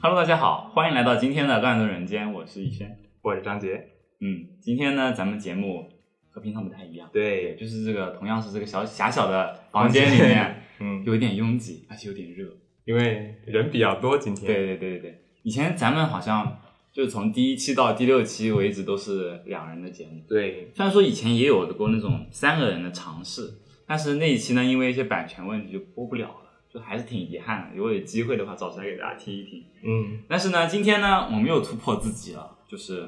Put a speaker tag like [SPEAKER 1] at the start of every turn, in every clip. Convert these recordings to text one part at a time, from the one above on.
[SPEAKER 1] Hello，大家好，欢迎来到今天的《乱炖人间》，我是逸轩。
[SPEAKER 2] 我是张杰。
[SPEAKER 1] 嗯，今天呢，咱们节目和平常不太一样，也
[SPEAKER 2] 对，
[SPEAKER 1] 就是这个同样是这个小狭小的房间里 面
[SPEAKER 2] 嗯，
[SPEAKER 1] 有一点拥挤，而且有点热。
[SPEAKER 2] 因为人比较多，今天
[SPEAKER 1] 对对对对对，以前咱们好像就是从第一期到第六期为止都是两人的节目，
[SPEAKER 2] 对
[SPEAKER 1] 虽然说以前也有过那种三个人的尝试，但是那一期呢，因为一些版权问题就播不了了，就还是挺遗憾的。如果有机会的话，找出来给大家听一听。
[SPEAKER 2] 嗯，
[SPEAKER 1] 但是呢，今天呢，我们又突破自己了，就是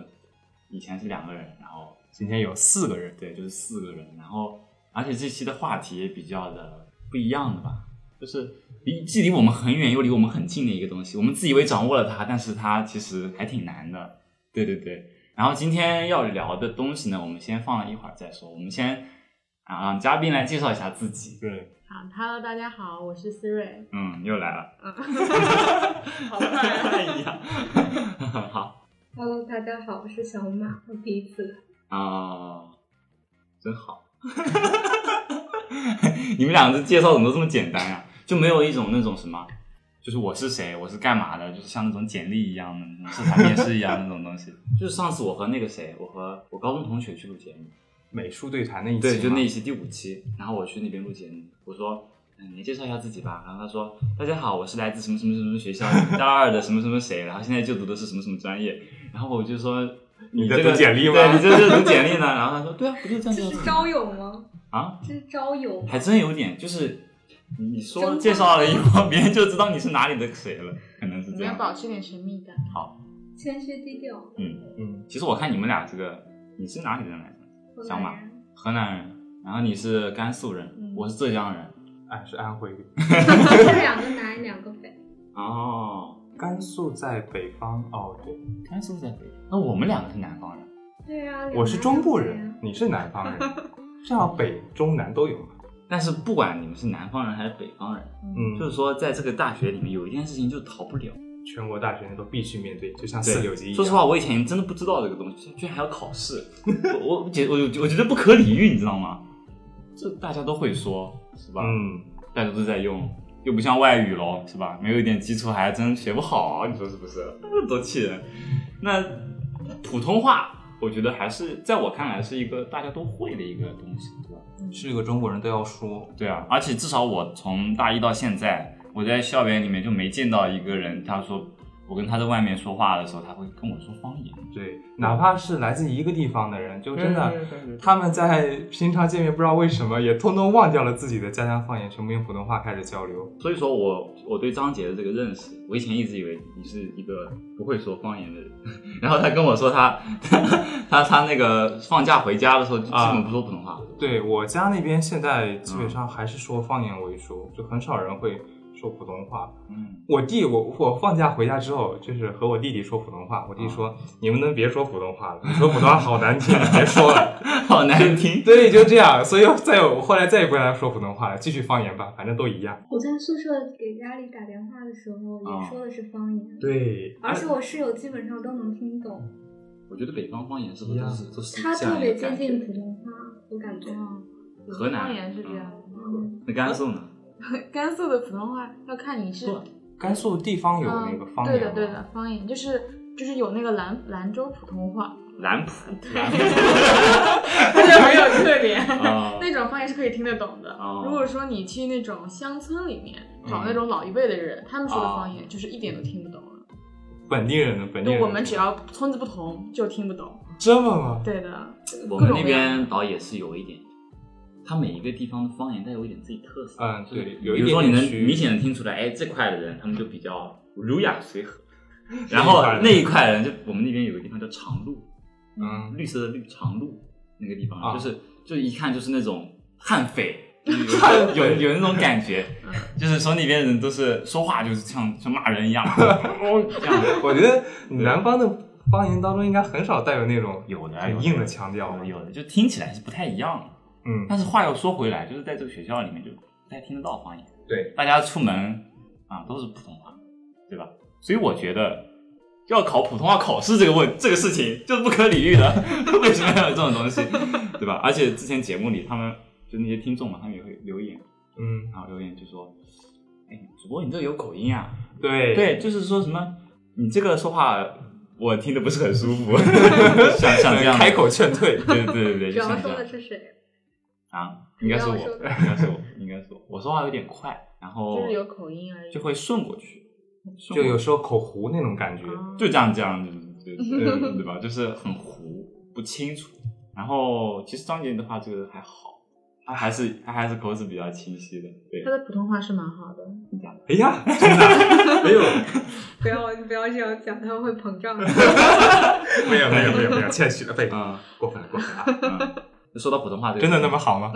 [SPEAKER 1] 以前是两个人，然后
[SPEAKER 2] 今天有四个人，
[SPEAKER 1] 对，就是四个人，然后而且这期的话题也比较的不一样的吧，就是离既离我们很远又离我们很近的一个东西，我们自以为掌握了它，但是它其实还挺难的。对对对。然后今天要聊的东西呢，我们先放了一会儿再说，我们先啊让嘉宾来介绍一下自己。
[SPEAKER 2] 对，
[SPEAKER 3] 好，Hello，大家好，我是思睿。
[SPEAKER 1] 嗯，又来了，
[SPEAKER 3] 嗯，
[SPEAKER 1] 好
[SPEAKER 3] 好 快。
[SPEAKER 1] 一样。好
[SPEAKER 4] Hello，大家好，我是小马，我第一次来。
[SPEAKER 1] 啊、真好。 你们俩的介绍怎么都这么简单呀、就没有一种那种什么，就是我是谁，我是干嘛的，就是像那种简历一样的，那种社团面试一样那种东西。 就是上次我和那个谁，我和我高中同学去录节目，
[SPEAKER 2] 美术对谈那一期嘛，
[SPEAKER 1] 对，就那一期第五期，然后我去那边录节目，我说。嗯，你介绍一下自己吧。然后他说：“大家好，我是来自什么什么什么学校大二的什么什么谁，然后现在就读的是什么什么专业。”然后我就说：“
[SPEAKER 2] 你在
[SPEAKER 1] 这个
[SPEAKER 2] 读简历吗
[SPEAKER 1] 对，你这是读简历呢？”然后他说：“对啊，不就
[SPEAKER 2] 嗯
[SPEAKER 1] 这样这
[SPEAKER 4] 这
[SPEAKER 1] 样
[SPEAKER 4] 是
[SPEAKER 1] 子
[SPEAKER 4] 招友吗？
[SPEAKER 1] 啊？
[SPEAKER 4] 这是招友吗
[SPEAKER 1] 还？真有点，就是你说
[SPEAKER 4] 真
[SPEAKER 1] 介绍了以后，别人就知道你是哪里的谁了，可能是
[SPEAKER 3] 我
[SPEAKER 1] 这
[SPEAKER 3] 们要
[SPEAKER 1] 样。
[SPEAKER 3] 保持点神秘感。
[SPEAKER 4] 谦虚低调。
[SPEAKER 2] 嗯，
[SPEAKER 1] 其实我看你们俩这个，你是哪里人来着？
[SPEAKER 4] 我
[SPEAKER 1] 小马
[SPEAKER 4] 来人，
[SPEAKER 1] 河南人，然后你是甘肃人，
[SPEAKER 3] 嗯
[SPEAKER 1] 我是浙江人。
[SPEAKER 2] 俺哎是安徽的，
[SPEAKER 4] 这两个南，两个北。
[SPEAKER 1] 哦，
[SPEAKER 2] 甘肃在北方哦，对，
[SPEAKER 1] 甘肃在北，那我们两个是南方人。
[SPEAKER 4] 对啊呀、
[SPEAKER 2] 我是中部
[SPEAKER 3] 嗯
[SPEAKER 2] 人，。你是南方人，正好北中南都有嘛，
[SPEAKER 1] 但是不管你们是南方人还是北方人，
[SPEAKER 2] 嗯，
[SPEAKER 1] 就是说在这个大学里面有一件事情就逃不了。
[SPEAKER 2] 全国大学生都必须面对，就像
[SPEAKER 1] 对
[SPEAKER 2] 四六级一样。
[SPEAKER 1] 说实话，，我以前真的不知道这个东西，居然还要考试，我我觉我我觉得不可理喻，你知道吗？这大家都会说，是吧？
[SPEAKER 2] 嗯，
[SPEAKER 1] 大家都在用，又不像外语咯，是吧？没有一点基础还真学不好，啊你说是不是？多气人！那普通话，我觉得还是在我看来是一个大家都会的一个东西，对吧？
[SPEAKER 2] 是个中国人都要说，
[SPEAKER 1] 对啊，而且至少我从大一到现在，我在校园里面就没见到一个人，他说我跟他在外面说话的时候，他会跟我说方言。
[SPEAKER 2] 对，哪怕是来自一个地方的人，就真的。
[SPEAKER 1] 对
[SPEAKER 2] 他们在平常见面，不知道为什么也通通忘掉了自己的家乡方言，全部用普通话开始交流。
[SPEAKER 1] 所以说我我对张杰的这个认识，我以前一直以为你是一个不会说方言的人， 然后他跟我说他 他他那个放假回家的时候就基本不说普通话，
[SPEAKER 2] 对我家那边现在基本上还是说方言为主，就很少人会说普通话。
[SPEAKER 1] 嗯，
[SPEAKER 2] 我弟，我我放假回家之后，就是和我弟弟说普通话。我弟说：“你们能别说普通话了，你说普通话好难听，你别说了。
[SPEAKER 1] 好难听”。
[SPEAKER 2] 对，就这样。所以再我后来再也不跟他说普通话了，继续方言吧，反正都一样。
[SPEAKER 4] 我在宿舍给家里打电话的时候
[SPEAKER 1] 啊
[SPEAKER 4] 也说的是方言，
[SPEAKER 2] 对，
[SPEAKER 4] 而且我室友基本上都能听懂，
[SPEAKER 1] 我觉得北方方言是不是都是都是
[SPEAKER 4] 他
[SPEAKER 1] 这样
[SPEAKER 4] 特
[SPEAKER 1] 一
[SPEAKER 4] 别
[SPEAKER 1] 个
[SPEAKER 4] 接
[SPEAKER 1] 感觉
[SPEAKER 4] 近普通话，我感觉。
[SPEAKER 3] 哦，
[SPEAKER 1] 河南
[SPEAKER 3] 方言是这样。
[SPEAKER 4] 嗯，
[SPEAKER 1] 那甘肃呢？
[SPEAKER 3] 甘肃的普通话要看你是
[SPEAKER 1] 不
[SPEAKER 2] 甘肃地方有
[SPEAKER 3] 嗯
[SPEAKER 2] 那个方言、
[SPEAKER 3] 对的对的，方言，就是就是有那个兰兰州普 通话，
[SPEAKER 1] 南普
[SPEAKER 3] 它就很有特点。
[SPEAKER 1] 啊，
[SPEAKER 3] 那种方言是可以听得懂的。
[SPEAKER 1] 哦
[SPEAKER 3] 如果说你去那种乡村里面
[SPEAKER 2] 嗯
[SPEAKER 3] 找那种老一辈的人，他们说的
[SPEAKER 1] 哦
[SPEAKER 3] 方言就是一点都听不懂了。
[SPEAKER 2] 本地人的本地
[SPEAKER 3] 就
[SPEAKER 2] 人。
[SPEAKER 3] 我们只要村子不同就听不懂。
[SPEAKER 2] 真的吗？
[SPEAKER 3] 对的，
[SPEAKER 1] 哦我
[SPEAKER 3] 各
[SPEAKER 1] 们
[SPEAKER 3] 种
[SPEAKER 1] 那
[SPEAKER 3] 各样
[SPEAKER 1] 边倒也是有一点，它每一个地方的方言带有一点自己特色。
[SPEAKER 2] 嗯对
[SPEAKER 1] 就
[SPEAKER 2] 有
[SPEAKER 1] 比
[SPEAKER 2] 一
[SPEAKER 1] 如说
[SPEAKER 2] 点
[SPEAKER 1] 你
[SPEAKER 2] 点
[SPEAKER 1] 能
[SPEAKER 2] 区域
[SPEAKER 1] 明显的听出来，哎，这块的人他们就比较儒雅随 和，然后
[SPEAKER 2] 这一
[SPEAKER 1] 那一
[SPEAKER 2] 块的
[SPEAKER 1] 块人就我们那边有个地方叫长路，
[SPEAKER 2] 嗯，
[SPEAKER 1] 绿色的绿长路那个地方，
[SPEAKER 2] 啊
[SPEAKER 1] 就是就一看就是那种悍匪。
[SPEAKER 2] 悍
[SPEAKER 1] 有
[SPEAKER 2] 匪
[SPEAKER 1] 有有那种感觉
[SPEAKER 3] 嗯，
[SPEAKER 1] 就是说那边人都是说话就是像像骂人一 样，哦这样
[SPEAKER 2] 我觉得南方的方言当中应该很少带有那种
[SPEAKER 1] 有的有
[SPEAKER 2] 很
[SPEAKER 1] 的
[SPEAKER 2] 哎硬的腔调
[SPEAKER 1] 有。的有的就听起来是不太一样的。
[SPEAKER 2] 嗯，
[SPEAKER 1] 但是话又说回来，就是在这个学校里面就不太听得到方言。
[SPEAKER 2] 对，
[SPEAKER 1] 大家出门啊都是普通话，对吧？所以我觉得要考普通话考试这个问这个事情就是不可理喻的， 为什么要有这种东西， 对吧？而且之前节目里他们就那些听众嘛，他们也会留言，
[SPEAKER 2] 嗯，
[SPEAKER 1] 然后留言就说：“哎，主播你这有口音啊！”
[SPEAKER 2] 对，
[SPEAKER 1] 对，就是说什么你这个说话我听得不是很舒 服， 像像这样
[SPEAKER 2] 开，口劝退。
[SPEAKER 1] 对对对对，
[SPEAKER 4] 主
[SPEAKER 1] 就
[SPEAKER 4] 要
[SPEAKER 1] 像这
[SPEAKER 4] 说的
[SPEAKER 1] 样
[SPEAKER 4] 是谁？
[SPEAKER 1] 啊，应该是我，
[SPEAKER 4] 主要说
[SPEAKER 1] 应
[SPEAKER 4] 的
[SPEAKER 1] 该是我，应该是我，我说话有点快，然后
[SPEAKER 3] 就是有口音而已。
[SPEAKER 1] 就会顺过去，顺
[SPEAKER 2] 就
[SPEAKER 1] 过
[SPEAKER 2] 有
[SPEAKER 1] 去
[SPEAKER 2] 时候口胡那种感觉，
[SPEAKER 3] 啊
[SPEAKER 1] 就这样这样，对对 对对吧？就是很糊不清楚。然后其实张杰的话，这个还好，他还是他还是口齿比较清晰的，对
[SPEAKER 3] 他。的普通话是蛮好的，
[SPEAKER 2] 哎 呀，真的没有，
[SPEAKER 4] 不要不要这样讲，他们会膨胀的。
[SPEAKER 2] 没有，没有，没有， 没有，谦虚了，被
[SPEAKER 1] 嗯
[SPEAKER 2] 过分了，过分了，
[SPEAKER 1] 嗯， 说到普通话这个，
[SPEAKER 2] 啊 真的那么好吗？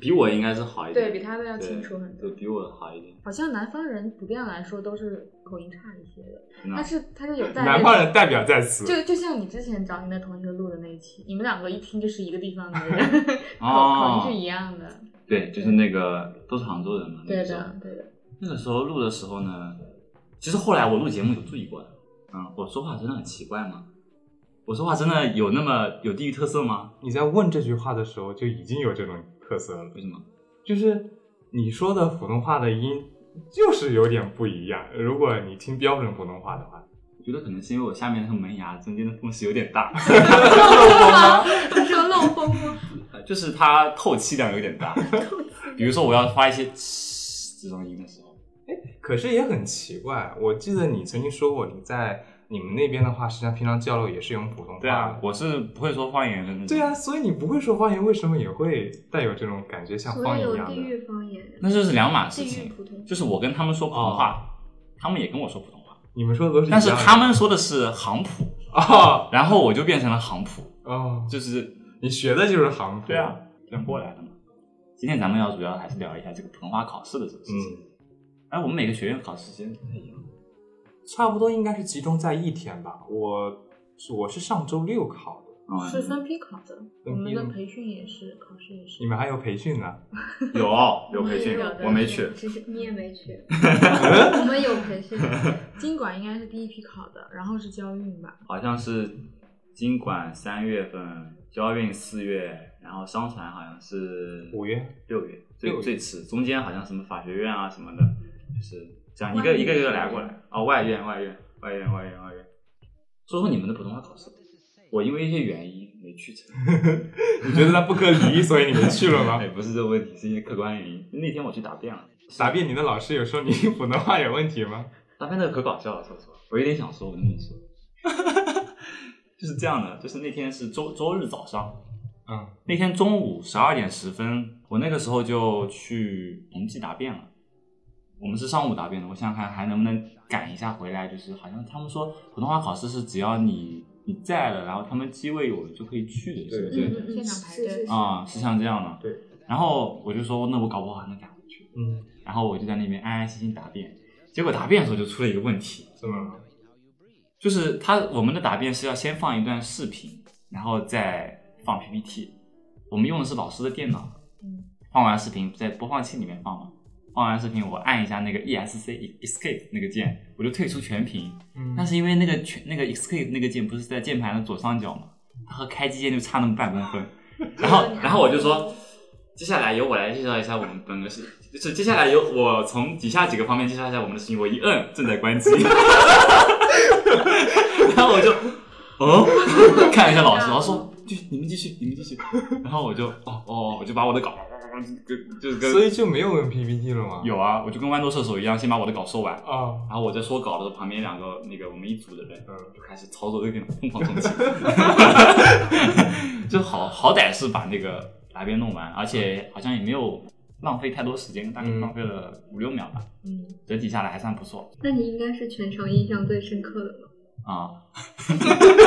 [SPEAKER 1] 比我应该是好一点，
[SPEAKER 3] 对比他的要清楚很多
[SPEAKER 1] 对，对比我好一点。
[SPEAKER 3] 好像南方人普遍来说都是口音差一些的，
[SPEAKER 1] 那
[SPEAKER 3] 但是他是有带
[SPEAKER 2] 南方人代表在此，
[SPEAKER 3] 就就像你之前找你的同学录的那一期，你们两个一听就是一个地方的 人，口
[SPEAKER 1] 哦
[SPEAKER 3] 口音是一样的。
[SPEAKER 1] 啊对，就是那个都是杭州人嘛。那
[SPEAKER 3] 对
[SPEAKER 1] 个时候
[SPEAKER 3] 的，对的。
[SPEAKER 1] 那个时候录的时候呢，其实后来我录节目有注意过的，嗯，我说话真的很奇怪吗？我说话真的有那么有地域特色吗？
[SPEAKER 2] 你在问这句话的时候就已经有这种特色了，
[SPEAKER 1] 为什么？
[SPEAKER 2] 就是你说的普通话的音就是有点不一样。如果你听标准普通话的话，
[SPEAKER 1] 我觉得可能是因为我下面那个门牙中间的缝隙有点大，
[SPEAKER 4] 他说漏风吗？
[SPEAKER 1] 呃就是它透气量有点大。比如说我要发一些嘶这种音的时候，
[SPEAKER 2] 可是也很奇怪。我记得你曾经说过，你在你们那边的话，实际上平常交流也是用普通话。
[SPEAKER 1] 对啊，，我是不会说方言的那种。
[SPEAKER 2] 对啊，，所以你不会说方言，为什么也会带有这种感觉像
[SPEAKER 4] 所
[SPEAKER 2] 方
[SPEAKER 4] 以
[SPEAKER 2] 言一
[SPEAKER 4] 有
[SPEAKER 2] 样
[SPEAKER 4] 地
[SPEAKER 2] 的？
[SPEAKER 4] 域方言，
[SPEAKER 1] 那就是两码事
[SPEAKER 4] 地域
[SPEAKER 1] 情。
[SPEAKER 4] 普通
[SPEAKER 1] 就是我跟他们说普通话，他们也跟我说普通话，
[SPEAKER 2] 哦你们说的都是一
[SPEAKER 1] 但
[SPEAKER 2] 样
[SPEAKER 1] 是
[SPEAKER 2] 的，
[SPEAKER 1] 他们说的是杭普，
[SPEAKER 2] 哦
[SPEAKER 1] 然后我就变成了杭普，
[SPEAKER 2] 哦，
[SPEAKER 1] 就是
[SPEAKER 2] 你学的就是杭普。，，
[SPEAKER 1] 这样过来的嘛。今天咱们要主要还是聊一下这个普通话考试的这个事情。
[SPEAKER 2] 嗯，
[SPEAKER 1] 哎、我们每个学院考试时间不太一样。
[SPEAKER 2] 差不多应该是集中在一天吧。我我是上周六考的。
[SPEAKER 1] 嗯
[SPEAKER 3] 是分批考的，我
[SPEAKER 2] 分
[SPEAKER 3] 们
[SPEAKER 2] 批
[SPEAKER 3] 的
[SPEAKER 2] 吗
[SPEAKER 3] 培训也是，考试也是
[SPEAKER 2] 你。们还有培训呢？
[SPEAKER 1] 有啊有培训
[SPEAKER 3] 有，的
[SPEAKER 1] 我没去。
[SPEAKER 4] 只是你也没去，
[SPEAKER 2] 嗯
[SPEAKER 4] 我们有培训。
[SPEAKER 3] 经管应该是第一批考的，然后是交运吧。
[SPEAKER 1] 好像是经管三月份，交运四月，然后商传好像是
[SPEAKER 2] 五月
[SPEAKER 1] 六月，
[SPEAKER 2] 六
[SPEAKER 1] 最
[SPEAKER 2] 月
[SPEAKER 1] 最迟。中间好像什么法学院啊什么的，就是这样一个一个一个来过来。哦，外院外院外院外院外院。说说你们的普通话考试，我因为一些原因没去成。
[SPEAKER 2] 你觉得它不可理喻，所以你们去 了吗
[SPEAKER 1] 哎，？不是这个问题，是因为客观原因。那天我去答辩了，
[SPEAKER 2] 答辩你的老师有说你普通话有问题吗？
[SPEAKER 1] 答辩那个可搞笑了，说实话，我有点想说，我能不能说？ 就是这样的，就是那天是周周日早上，
[SPEAKER 2] 嗯，
[SPEAKER 1] 那天中午十二点十分，我那个时候就去同济答辩了。我们是上午答辩的，我想想看还能不能赶一下回来。就是好像他们说普通话考试是只要你你在了，然后他们机位有了就可以去的，是不
[SPEAKER 2] 对
[SPEAKER 1] 是
[SPEAKER 3] 嗯嗯现场排队
[SPEAKER 4] 是是是
[SPEAKER 1] 啊、是像这样的。
[SPEAKER 2] 对。
[SPEAKER 1] 然后我就说，那我搞不好还能赶回去。
[SPEAKER 2] 嗯，
[SPEAKER 1] 然后我就在那边安安心心答辩。结果答辩的时候就出了一个问题，
[SPEAKER 2] 怎么了？
[SPEAKER 1] 就是他我们的答辩是要先放一段视频，然后再放 PPT。我们用的是老师的电脑，
[SPEAKER 3] 嗯，
[SPEAKER 1] 放完视频在播放器里面放嘛。放完视频，我按一下那个 ESC Escape 那个键，我就退出全屏。
[SPEAKER 2] 嗯
[SPEAKER 1] 但是因为那个全那个 Escape 那个键不是在键盘的左上角嘛，它和开机键就差那么半公分。然后然后我就说，接下来由我来介绍一下我们本个是，就是接下来由我从以下几个方面介绍一下我们的事情。我一摁正在关机， 然后我就哦看了一下老师，老师说就你们继续，你们继续。然后我就哦哦，我就把我的稿跟就是跟
[SPEAKER 2] 所以就没有用 PPT 了吗？
[SPEAKER 1] 有啊，我就跟豌豆射手一样，先把我的稿说完。
[SPEAKER 2] 啊，
[SPEAKER 1] 然后我在说稿的时候，旁边两个那个我们一组的人
[SPEAKER 2] 嗯
[SPEAKER 1] 就开始操作这个电脑疯狂重 启，就好好歹是把那个答辩弄完，而且好像也没有浪费太多时间，大概
[SPEAKER 2] 嗯
[SPEAKER 1] 浪费了五六秒吧，
[SPEAKER 3] 嗯，
[SPEAKER 1] 整体下来还算不错
[SPEAKER 4] 那你应该是全程印象最深刻 的吧？
[SPEAKER 1] 啊、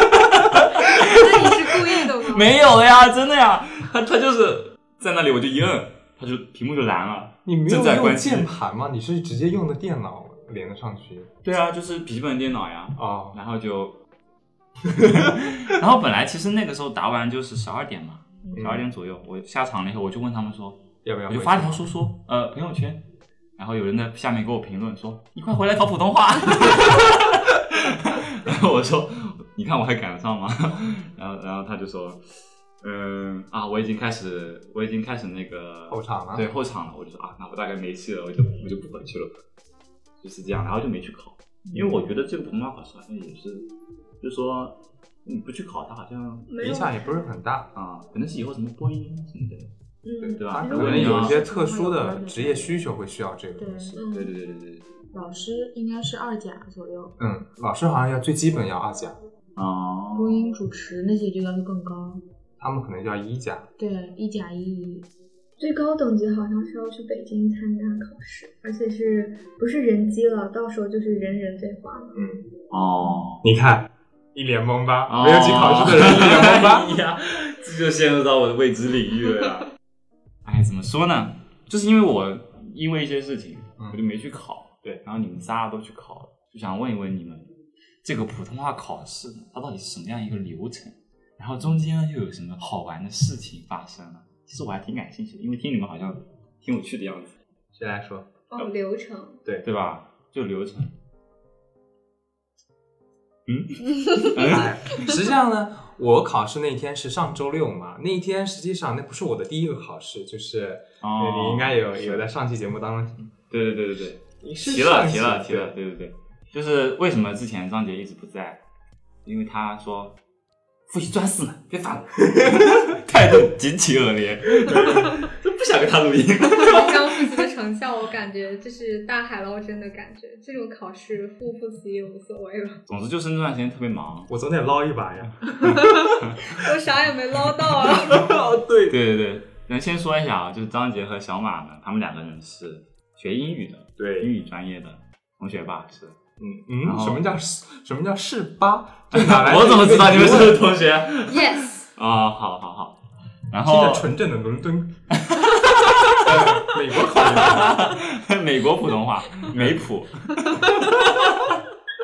[SPEAKER 4] 那你是故意的吗？
[SPEAKER 1] 没有了呀，真的呀，他他就是在那里，我就一摁，他就屏幕就蓝了。
[SPEAKER 2] 你没有
[SPEAKER 1] 正在
[SPEAKER 2] 用
[SPEAKER 1] 关机
[SPEAKER 2] 键盘吗？你是直接用的电脑连得上去
[SPEAKER 1] 对啊，就是笔记本电脑呀，
[SPEAKER 2] 啊？
[SPEAKER 1] 然后就， 然后本来其实那个时候答完就是十二点嘛，
[SPEAKER 3] 嗯
[SPEAKER 1] 十二点左右，我下场了以后，我就问他们说，
[SPEAKER 2] 要不要
[SPEAKER 1] 我
[SPEAKER 2] 回去？
[SPEAKER 1] 就发条说说，
[SPEAKER 2] 嗯
[SPEAKER 1] 呃，朋友圈，然后有人在下面给我评论说，你快回来考普通 话。然后我说，你看我还赶得上吗？然后，然后他就说，嗯啊，我已经开始，我已经开始那个
[SPEAKER 2] 后场了
[SPEAKER 1] 啊对后场了。我就说啊，那我大概没戏了，我就我就不回去了，就是这样，然后就没去考。因为我觉得这个普通话考试好像也是，就是说你不去考它好像
[SPEAKER 4] 没
[SPEAKER 2] 影
[SPEAKER 4] 有，
[SPEAKER 2] 响也不是很大。
[SPEAKER 1] 啊、可能是以后什么播音什么的。
[SPEAKER 3] 嗯，
[SPEAKER 1] 对吧
[SPEAKER 2] 它
[SPEAKER 3] 其
[SPEAKER 2] 可
[SPEAKER 3] 实
[SPEAKER 1] 我
[SPEAKER 2] 能
[SPEAKER 1] 觉得
[SPEAKER 2] 有一些
[SPEAKER 3] 有
[SPEAKER 2] 特殊的
[SPEAKER 3] 有
[SPEAKER 2] 职业需求会需要这个
[SPEAKER 3] 对
[SPEAKER 2] 东西。
[SPEAKER 1] 啊对对对对对。
[SPEAKER 3] 老师应该是二甲左右，
[SPEAKER 2] 嗯，老师好像要最基本要二甲，
[SPEAKER 1] 哦。
[SPEAKER 3] 播音主持那些就要求更高，
[SPEAKER 2] 他们可能要一甲。
[SPEAKER 3] 对，一甲一乙，
[SPEAKER 4] 最高等级好像是要去北京参加考试，而且是不是人机了？到时候就是人人对话了。
[SPEAKER 1] 哦。
[SPEAKER 2] 你看，一脸懵吧？
[SPEAKER 1] 哦
[SPEAKER 2] 没有去考试的人一脸懵 吧？
[SPEAKER 1] 哎呀，这就陷入到我的未知领域了呀。哎，怎么说呢？就是因为我因为一些事情，
[SPEAKER 2] 嗯
[SPEAKER 1] 我就没去考。
[SPEAKER 2] 对，
[SPEAKER 1] 然后你们仨都去考了，就想问一问你们，这个普通话考试呢它到底是什么样一个流程？然后中间呢又有什么好玩的事情发生了？其实我还挺感兴趣的，因为听你们好像挺有趣的样子，
[SPEAKER 2] 谁来说？
[SPEAKER 4] 哦，流程
[SPEAKER 1] 对吧？就流程。嗯，
[SPEAKER 2] 哎，实际上呢，我考试那天是上周六嘛，那一天实际上那不是我的第一个考试，就是、
[SPEAKER 1] 哦
[SPEAKER 2] 你应该有有在上期节目当中
[SPEAKER 1] 对对对对对。
[SPEAKER 2] 是
[SPEAKER 1] 提了
[SPEAKER 2] 上
[SPEAKER 1] 提
[SPEAKER 2] 期
[SPEAKER 1] 了提
[SPEAKER 2] 对
[SPEAKER 1] 了，对对对，就是为什么之前张杰一直不在，因为他说复习专四呢，别烦 了，态度极其恶劣，就不想跟他录音。
[SPEAKER 4] 这样复习的成效，我感觉就是大海捞针的感觉。这种考试复不复习也无所谓了，
[SPEAKER 1] 总之就是那段时间特别忙，
[SPEAKER 2] 我总得捞一把 呀。
[SPEAKER 4] 我啥也没捞 到啊。
[SPEAKER 1] 对对对，能先说一下啊，就是张杰和小马呢，他们两个人是学英语的，英
[SPEAKER 2] 对，
[SPEAKER 1] 语专业的同学吧，是。
[SPEAKER 2] 嗯
[SPEAKER 1] 然
[SPEAKER 2] 嗯，
[SPEAKER 1] 后
[SPEAKER 2] 什么叫什么叫是吧？这哪来 的
[SPEAKER 1] 我怎么知道你们是不是同学？啊、
[SPEAKER 4] Yes，
[SPEAKER 1] 好好好，然
[SPEAKER 2] 听着
[SPEAKER 1] 后
[SPEAKER 2] 纯正的 伦敦，呃美国口音。
[SPEAKER 1] 美国普通话，美普。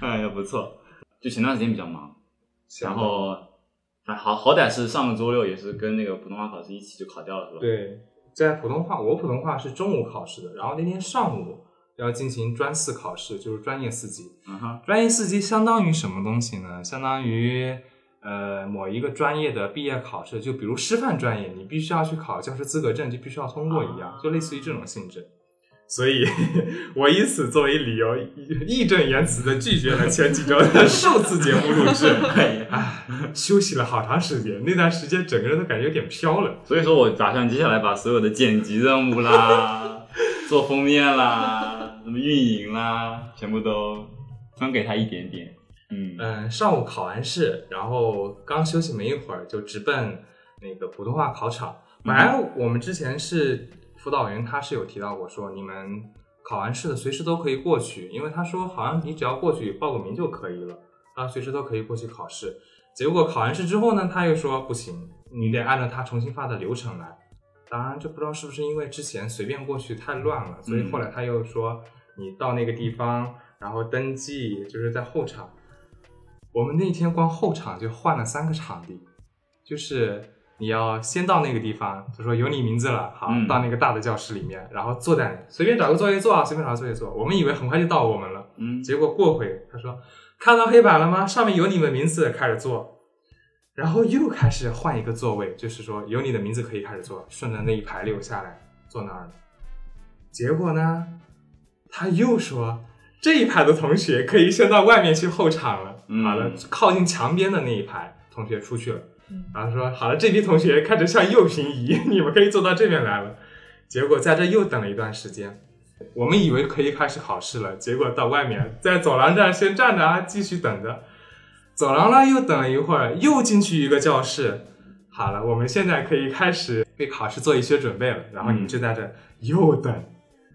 [SPEAKER 1] 哎呀，不错。就前段时间比较忙，然后还好好歹是上个周六也是跟那个普通话考试一起就考掉了，是吧？。
[SPEAKER 2] 对，在普通话，我普通话是中午考试的，然后那天上午要进行专四考试，就是专业四级。
[SPEAKER 1] 嗯哼。
[SPEAKER 2] 专业四级相当于什么东西呢？相当于呃某一个专业的毕业考试，就比如师范专业，你必须要去考教师资格证，就必须要通过一样，
[SPEAKER 1] 啊
[SPEAKER 2] 就类似于这种性质。所以，我以此作为理由，义正言辞的拒绝了前几周的 数次节目录制。
[SPEAKER 1] 哎
[SPEAKER 2] 唉，休息了好长时间，那段时间整个人都感觉有点飘了。
[SPEAKER 1] 所以说我打算接下来把所有的剪辑任务 啦、做封面啦、什么运营啦，全部都分给他一点点。嗯，
[SPEAKER 2] 嗯，上午考完试，然后刚休息没一会儿，就直奔那个普通话考场。本来我们之前是辅导员，他是有提到过说，你们考完试的随时都可以过去，因为他说好像你只要过去报个名就可以了，他随时都可以过去考试。结果考完试之后呢，他又说不行，你得按照他重新发的流程来。当然，这不知道是不是因为之前随便过去太乱了，所以后来他又说你到那个地方，然后登记，就是在候场。我们那天光候场就换了三个场地，就是你要先到那个地方，就说有你名字了，好，
[SPEAKER 1] 嗯
[SPEAKER 2] 到那个大的教室里面，然后坐在随便找个座位坐啊，随便找个座位坐。我们以为很快就到我们了，
[SPEAKER 1] 嗯，
[SPEAKER 2] 结果过会他说看到黑板了吗？上面有你们名字，开始坐。然后又开始换一个座位，就是说有你的名字可以开始坐，顺着那一排溜下来坐那儿了。结果呢，他又说这一排的同学可以先到外面去候场了。
[SPEAKER 1] 嗯
[SPEAKER 2] 好了，靠近墙边的那一排同学出去了，
[SPEAKER 3] 嗯
[SPEAKER 2] 然后说好了，这批同学开始向右平移，你们可以坐到这边来了。结果在这又等了一段时间，我们以为可以开始考试了，结果到外面在走廊这儿先站着啊，继续等着。走廊那儿又等了一会儿，又进去一个教室。好了，我们现在可以开始为考试做一些准备了。然后你
[SPEAKER 1] 嗯
[SPEAKER 2] 就在这儿又等，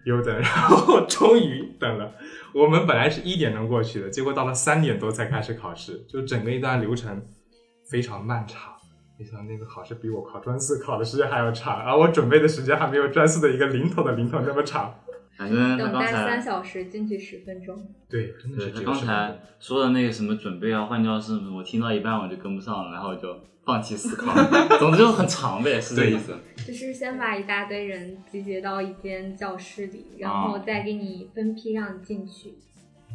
[SPEAKER 2] 又等，然后终于等了。我们本来是一点钟过去的，结果到了三点多才开始考试，就整个一段流程非常漫长。没想到那个考试比我考专四考的时间还要长，而我准备的时间还没有专四的一个零头的零头那么长。
[SPEAKER 1] 反正他
[SPEAKER 4] 等
[SPEAKER 1] 刚才
[SPEAKER 4] 待三小时，进去十分钟。
[SPEAKER 2] 对，真的
[SPEAKER 1] 对
[SPEAKER 2] 是
[SPEAKER 1] 他
[SPEAKER 2] 这个
[SPEAKER 1] 刚
[SPEAKER 2] 时
[SPEAKER 1] 才
[SPEAKER 2] 间。
[SPEAKER 1] 说的那个什么准备啊、换教室什么，我听到一半我就跟不上了，然后我就放弃思 考。总之就是很长呗，是这意思。
[SPEAKER 4] 就是先把一大堆人集结到一间教室里，然
[SPEAKER 1] 啊
[SPEAKER 4] 后再给你分批让你进去。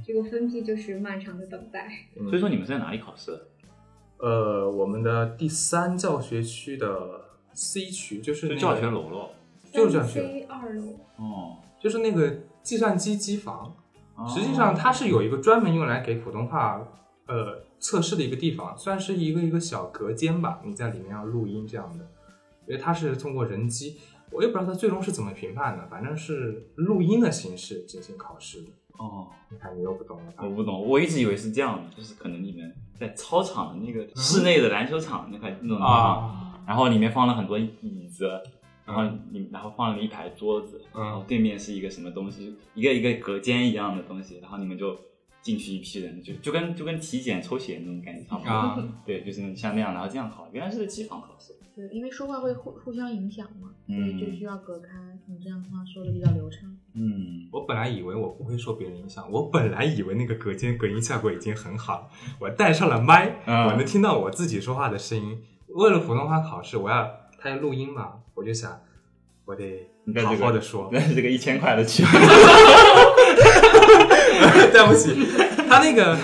[SPEAKER 4] 这个分批就是漫长的等待。
[SPEAKER 2] 对
[SPEAKER 1] 所以说你们是在哪里考试的？
[SPEAKER 2] 呃，我们的第三教学区的 C 区就是、那
[SPEAKER 1] 就
[SPEAKER 2] 个、
[SPEAKER 1] 教学，楼喽。
[SPEAKER 2] 就是教学
[SPEAKER 4] C 二楼，
[SPEAKER 1] 哦，
[SPEAKER 2] 就是那个计算机机房。实际上它是有一个专门用来给普通话呃测试的一个地方，算是一个一个小隔间吧，你在里面要录音这样的，因为它是通过人机，我也不知道它最终是怎么评判的，反正是录音的形式进行考试的。
[SPEAKER 1] 哦，
[SPEAKER 2] 你看你又不懂了吧
[SPEAKER 1] 我？不懂，我一直以为是这样的，就是可能你们在操场的那个室内的篮球场那块那种地方，
[SPEAKER 2] 啊，
[SPEAKER 1] 然后里面放了很多椅子，然后你然后放了一排桌子，
[SPEAKER 2] 嗯
[SPEAKER 1] 然后对面是一个什么东西，一个一个隔间一样的东西，然后你们就进去一批人，就就跟就跟体检抽血那种感觉差不多。
[SPEAKER 2] 啊
[SPEAKER 1] 对，就是像那样，然后这样考，原来是在机房考试。
[SPEAKER 3] 对，因为说话会互互相影响嘛，所以就
[SPEAKER 1] 嗯
[SPEAKER 3] 需要隔开。你这样的话说的比较流畅。
[SPEAKER 1] 嗯，
[SPEAKER 2] 我本来以为我不会受别人影响，我本来以为那个隔间隔音效果已经很好了，我带上了麦，
[SPEAKER 1] 嗯
[SPEAKER 2] 我能听到我自己说话的声音。为了普通话考试，我要它要录音嘛，我就想，我得
[SPEAKER 1] 你在这
[SPEAKER 2] 好
[SPEAKER 1] 个
[SPEAKER 2] 好的 说。
[SPEAKER 1] 但是这个一千块的 去，
[SPEAKER 2] 对不起，它那个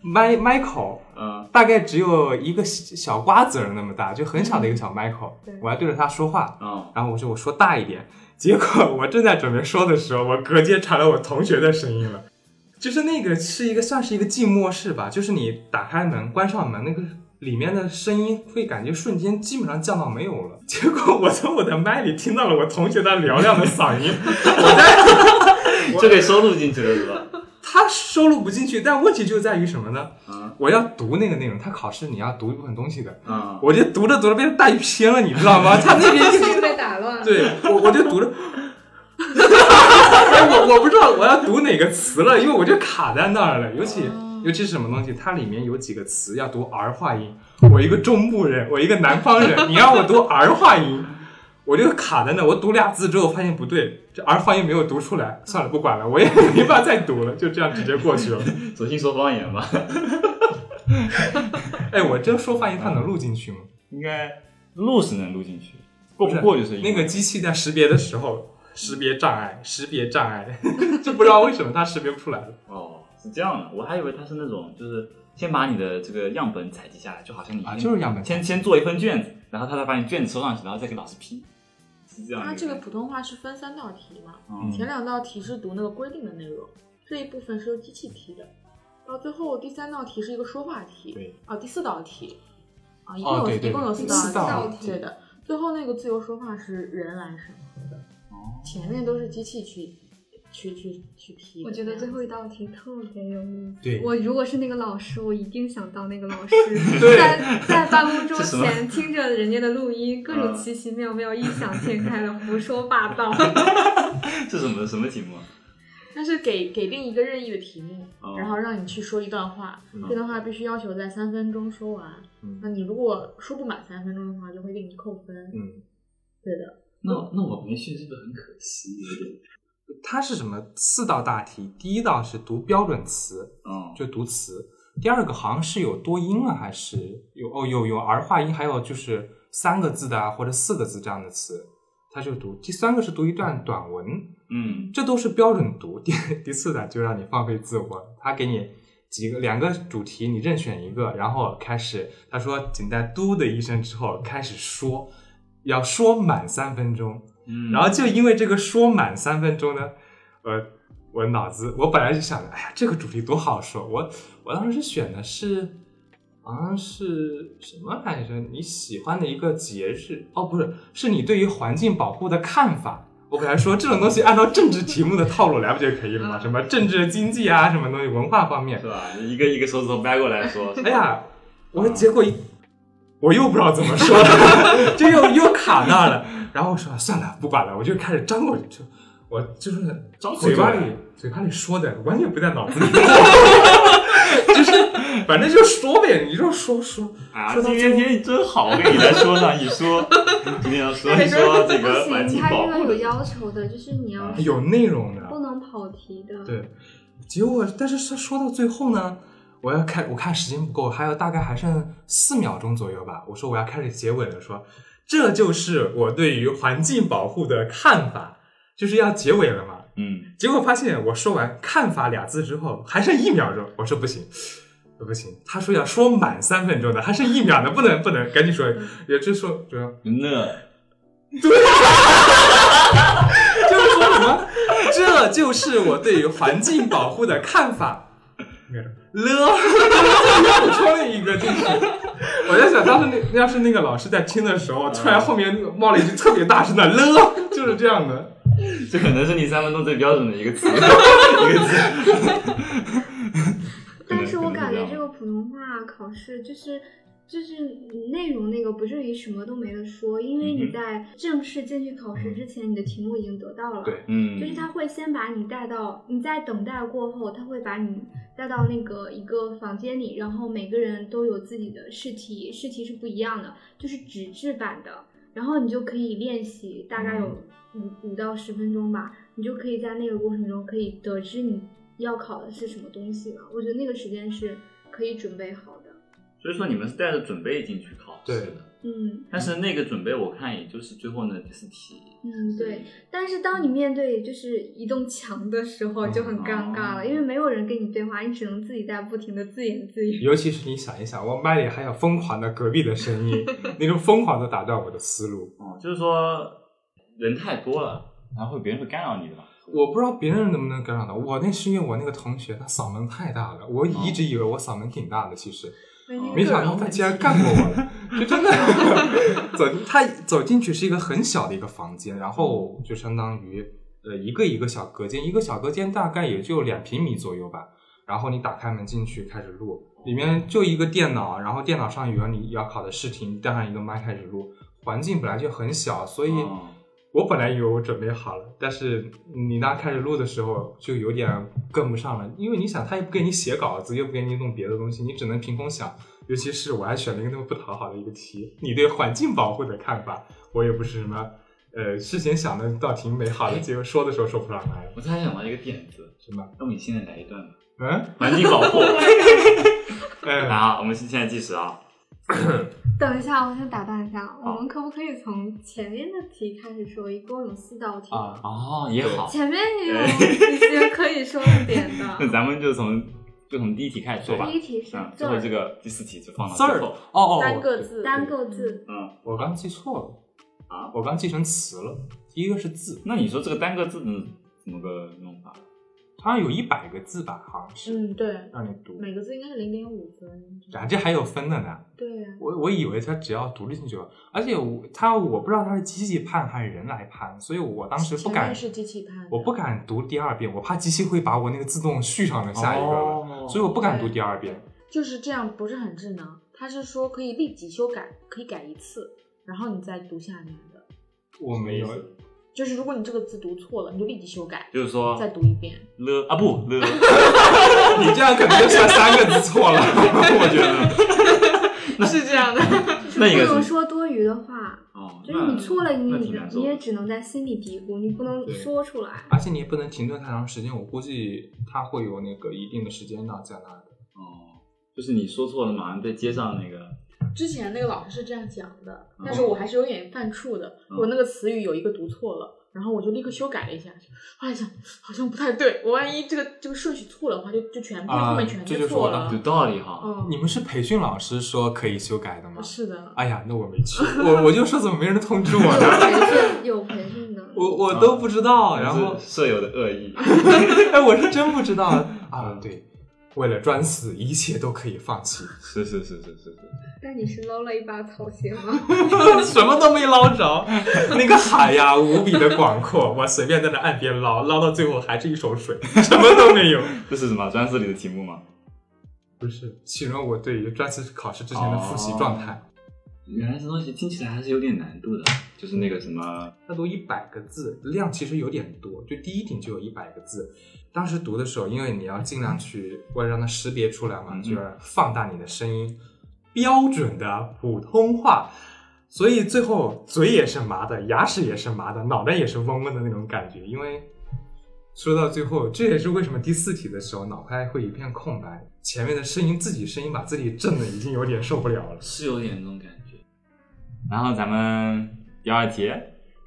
[SPEAKER 2] 麦麦口
[SPEAKER 1] 嗯，
[SPEAKER 2] 大概只有一个小小瓜子儿那么大，就很小的一个小麦口
[SPEAKER 3] 对，
[SPEAKER 2] 我要对着它说话，
[SPEAKER 1] 哦，
[SPEAKER 2] 然后我说我说大一点， 结果我正在准备说的时候，我隔间传来我同学的声音了，就是那个是一个算是一个静默室吧，就是你打开门关上门那个。里面的声音会感觉瞬间基本上降到没有了， 结果我从我的麦里听到了我同学的嘹亮的嗓音，
[SPEAKER 1] 这给收录进去了是吧？
[SPEAKER 2] 他收录不进去，但问题就在于什么呢？
[SPEAKER 1] 嗯
[SPEAKER 2] 我要读那个内容，他考试你要读一部分东西的，
[SPEAKER 1] 嗯，
[SPEAKER 2] 我就读着读着被带偏了，你知道吗？他那边一
[SPEAKER 4] 是被打乱了。
[SPEAKER 2] 对我我就读了，哎，我我不知道我要读哪个词了，因为我就卡在那儿了。尤其尤其是什么东西，它里面有几个词要读儿化音。我一个中部人，我一个南方人，你让我读儿化音，我就卡在那。我读俩字之后发现不对，这儿化音没有读出来，算了，不管了，我也 没法再读了，就这样直接过去了。
[SPEAKER 1] 嗯索性说方言吧，
[SPEAKER 2] 哎，我真说发音，它能录进去吗？
[SPEAKER 1] 应该录是能录进去，过
[SPEAKER 2] 不
[SPEAKER 1] 不
[SPEAKER 2] 是
[SPEAKER 1] 过就是
[SPEAKER 2] 那个机器在识别的时候，识别障碍，识别障碍， 就不知道为什么它识别不出来了。
[SPEAKER 1] 哦，是这样的，我还以为它是那种就是先把你的这个样本采集下来，就好像你
[SPEAKER 2] 啊，
[SPEAKER 1] 先
[SPEAKER 2] 就是样本
[SPEAKER 1] 先先做一份卷子，然后他再把你卷子收上去，然后再给老师批，是这样一
[SPEAKER 3] 它
[SPEAKER 1] 感觉。
[SPEAKER 3] 啊这个普通话是分三道题嘛，
[SPEAKER 1] 嗯
[SPEAKER 3] 前两道题是读那个规定的内容，这一部分是由机器批的，到最后第三道题是一个说话题，
[SPEAKER 2] 对，
[SPEAKER 3] 啊，第四道题，啊，一共
[SPEAKER 2] 哦
[SPEAKER 3] 有、
[SPEAKER 2] 对对
[SPEAKER 3] 一共有
[SPEAKER 2] 对
[SPEAKER 3] 四
[SPEAKER 2] 四道
[SPEAKER 3] 道
[SPEAKER 2] 题
[SPEAKER 3] 对的，最后那个自由说话是人来审核的，
[SPEAKER 1] 哦
[SPEAKER 3] 前面都是机器去去去去批的，
[SPEAKER 4] 我觉得最后一道题特别有意思。
[SPEAKER 2] 对
[SPEAKER 4] 我如果是那个老师，我一定想当那个 老师
[SPEAKER 2] 对，
[SPEAKER 4] 在在办公桌
[SPEAKER 1] 这什么
[SPEAKER 4] 前听着人家的录音，各种
[SPEAKER 1] 嗯
[SPEAKER 4] 奇奇妙妙、异想天开的胡说 八道。
[SPEAKER 1] 这什么什么题目啊？
[SPEAKER 3] 但是给给另一个任意的题目，
[SPEAKER 1] 哦
[SPEAKER 3] 然后让你去说一段话，
[SPEAKER 2] 嗯
[SPEAKER 3] 这段话必须要求在三分钟说完。
[SPEAKER 2] 嗯
[SPEAKER 3] 那你如果说不满三分钟的话，就会给你扣分。
[SPEAKER 2] 嗯，
[SPEAKER 3] 对的，
[SPEAKER 1] 那那我没去是不是很可惜？有点，
[SPEAKER 2] 它是什么？四道大题，第一道是读标准词，
[SPEAKER 1] 嗯，
[SPEAKER 2] 就读词；第二个好像是有多音啊了，还是有哦有有儿化音，还有就是三个字的啊或者四个字这样的词，它就读；第三个是读一段短文，
[SPEAKER 1] 嗯
[SPEAKER 2] 这都是标准读。第第四呢，就让你放飞自我，他给你几个两个主题，你任选一个，然后开始。他说，仅在“嘟”的一声之后开始说，要说满三分钟。
[SPEAKER 1] 嗯，
[SPEAKER 2] 然后就因为这个说满三分钟呢，呃，我脑子我本来就想着，哎呀，这个主题多好说，我我当时选的是。好像是什么来着？你喜欢的一个节日哦，不是，是你对于环境保护的看法。我本来说这种东西按照政治题目的套路来不就可以了吗？
[SPEAKER 4] 嗯
[SPEAKER 2] 什么政治、经济啊，什么东西，文化方面
[SPEAKER 1] 是。吧？一个一个手指头掰过来 说，
[SPEAKER 2] 哎呀， 我结果一我又不知道怎么说了， 就又又卡那儿了。然后我说算了，不管了，我就开始张口就我就是
[SPEAKER 1] 张口
[SPEAKER 2] 嘴巴
[SPEAKER 1] 就
[SPEAKER 2] 里
[SPEAKER 1] 来
[SPEAKER 2] 嘴巴里说的，完全不在脑子里。 就是反正就说呗，你就说说。
[SPEAKER 1] 啊，
[SPEAKER 2] 说到
[SPEAKER 1] 今天天气真好，我跟你来说上一说， 今天要说一说这个
[SPEAKER 4] 不
[SPEAKER 1] 环境
[SPEAKER 4] 行，它
[SPEAKER 1] 保
[SPEAKER 4] 是
[SPEAKER 1] 护
[SPEAKER 4] 有
[SPEAKER 1] 的，嗯
[SPEAKER 4] 要求的，就是你要
[SPEAKER 2] 有内容的，
[SPEAKER 4] 不能跑题的。
[SPEAKER 2] 对，结果但是说说到最后呢，我要开，我看时间不够，还有大概还剩四秒钟左右吧。我说我要开始结尾了，说这就是我对于环境保护的看法，就是要结尾了嘛。
[SPEAKER 1] 嗯，
[SPEAKER 2] 结果发现我说完“看法”俩字之后，还剩一秒钟，我说不行，不行。他说要说满三分钟的，还剩一秒呢，不能不能，赶紧说，也就说啊就
[SPEAKER 1] 那
[SPEAKER 2] 就是说什么，这就是是我对于环境保护的看法。了，补充了一个进去。我在想，当时那要是那个老师在听的时候，突然后面冒了一句特别大声的了，就是这样的。
[SPEAKER 1] 这可能是你三分钟最标准的一个词，一 个词。
[SPEAKER 4] 但是我感觉这个普通话考试就是就是内容那个不至于什么都没得说，因
[SPEAKER 1] 嗯
[SPEAKER 4] 为你在正式进去考试之前，你的题目已经得到了。
[SPEAKER 2] 对，
[SPEAKER 1] 嗯，
[SPEAKER 4] 就是他会先把你带到你在等待过后，他会把你带到那个一个房间里，然后每个人都有自己的试题，试题是不一样的，就是纸质版的，然后你就可以练习，大概有五五到十分钟吧，你就可以在那个过程中可以得知你要考的是什么东西了。我觉得那个时间是可以准备好的。
[SPEAKER 1] 所以说你们是带着准备进去考试
[SPEAKER 2] 对
[SPEAKER 1] 的，
[SPEAKER 4] 嗯
[SPEAKER 1] 但是那个准备我看也就是最后那第四题，
[SPEAKER 4] 嗯，对。但是当你面对就是一栋墙的时候，就很尴
[SPEAKER 1] 哦
[SPEAKER 4] 尬了，因为没有人跟你对话，你只能自己在不停的自言自语。
[SPEAKER 2] 尤其是你想一想，我麦里还有疯狂的隔壁的声音，那种疯狂的打断我的思路。
[SPEAKER 1] 哦，就是说人太多了，然后别人会干扰你的吧？
[SPEAKER 2] 我不知道别人能不能跟上到，我那是因为我那个同学他嗓门太大了，我一直以为我嗓门挺大的，其实
[SPEAKER 1] 哦
[SPEAKER 2] 没想到他竟然干过我了，就真的走进他走进去是一个很小的一个房间，然后就相当于呃一个一个小隔间，一个小隔间大概也就两平米左右吧。然后你打开门进去开始录，里面就一个电脑，然后电脑上有你要考的试题，你带上一个麦开始录。环境本来就很小，所以
[SPEAKER 1] 哦
[SPEAKER 2] 我本来以为我准备好了，但是你那开始录的时候就有点跟不上了，因为你想他也不给你写稿子，又不给你弄别的东西，你只能凭空想。尤其是我还选了一个那么不讨好的一个题，你对环境保护的看法，我也不是什么，呃，事先想的倒挺美好的，结果说的时候说不上来了，
[SPEAKER 1] 我突然想到一个点子，
[SPEAKER 2] 是吗？
[SPEAKER 1] 那我们现在来一段吧，
[SPEAKER 2] 嗯，
[SPEAKER 1] 环境保 护。
[SPEAKER 2] 哎，
[SPEAKER 1] 好，我们现在计时啊，
[SPEAKER 4] 等一下，我想打断一下，
[SPEAKER 1] 好
[SPEAKER 4] 我们可不可以从前面的题开始说？一共有四道题，
[SPEAKER 2] 啊，
[SPEAKER 1] 哦，也好，
[SPEAKER 4] 前面也有一些可以说的点
[SPEAKER 1] 那
[SPEAKER 4] 的。
[SPEAKER 1] 咱们就从就从第一题开始说吧
[SPEAKER 4] 第，一题是
[SPEAKER 1] 嗯，
[SPEAKER 4] 字
[SPEAKER 1] 最后
[SPEAKER 4] 儿，
[SPEAKER 1] 这个第四题就放到
[SPEAKER 2] 字儿
[SPEAKER 1] 最后，
[SPEAKER 2] 哦哦，
[SPEAKER 3] 单个字
[SPEAKER 4] 单个字，
[SPEAKER 1] 嗯
[SPEAKER 2] 我刚记错了，
[SPEAKER 1] 啊，
[SPEAKER 2] 我刚记成词了，一个是字，
[SPEAKER 1] 那你说这个单个字嗯怎么个弄法？
[SPEAKER 2] 好像有一百个字吧，好像是、
[SPEAKER 3] 嗯，对，
[SPEAKER 2] 让你读，
[SPEAKER 3] 每个字应该是零点五分。
[SPEAKER 2] 啊，这还有分的呢。
[SPEAKER 3] 对呀、
[SPEAKER 2] 我我以为他只要独立进去了，而且我他我不知道他是机器判还是人来判，所以我当时不
[SPEAKER 3] 前
[SPEAKER 2] 敢
[SPEAKER 3] 面，是机器判的，
[SPEAKER 2] 我不敢读第二遍，我怕机器会把我那个自动续上的下一个了，
[SPEAKER 1] 哦
[SPEAKER 2] 所以我不敢读第二遍。
[SPEAKER 3] 就是这样，不是很智能。他是说可以立即修改，可以改一次，然后你再读下面的。
[SPEAKER 2] 我没有哦
[SPEAKER 1] 什么意思
[SPEAKER 3] 就是如果你这个字读错了，你就立即修改，
[SPEAKER 1] 就是说
[SPEAKER 3] 再读一遍。
[SPEAKER 1] 了啊不了，
[SPEAKER 2] 你这样肯定就算三个字 错了，我觉得。
[SPEAKER 3] 是这样的，
[SPEAKER 4] 就是
[SPEAKER 1] 那应该
[SPEAKER 4] 不
[SPEAKER 1] 是
[SPEAKER 4] 能说多余的话，
[SPEAKER 1] 哦，
[SPEAKER 4] 就是你错了，你
[SPEAKER 1] 那挺难受
[SPEAKER 4] 你也只能在心里嘀咕，你不能
[SPEAKER 2] 对
[SPEAKER 4] 说出来。
[SPEAKER 1] 哎
[SPEAKER 2] 而且你也不能停顿太长时间，我估计他会有那个一定的时间档在那的。
[SPEAKER 1] 哦，就是你说错了，马上被接上那个
[SPEAKER 3] 之前那个老师是这样讲的
[SPEAKER 2] 哦
[SPEAKER 1] 嗯，
[SPEAKER 3] 但是我还是有点犯怵的。
[SPEAKER 1] 嗯
[SPEAKER 3] 我那个词语有一个读错了，然后我就立刻修改了一下，后来想好像不太对，我万一这个这个顺序错了的话，就就全部
[SPEAKER 2] 啊
[SPEAKER 3] 后面全
[SPEAKER 2] 这就是
[SPEAKER 3] 错
[SPEAKER 2] 我
[SPEAKER 3] 了
[SPEAKER 4] 啊
[SPEAKER 1] 有。道理哈。
[SPEAKER 3] 嗯，
[SPEAKER 2] 你们是培训老师说可以修改的吗
[SPEAKER 3] 不？是的，
[SPEAKER 2] 哎呀，那我没去，我我就说怎么没人通知我呢？
[SPEAKER 4] 培训有培训的，
[SPEAKER 2] 我我都不 知
[SPEAKER 4] 哦
[SPEAKER 2] 道，然后
[SPEAKER 1] 嗯是舍友的恶 意，
[SPEAKER 2] 哎，我是真不知道 啊。对，为了装死，一切都可以放弃，
[SPEAKER 1] 是是是是是是，
[SPEAKER 4] 那你是捞了一把草鞋吗？
[SPEAKER 2] 什么都没捞着。 那个海呀，无比的广阔，我随便在那岸边捞，捞到最后还是一手水，什么都没有。
[SPEAKER 1] 这是什么专四里的题目吗？
[SPEAKER 2] 不是形容我对于专四考试之前的复习状态。
[SPEAKER 1] 原来这东西听起来还是有点难度的，哦就是那个什么，
[SPEAKER 2] 他读一百个字，量其实有点多，就第一顶就有一百个字。当时读的时候，因为你要尽量去为了让它识别出来嘛，
[SPEAKER 1] 嗯
[SPEAKER 2] 就是放大你的声音，标准的普通话。所以最后嘴也是麻的，牙齿也是麻的，脑袋也是嗡嗡的那种感觉。因为说到最后，这也是为什么第四题的时候脑袋会一片空白，前面的声音自己声音把自己震的已经有点受不了了。
[SPEAKER 1] 是有点那种感觉。然后咱们第二题，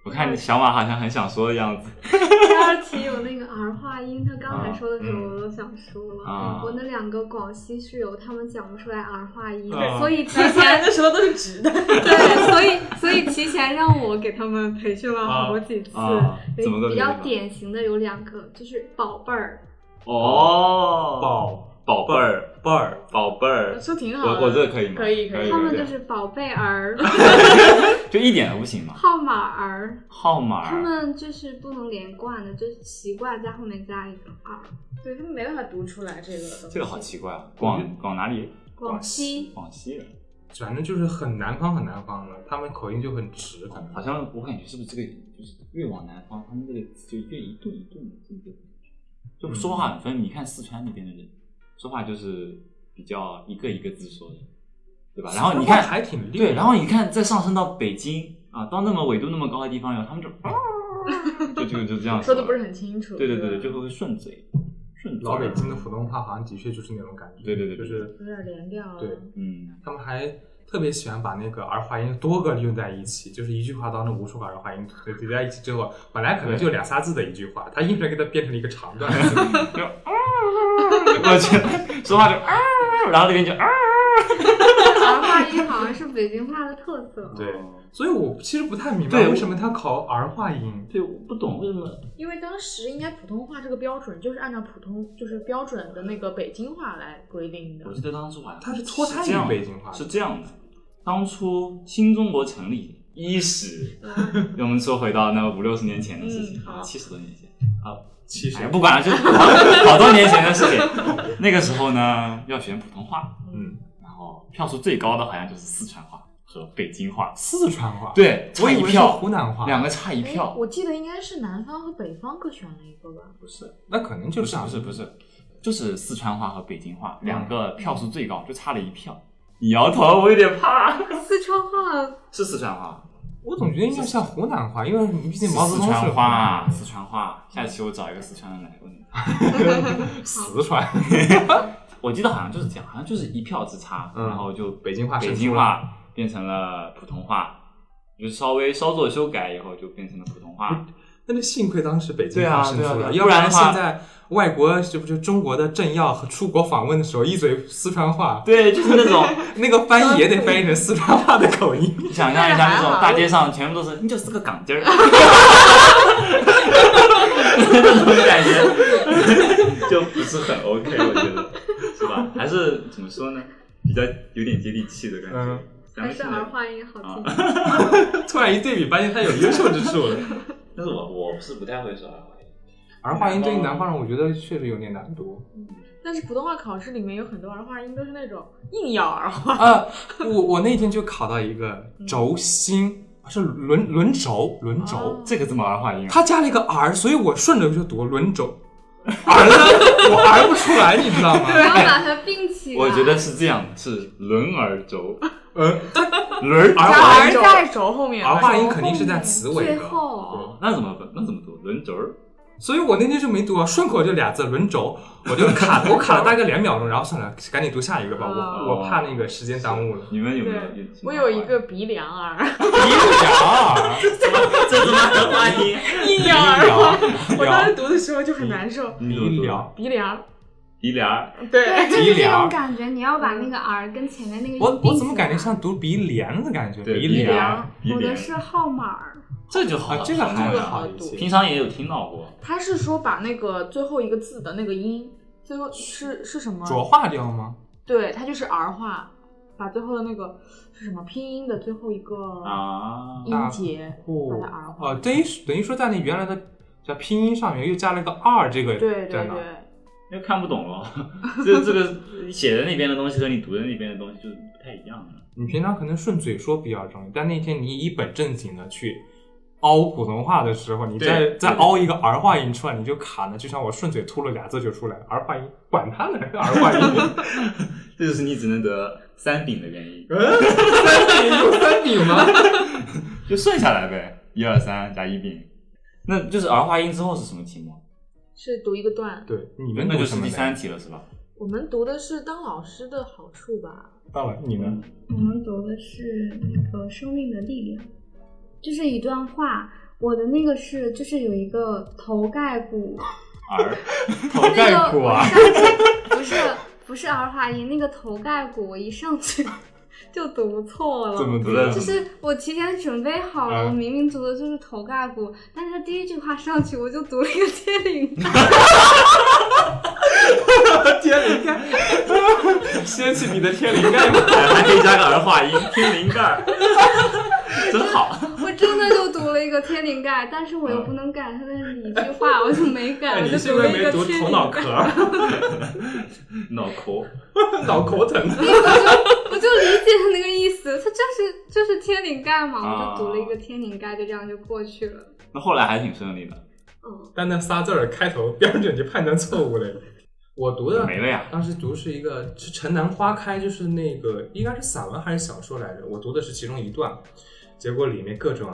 [SPEAKER 1] 我看小马好像很想说的样子。
[SPEAKER 4] 第二题有那个儿化音，他刚才说的时候
[SPEAKER 2] 啊嗯
[SPEAKER 4] 我都想说了。
[SPEAKER 1] 啊
[SPEAKER 4] 我那两个广西室友他们讲不出来儿化音，
[SPEAKER 2] 啊
[SPEAKER 4] 所以提
[SPEAKER 3] 之前
[SPEAKER 4] 前
[SPEAKER 3] 的时候都是直的，
[SPEAKER 4] 对，所以所以提前让我给他们培训了好几次。
[SPEAKER 1] 啊，怎么个
[SPEAKER 4] 比较
[SPEAKER 1] 法
[SPEAKER 4] 典型的有两个，就是宝贝儿，
[SPEAKER 1] 哦，
[SPEAKER 2] 宝
[SPEAKER 1] 宝贝儿，
[SPEAKER 2] 贝儿，
[SPEAKER 1] 宝贝儿，
[SPEAKER 3] 说挺好
[SPEAKER 1] 我
[SPEAKER 3] 的。
[SPEAKER 1] 我这个可以吗？
[SPEAKER 3] 可以可以
[SPEAKER 4] 他们
[SPEAKER 1] 可
[SPEAKER 4] 就是宝贝 儿、
[SPEAKER 1] 就一点都不行吗？
[SPEAKER 4] 号码儿，
[SPEAKER 1] 号码
[SPEAKER 4] 他
[SPEAKER 1] 儿
[SPEAKER 4] 们就是不能连贯的，就是习惯在后面加一个啊儿。
[SPEAKER 3] 对他们没办法读出来这个东西。
[SPEAKER 1] 这个好奇怪啊，广广哪里？
[SPEAKER 4] 广西
[SPEAKER 1] 广西人，
[SPEAKER 2] 反正就是很南方很南方的，他们口音就很直，反正
[SPEAKER 1] 好像我感觉是不是这个就是越往南方，他们这个词就越一顿一顿的，这个就说话很分明。你看四川那边的人说话就是比较一个一个字说的，对吧？然后你
[SPEAKER 2] 说话
[SPEAKER 1] 看
[SPEAKER 2] 还挺溜的，
[SPEAKER 1] 对，然后你看，再上升到北京啊，到那么纬度那么高的地方以后，他们就 就就就这样
[SPEAKER 3] 说的
[SPEAKER 1] 了
[SPEAKER 3] 不是很清楚。
[SPEAKER 1] 对对
[SPEAKER 3] 吧
[SPEAKER 1] 对对，就会顺嘴，顺嘴
[SPEAKER 2] 老北京的普通话好像的确就是那种感觉，
[SPEAKER 1] 对对对
[SPEAKER 2] 就
[SPEAKER 1] 对
[SPEAKER 2] 是
[SPEAKER 3] 有点连调啊。
[SPEAKER 2] 对
[SPEAKER 1] 嗯，
[SPEAKER 2] 他们还特别喜欢把那个儿化音多个用在一起，就是一句话当中无数个儿化音对叠在一起之后，本来可能就两仨字的一句话，他硬是给它变成了一个长段 子。
[SPEAKER 1] 就啊，我去，说话就啊，然后那边就啊，
[SPEAKER 4] 儿化音好像是北京话的特色。
[SPEAKER 2] 对，所以我其实不太明白
[SPEAKER 1] 对
[SPEAKER 2] 为什么他考儿化音。
[SPEAKER 1] 对，我不懂为什么
[SPEAKER 3] 因为当时应该普通话这个标准就是按照普通就是标准的那个北京话来规定的
[SPEAKER 1] 我。记得当初好像
[SPEAKER 2] 它是脱胎于
[SPEAKER 1] 这样的
[SPEAKER 2] 北京话
[SPEAKER 1] 是这样的。当初新中国成立伊始， 我们说回到那五六十年前的事情
[SPEAKER 3] 嗯
[SPEAKER 1] 啊，
[SPEAKER 3] 好
[SPEAKER 1] 七十多年前，
[SPEAKER 2] 其实
[SPEAKER 1] 哎，，不管了，就是好好多年前的事情。那个时候呢，要选普通话，
[SPEAKER 2] 嗯，
[SPEAKER 1] 然后票数最高的好像就是四川话和北京话，
[SPEAKER 2] 四川话，，
[SPEAKER 1] 对，
[SPEAKER 2] 我
[SPEAKER 1] 差
[SPEAKER 2] 以
[SPEAKER 1] 一
[SPEAKER 2] 为是
[SPEAKER 1] 票
[SPEAKER 2] 湖，南话，
[SPEAKER 1] 两个差一
[SPEAKER 3] 哎
[SPEAKER 1] 票，
[SPEAKER 3] 我记得应该是南方和北方各选了一个吧。
[SPEAKER 1] 不是，
[SPEAKER 2] 那可能就
[SPEAKER 1] 不
[SPEAKER 2] 是
[SPEAKER 1] 是，不是，嗯不是，就是四川话和北京话两个票数最高，就差了一票。你摇头，我有点怕。
[SPEAKER 4] 四川话
[SPEAKER 1] 是四川话，
[SPEAKER 2] 我总觉得应该像湖南话，因为毕竟毛泽
[SPEAKER 1] 四
[SPEAKER 2] 东是
[SPEAKER 1] 川
[SPEAKER 2] 湖南
[SPEAKER 1] 话，啊
[SPEAKER 2] 人
[SPEAKER 1] 四川话。下期我找一个四川人来问你。
[SPEAKER 2] 四川，
[SPEAKER 1] 我记得好像就是这样，好像就是一票之差，
[SPEAKER 2] 嗯
[SPEAKER 1] 然后就
[SPEAKER 2] 北京话胜
[SPEAKER 1] 北
[SPEAKER 2] 出
[SPEAKER 1] 京
[SPEAKER 2] 了
[SPEAKER 1] 话变成了普通话，就是稍微稍作修改以后就变成了普通话。
[SPEAKER 2] 那就幸亏当时北京
[SPEAKER 1] 对啊
[SPEAKER 2] 发生出
[SPEAKER 1] 对啊
[SPEAKER 2] 了，
[SPEAKER 1] 对啊
[SPEAKER 2] 要
[SPEAKER 1] 不然
[SPEAKER 2] 然
[SPEAKER 1] 的话
[SPEAKER 2] 现在外国就不就中国的政要和出国访问的时候，一嘴四川话，
[SPEAKER 1] 对，就是那种
[SPEAKER 2] 那个翻译也得翻译成四川话的口音。
[SPEAKER 1] 你想象一下，那种大街上全部都是你就是个港鸡儿，那种感觉 就不是很 OK，我觉得是吧？还是怎么说呢？比较有点接地气的感觉
[SPEAKER 2] 嗯。
[SPEAKER 1] 咱
[SPEAKER 4] 还
[SPEAKER 1] 们啊
[SPEAKER 4] 是
[SPEAKER 1] 现
[SPEAKER 4] 啊儿
[SPEAKER 1] 在，
[SPEAKER 4] 化音好听。
[SPEAKER 2] 突然一对比，发现它有优秀之处了。
[SPEAKER 1] 但是我我是不太会说儿化音。
[SPEAKER 2] 儿化音对于南方人，我觉得确实有点难度。
[SPEAKER 3] 但是普通话考试里面有很多儿化音都是那种硬咬儿化，
[SPEAKER 2] 啊，我我那天就考到一个轴心，是轮轮轴，轮轴
[SPEAKER 3] 哦，
[SPEAKER 1] 这个怎么儿化音啊？
[SPEAKER 2] 他加了一个 r，所以我顺着就读轮轴。r 呢，我 r 不出来，你知道吗？
[SPEAKER 4] 不要把它并起来。
[SPEAKER 1] 我觉得是这样，是轮儿轴，呃
[SPEAKER 2] 嗯，
[SPEAKER 1] 轮
[SPEAKER 2] 儿
[SPEAKER 3] 加
[SPEAKER 2] 化
[SPEAKER 3] 儿
[SPEAKER 2] 音
[SPEAKER 3] 在轴后面。
[SPEAKER 2] 儿化音肯定是在词尾的。嗯
[SPEAKER 4] 最后
[SPEAKER 1] 那怎么办？那怎么读？轮轴儿？
[SPEAKER 2] 所以我那天就没读啊，顺口就俩字轮轴，我就卡，我卡了大概两秒钟，然后算了，赶紧读下一个吧，
[SPEAKER 3] 哦
[SPEAKER 2] 我我怕那个时间耽误了。
[SPEAKER 1] 你们有没有？
[SPEAKER 3] 对，我有一 个鼻梁啊儿，
[SPEAKER 2] 鼻梁，
[SPEAKER 1] 这他妈的发音，
[SPEAKER 3] 硬咬 儿化。我当时读的时候就很难
[SPEAKER 1] 嗯
[SPEAKER 3] 受，
[SPEAKER 2] 鼻梁，
[SPEAKER 3] 鼻梁儿。
[SPEAKER 1] 鼻梁儿，
[SPEAKER 3] 对，
[SPEAKER 4] 就是
[SPEAKER 2] 鼻
[SPEAKER 4] 这
[SPEAKER 2] 梁
[SPEAKER 4] 种感觉，你要把那个 r 跟前面那个
[SPEAKER 2] 嗯我
[SPEAKER 4] 并起来
[SPEAKER 2] 我怎么感觉像读鼻梁的感觉？
[SPEAKER 1] 对
[SPEAKER 2] 鼻
[SPEAKER 1] 鼻
[SPEAKER 2] 梁
[SPEAKER 1] 梁
[SPEAKER 4] 梁？我的是号码儿，
[SPEAKER 1] 这就好
[SPEAKER 2] 啊
[SPEAKER 1] 了，，
[SPEAKER 2] 这个
[SPEAKER 3] 这
[SPEAKER 2] 还
[SPEAKER 3] 个
[SPEAKER 2] 好
[SPEAKER 3] 好
[SPEAKER 2] 一
[SPEAKER 3] 读
[SPEAKER 2] 些。
[SPEAKER 1] 平常也有听到过，
[SPEAKER 3] 他是说把那个最后一个字的那个音，最后是是什么？
[SPEAKER 2] 浊化掉吗？
[SPEAKER 3] 对，它就是儿化，把最后的那个是什么拼音的最后一个
[SPEAKER 1] 啊
[SPEAKER 3] 音节，把它儿化。
[SPEAKER 2] 哦，等于等于说在那原来的叫拼音上面又加了个 r 这个
[SPEAKER 3] 对
[SPEAKER 2] 在
[SPEAKER 3] 对
[SPEAKER 2] 哪？
[SPEAKER 3] 对，
[SPEAKER 1] 因为看不懂咯， 这这个写的那边的东西和你读的那边的东西就是不太一样的。
[SPEAKER 2] 你平常可能顺嘴说比较容易，但那天你一本正经的去凹普通话的时候，你再
[SPEAKER 1] 对
[SPEAKER 2] 再
[SPEAKER 1] 对
[SPEAKER 2] 凹一个儿化音出来，你就卡了。就像我顺嘴吐了俩字就出来，儿化音，管他呢，儿化音，
[SPEAKER 1] 这就是你只能得三饼的原因，
[SPEAKER 2] 嗯三饼有三饼吗？
[SPEAKER 1] 就算下来呗，一二三加一饼，那就是儿化音之后是什么题目？
[SPEAKER 3] 是读一个 段。
[SPEAKER 2] 对，你们
[SPEAKER 1] 那
[SPEAKER 2] 读
[SPEAKER 1] 就
[SPEAKER 2] 什
[SPEAKER 1] 是
[SPEAKER 2] 么
[SPEAKER 1] 第三
[SPEAKER 2] 呢？
[SPEAKER 1] 题了，是吧？
[SPEAKER 3] 我们读的是当老师的好处吧？
[SPEAKER 2] 到了你呢？
[SPEAKER 4] 我们读的是那个生命的力量，就是一段话，我的那个是就是有一个头盖骨，
[SPEAKER 1] 儿
[SPEAKER 2] 头盖骨啊，
[SPEAKER 4] 那个我上去不是不是儿化音，那个头盖骨我一上去就读错了，
[SPEAKER 2] 怎么读
[SPEAKER 1] 的
[SPEAKER 4] 就是我提前准备好了，
[SPEAKER 2] 嗯
[SPEAKER 4] 我明明读的就是头盖骨，但是他第一句话上去我就读了一个天灵盖，
[SPEAKER 2] 天灵盖， 掀起你的天灵盖吧。
[SPEAKER 1] 还可以加个儿化音，天灵盖儿， 真好。
[SPEAKER 4] 我真的就读了一个天灵盖，但是我又不能改他的一句话，我就没改，
[SPEAKER 2] 哎嗯
[SPEAKER 4] 我
[SPEAKER 2] 你
[SPEAKER 4] 就是
[SPEAKER 2] 因
[SPEAKER 4] 读了
[SPEAKER 2] 为
[SPEAKER 4] 一
[SPEAKER 2] 没
[SPEAKER 4] 个
[SPEAKER 2] 读
[SPEAKER 4] 天
[SPEAKER 2] 头
[SPEAKER 4] 灵
[SPEAKER 2] 脑
[SPEAKER 4] 盖，
[SPEAKER 2] 壳儿，
[SPEAKER 1] 脑壳，
[SPEAKER 2] 脑壳疼。
[SPEAKER 4] 我就理解他那个意思，他就是就是天灵盖嘛，我就读了一
[SPEAKER 2] 啊
[SPEAKER 4] 个天灵盖，就这样就过去了。
[SPEAKER 1] 那后来还挺顺利的，
[SPEAKER 4] 嗯，
[SPEAKER 2] 但那仨字儿开头标准就判断错误了。我读的
[SPEAKER 1] 没了呀。
[SPEAKER 2] 当时读是一个是《城南花开》，就是那个应该是散文还是小说来着？我读的是其中一段，结果里面各种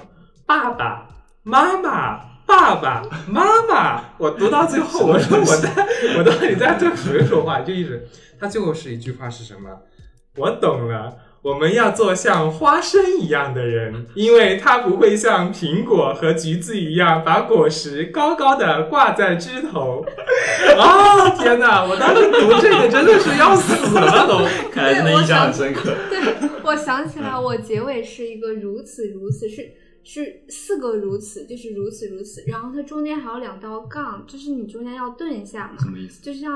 [SPEAKER 2] 爸爸妈妈。爸爸妈妈，我读到最后，我说我在，我到底在对谁说话？就一直，他最后是一句话是什么？我懂了，我们要做像花生一样的人，因为它不会像苹果和橘子一样把果实高高的挂在枝头。 啊！天哪，我当时读这个真的是要死了 都。
[SPEAKER 1] 看来真的印象很深刻。
[SPEAKER 4] 对，我想起来，我结尾是一个如此如此，是是四个如此，就是如此如此，然后它中间还有两道杠，就是你中间要顿一下嘛，
[SPEAKER 1] 什么意思？
[SPEAKER 4] 就是要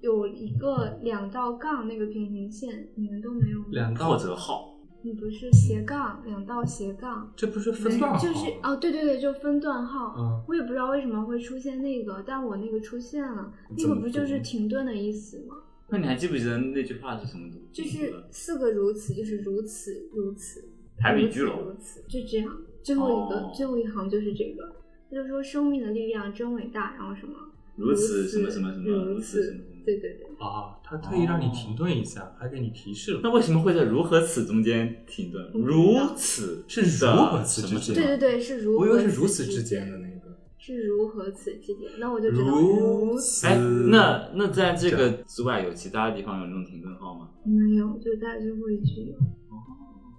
[SPEAKER 4] 有一个两道杠那个平行线，你们都没有吗？
[SPEAKER 1] 破折号，
[SPEAKER 4] 你不是斜杠两道斜杠，
[SPEAKER 2] 这不是分段号
[SPEAKER 4] 就是哦，对对对，就分段号。
[SPEAKER 2] 嗯
[SPEAKER 4] 我也不知道为什么会出现那个，但我那个出现了，那
[SPEAKER 1] 怎么
[SPEAKER 4] 个不就
[SPEAKER 1] 读
[SPEAKER 4] 是停顿的意思吗？
[SPEAKER 1] 那你还记不记得那句话是什么读？
[SPEAKER 4] 就是四个如此，就是如此如此，
[SPEAKER 1] 台北居楼
[SPEAKER 4] 如此如此，就这样。最后一个、
[SPEAKER 1] 哦
[SPEAKER 4] 最后一行就是这个，他就说生命的力量真伟大，然后什么
[SPEAKER 1] 如此什么什么什么
[SPEAKER 4] 如
[SPEAKER 1] 如此
[SPEAKER 4] 此
[SPEAKER 1] 什么什么。
[SPEAKER 4] 对对对，
[SPEAKER 2] 啊，他特意让你停顿一下，还给你提示了。
[SPEAKER 1] 那为什么会在如何此中间停顿？
[SPEAKER 4] 嗯
[SPEAKER 1] 如此
[SPEAKER 2] 是如何此之
[SPEAKER 1] 什
[SPEAKER 2] 间？
[SPEAKER 4] 对
[SPEAKER 1] 么
[SPEAKER 4] 对对是如
[SPEAKER 2] 我以
[SPEAKER 4] 何
[SPEAKER 2] 为是如此
[SPEAKER 4] 之
[SPEAKER 2] 之间的那个。
[SPEAKER 4] 是如何此之间，那我就知道
[SPEAKER 2] 如
[SPEAKER 4] 此
[SPEAKER 2] 此。
[SPEAKER 1] 哎，那那在这个之外，有其他地方有那种停顿号吗？
[SPEAKER 4] 没有，就在最后一句有，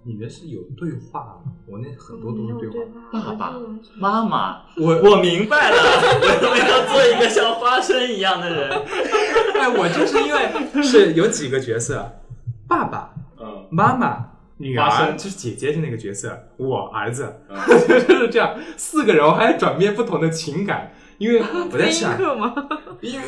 [SPEAKER 2] 你的是有对话吗？我那很多都
[SPEAKER 4] 没有
[SPEAKER 2] 是
[SPEAKER 4] 对
[SPEAKER 2] 话。
[SPEAKER 4] 话，
[SPEAKER 1] 爸爸
[SPEAKER 4] 我就完全
[SPEAKER 1] 妈妈，
[SPEAKER 2] 我
[SPEAKER 1] 我明白了，我要做一个像花生一样的人。
[SPEAKER 2] 哎，我就是因为是有几个角色，爸爸、
[SPEAKER 1] 嗯，
[SPEAKER 2] 妈妈、女
[SPEAKER 1] 花
[SPEAKER 2] 儿，
[SPEAKER 1] 生
[SPEAKER 2] 就是姐姐是那个角色，我儿子，
[SPEAKER 1] 嗯
[SPEAKER 2] 就是这样，四个人我还转变不同的情感，因为我在想，哎
[SPEAKER 3] 课吗？
[SPEAKER 2] 因为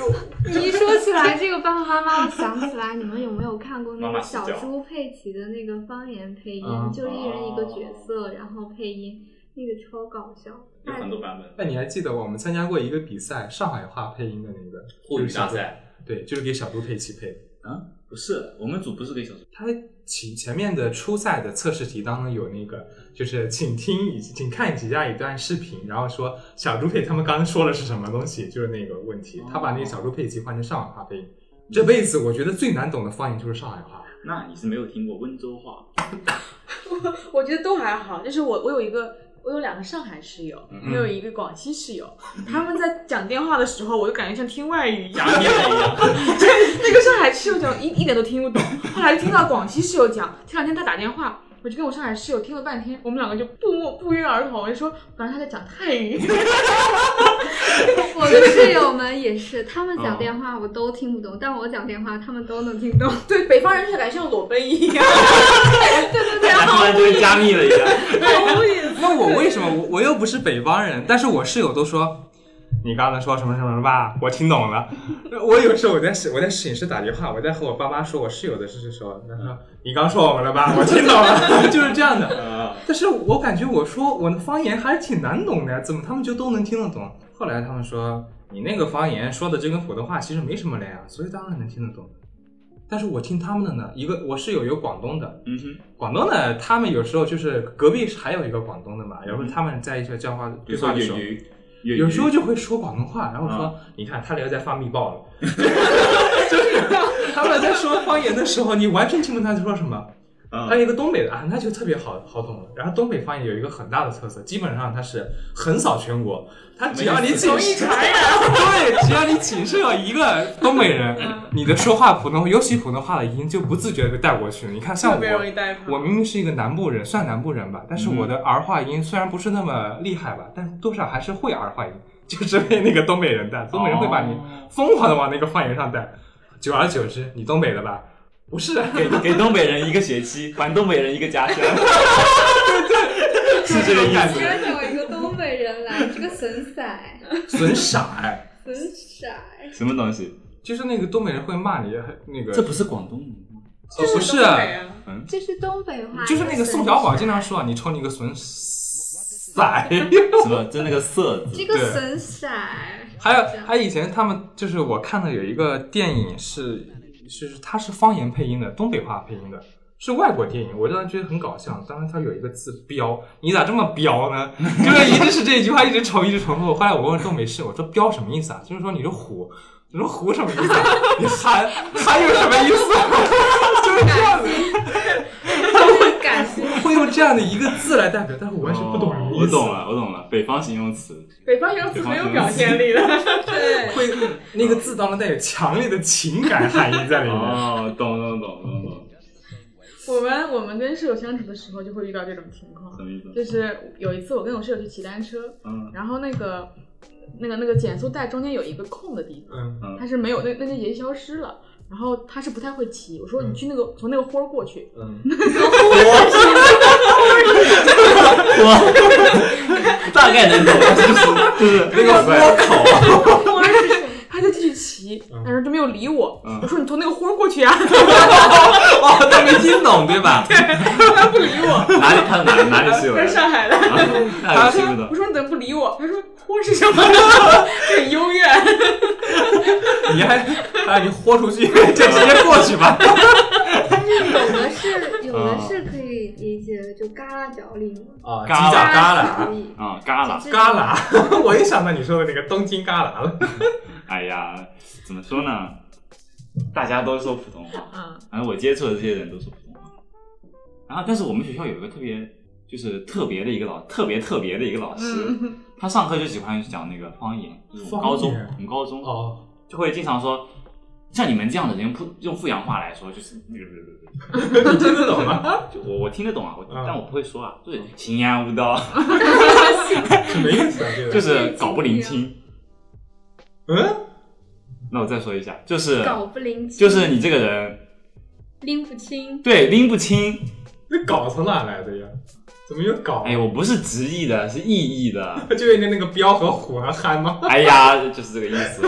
[SPEAKER 4] 你一说起来哎这个爸爸妈妈，我想起来你们有没有看过那
[SPEAKER 1] 妈
[SPEAKER 4] 个
[SPEAKER 1] 妈洗
[SPEAKER 4] 小
[SPEAKER 1] 脚
[SPEAKER 4] 猪佩奇的那个方言配音，
[SPEAKER 2] 嗯
[SPEAKER 4] 就一人一个角色，然后配音，那个超搞笑。 哎
[SPEAKER 1] 有很多版本。
[SPEAKER 2] 那你还记得我们参加过一个比赛，上海话配音的那个
[SPEAKER 1] 沪语大，赛
[SPEAKER 2] 对，就是给小猪佩奇配的。
[SPEAKER 1] 不是，我们组不是给小猪，
[SPEAKER 2] 它前前面的初赛的测试题当中有那个，就是请听以及请看以下一段视频，然后说小猪佩他们刚刚说的是什么东西，就是那个问题
[SPEAKER 1] 哦。
[SPEAKER 2] 他把那个小猪佩奇换成上海话配音。这辈子我觉得最难懂的方言就是上海话。
[SPEAKER 1] 那你是没有听过温州话。
[SPEAKER 3] 我觉得都还好，就是我我有一个。我有两个上海室友，
[SPEAKER 1] 嗯
[SPEAKER 3] 还有一个广西室友。 他们在讲电话的时候，我就感觉像听外语一 样。
[SPEAKER 1] 面一样，
[SPEAKER 3] 那个上海室友讲一一点都听不懂，后来听到广西室友讲，前两天他打电话，我就跟我上海室友听了半天，我们两个就不默不约而同，我就说感觉他在讲泰语。
[SPEAKER 4] 我的室 友们也是，他们讲电
[SPEAKER 2] 嗯
[SPEAKER 4] 话我都听不懂，但我讲电话他们都能听懂。
[SPEAKER 3] 对，北方人就是感觉像裸奔一样，
[SPEAKER 1] 然后就会加密了一 样。
[SPEAKER 3] 毫无意思。
[SPEAKER 2] 那我为什么我我又不是北方人，但是我室友都说。你刚才说什么什么什么吧？我听懂了。 我有时候我在室我在寝室打电话，我在和我爸妈说我室友的事的时候，他说你刚说我们了吧？我听懂了， 就是这样的。但是我感觉我说我的方言还是挺难懂的呀，怎么他们就都能听得懂？后来他们说你那个方言说的就跟普通话其实没什么了呀，所以当然能听得懂。但是我听他们的呢，一个我室友有广东的，
[SPEAKER 1] 嗯哼，
[SPEAKER 2] 广东的他们有时候就是隔壁还有一个广东的嘛，然后他们在一些叫话
[SPEAKER 1] 比
[SPEAKER 2] 对
[SPEAKER 1] 如说
[SPEAKER 2] 话的
[SPEAKER 1] 粤
[SPEAKER 2] 时候，
[SPEAKER 1] 语，粤语
[SPEAKER 2] 有时候就会说广东话，然后说、
[SPEAKER 1] 啊
[SPEAKER 2] 你看他俩在发密报了， 就是他们在说方言的时候，你完全听不懂他在说什么。
[SPEAKER 1] 嗯
[SPEAKER 2] 还有一个东北的啊，那就特别好好懂了。然后东北方言有一个很大的特色，基本上它是横扫全国，它只要你
[SPEAKER 1] 什么
[SPEAKER 2] 寝
[SPEAKER 1] 意
[SPEAKER 2] 室， 对，只要你寝室有一个东北人，
[SPEAKER 3] 嗯
[SPEAKER 2] 你的说话普通，尤其普通话的音就不自觉的被带过去了。你看，像
[SPEAKER 3] 特别容易
[SPEAKER 2] 我，
[SPEAKER 3] 带跑。
[SPEAKER 2] 我明明是一个南部人，算南部人吧，但是我的儿化音虽然不是那么厉害吧，但是多少还是会儿化音，就是被那个东北人带，东北人会把你
[SPEAKER 1] 哦
[SPEAKER 2] 疯狂的往那个方言上带，久而久之，你东北的吧？不是啊，
[SPEAKER 1] 给给东北人一个学期，还东北人一个 家乡，是这个意
[SPEAKER 2] 感
[SPEAKER 1] 思
[SPEAKER 2] 觉。
[SPEAKER 4] 要找一个东北人来，这个损色，
[SPEAKER 2] 损傻哎，
[SPEAKER 4] 损色。
[SPEAKER 1] 什么东西？
[SPEAKER 2] 就是那个东北人会骂你那个，
[SPEAKER 1] 这不是广东人吗？
[SPEAKER 2] 哦不是
[SPEAKER 3] 东北啊，
[SPEAKER 4] 这是东北话，
[SPEAKER 2] 就是那个宋小宝经常说啊，你瞅你个损色。
[SPEAKER 1] 什么？就那个色字，
[SPEAKER 4] 这个
[SPEAKER 2] 对
[SPEAKER 4] 损色，哎
[SPEAKER 2] 还有还有以前他们就是我看到有一个电影是是它是方言配音的，东北话配音的。是外国电影，我当时觉得很搞笑。当时它有一个字“彪”，你咋这么彪呢？ 就是一直是这句话，一直重，一直重复。后来我问东北市，我说“彪”什么意思啊？就是说你是虎，你说虎什么意思啊？你憨憨有什么意思？啊 就是这样子。
[SPEAKER 4] 就是感谢。
[SPEAKER 2] 会用这样的一个字来代表，但是我完全不懂什么
[SPEAKER 1] 哦
[SPEAKER 2] 意
[SPEAKER 1] 我
[SPEAKER 2] 思。
[SPEAKER 1] 懂了，我懂了。北方形容词，
[SPEAKER 3] 北方有词很有表现力的，对，
[SPEAKER 2] 会那个字当中带有强烈的情 感含义在里面。
[SPEAKER 1] 哦，懂懂懂懂懂，
[SPEAKER 3] 我们我们跟室友相处的时候就会遇到这种情况
[SPEAKER 1] 什，么意思？
[SPEAKER 3] 就是有一次我跟我室友去骑单车，
[SPEAKER 1] 嗯
[SPEAKER 3] 然后那个那个那个减速带中间有一个空的地方，
[SPEAKER 2] 嗯
[SPEAKER 1] 嗯
[SPEAKER 3] 它是没有那那节也消失了。然后他是不太会骑，我说
[SPEAKER 2] 嗯
[SPEAKER 3] 你去那个从那个豁儿过去，
[SPEAKER 2] 嗯，
[SPEAKER 1] 我大概能懂， 就是就是
[SPEAKER 2] 那个豁口，
[SPEAKER 3] 他就继续骑，
[SPEAKER 2] 嗯
[SPEAKER 3] 但是就没有理我。
[SPEAKER 1] 嗯
[SPEAKER 3] 我说你从那个豁儿过去 啊，
[SPEAKER 1] 哦，他没听懂对吧？
[SPEAKER 3] 他不理我。
[SPEAKER 1] 哪里他哪里哪里是有
[SPEAKER 3] 在
[SPEAKER 1] 人？
[SPEAKER 3] 上海的，
[SPEAKER 1] 那
[SPEAKER 3] 我
[SPEAKER 1] 有是
[SPEAKER 3] 说
[SPEAKER 1] 不的？
[SPEAKER 3] 我 说你怎啊么不理我？他说豁儿是什么？ 很幽怨。
[SPEAKER 2] 你还啊你豁出去，就直接过 去吧。
[SPEAKER 4] 有的 是有的是可以理解的，就旮旯角里
[SPEAKER 2] 啊，
[SPEAKER 1] 哦旮旯
[SPEAKER 2] 犄角旮
[SPEAKER 4] 可以。
[SPEAKER 1] 啊，旮旯，
[SPEAKER 4] 旮
[SPEAKER 2] 旯，旮旯，我又想到你说的那个东京旮旯了。
[SPEAKER 1] 哎呀，怎么说呢？大家都说普通话，
[SPEAKER 3] 嗯，
[SPEAKER 1] 反正我接触的这些人都说普通话。然后，但是我们学校有一个特别，就是特别的一个老，特别特别的一个老师，
[SPEAKER 3] 嗯
[SPEAKER 1] 他上课就喜欢讲那个方言，就是我们高中
[SPEAKER 2] 方言，
[SPEAKER 1] 我们高中
[SPEAKER 2] 哦，
[SPEAKER 1] 就会经常说，像你们这样的人，不用阜阳话来说，就是，
[SPEAKER 2] 你听得懂吗？
[SPEAKER 1] 就我我听得懂啊，我、
[SPEAKER 2] 嗯
[SPEAKER 1] 但我不会说啊，就是平安无 刀，
[SPEAKER 2] 什么意思啊？这个
[SPEAKER 1] 就是搞不灵清。
[SPEAKER 2] 嗯，
[SPEAKER 1] 那我再说一下，就是
[SPEAKER 4] 搞不拎清，
[SPEAKER 1] 就是你这个人，
[SPEAKER 4] 拎不清，
[SPEAKER 1] 对拎不清。
[SPEAKER 2] 那搞从哪来的呀？怎么有搞？
[SPEAKER 1] 哎，我不是直译的，是意译的。
[SPEAKER 2] 不就因为那个彪和虎和憨吗？
[SPEAKER 1] 哎呀， 就是这个意思。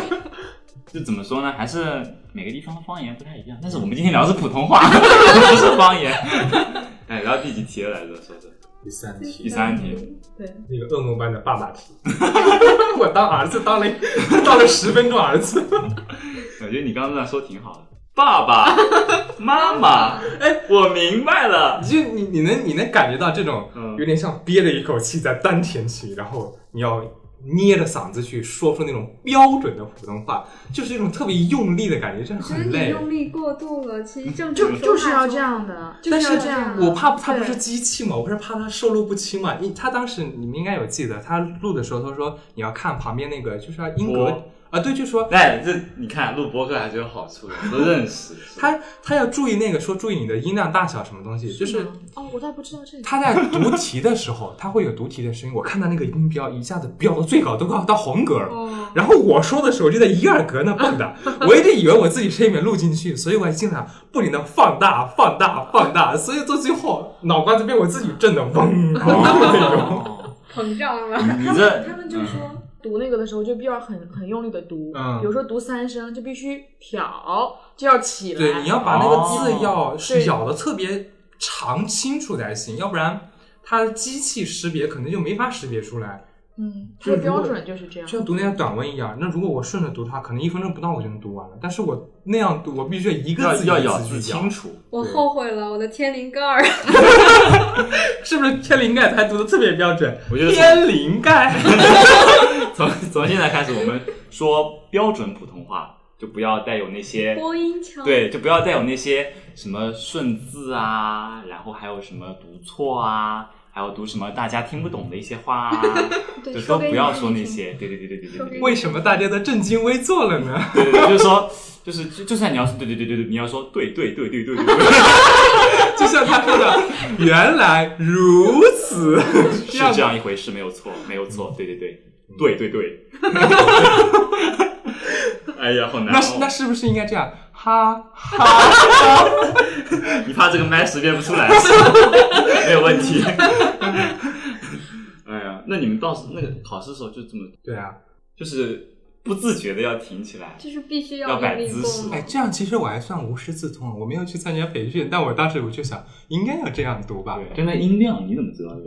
[SPEAKER 1] 就怎么说呢？还是每个地方的方言不太一样。但是我们今天聊的是普通话， 不是方 言。哎，聊到第几题了来着？说是
[SPEAKER 2] 第三
[SPEAKER 1] 第
[SPEAKER 2] 题，
[SPEAKER 1] 三题。
[SPEAKER 3] 对，
[SPEAKER 2] 那个恶魔般的爸爸题。 我当儿子当了当了十分钟儿子。
[SPEAKER 1] 我觉得你刚刚那说挺好的。爸 爸，妈妈，哎，我明白了。
[SPEAKER 2] 就你你能你能感觉到这种
[SPEAKER 1] 嗯
[SPEAKER 2] 有点像憋了一口气在丹田期，然后你要捏着嗓子去说出那种标准的普通话，就是一种特别用力的感觉，真的
[SPEAKER 4] 我觉得
[SPEAKER 2] 很
[SPEAKER 4] 你
[SPEAKER 2] 累。
[SPEAKER 4] 用力过度了，其实正
[SPEAKER 3] 就
[SPEAKER 4] 常
[SPEAKER 3] 就
[SPEAKER 4] 说
[SPEAKER 3] 是
[SPEAKER 4] 话
[SPEAKER 3] 要
[SPEAKER 4] 中
[SPEAKER 3] 这。样的，就
[SPEAKER 2] 但
[SPEAKER 3] 是要
[SPEAKER 2] 是
[SPEAKER 3] 这样的。
[SPEAKER 2] 我怕他不
[SPEAKER 3] 对
[SPEAKER 2] 是机器嘛，我不是怕他受禄不亲嘛。你他当时你们应该有记得，他录的时候他说你要看旁边那个就是要英格
[SPEAKER 1] 播
[SPEAKER 2] 啊，对，就说
[SPEAKER 1] 哎，这你看录播客还是有好处的，都认识。
[SPEAKER 2] 他他要注意那个说注意你的音量大小什么东西，就是
[SPEAKER 3] 哦，我倒不知道这个。
[SPEAKER 2] 他在读题的时候，他会有读题的声音，我看到那个音标一下子飙到最高，都快要到红格了。
[SPEAKER 3] 哦，
[SPEAKER 2] 然后我说的时候就在一二格那蹦 跶，我一直以为我自己声音没录进去，所以我还经常不停的放大、放大、放大，所以到最后脑瓜子被我自己震得 嗡那种。
[SPEAKER 1] 哦，
[SPEAKER 4] 膨胀了。
[SPEAKER 1] 你这
[SPEAKER 3] 他们就说读那个的时候就必须要很很用力的读，
[SPEAKER 2] 嗯
[SPEAKER 3] 比如说读三声就必须挑，就要起来。
[SPEAKER 2] 对，你要把那个字
[SPEAKER 1] 哦
[SPEAKER 2] 要
[SPEAKER 3] 对
[SPEAKER 2] 咬的特别长、清楚才行，要不然它机器识别可能就没法识别出来。
[SPEAKER 3] 嗯，它的标准就是这样。
[SPEAKER 2] 就像读那些短文一样，那如果我顺着读它，可能一分钟不到我就能读完了。但是我那样读，我必须一个
[SPEAKER 1] 要
[SPEAKER 2] 字
[SPEAKER 1] 要
[SPEAKER 2] 咬
[SPEAKER 1] 咬字清楚。
[SPEAKER 4] 我
[SPEAKER 2] 对
[SPEAKER 4] 后悔了，我的天灵盖儿。
[SPEAKER 2] 是不是天灵盖才读的特别标准？
[SPEAKER 1] 我觉 得
[SPEAKER 2] 天灵盖
[SPEAKER 1] 从从现在开始，我们说标准普通话，就不要带有那些
[SPEAKER 4] 播音腔
[SPEAKER 1] 对，就不要带有那些什么顺字啊，然后还有什么读错啊，还有读什么大家听不懂的一些话 啊，
[SPEAKER 4] 对
[SPEAKER 1] 就
[SPEAKER 4] 说
[SPEAKER 1] 都
[SPEAKER 4] 给
[SPEAKER 1] 不要
[SPEAKER 4] 你
[SPEAKER 1] 说那
[SPEAKER 4] 听
[SPEAKER 1] 些。对对对对对对
[SPEAKER 4] 说
[SPEAKER 1] 对
[SPEAKER 4] 给
[SPEAKER 1] 对
[SPEAKER 4] 你
[SPEAKER 2] 为什么大家都正襟危坐了呢？
[SPEAKER 1] 对对，就是说，就是就就算你要说对对对对对，你要说对对对对对对对，
[SPEAKER 2] 就像他说的，原来如此，
[SPEAKER 1] 是
[SPEAKER 2] 这样
[SPEAKER 1] 这样一回事，没有错，没有错，对对对
[SPEAKER 2] 嗯
[SPEAKER 1] 对对对。 哎呀，好难、哦！
[SPEAKER 2] 那是那是不是应该这样？哈哈，
[SPEAKER 1] 你怕这个麦识别不出 来，没有问题。 哎呀，那你们到时那个考试的时候就这么，
[SPEAKER 2] 对啊，
[SPEAKER 1] 就是不自觉的要挺起来，
[SPEAKER 4] 就是必须
[SPEAKER 1] 要摆
[SPEAKER 4] 用力
[SPEAKER 1] 姿势
[SPEAKER 4] 过
[SPEAKER 2] 哎，
[SPEAKER 4] 猛。
[SPEAKER 2] 这样其实我还算无师自通，我没有去参加培训，但我当时我就想，应该要这样读吧。
[SPEAKER 1] 对，就那音量，你怎么知道那个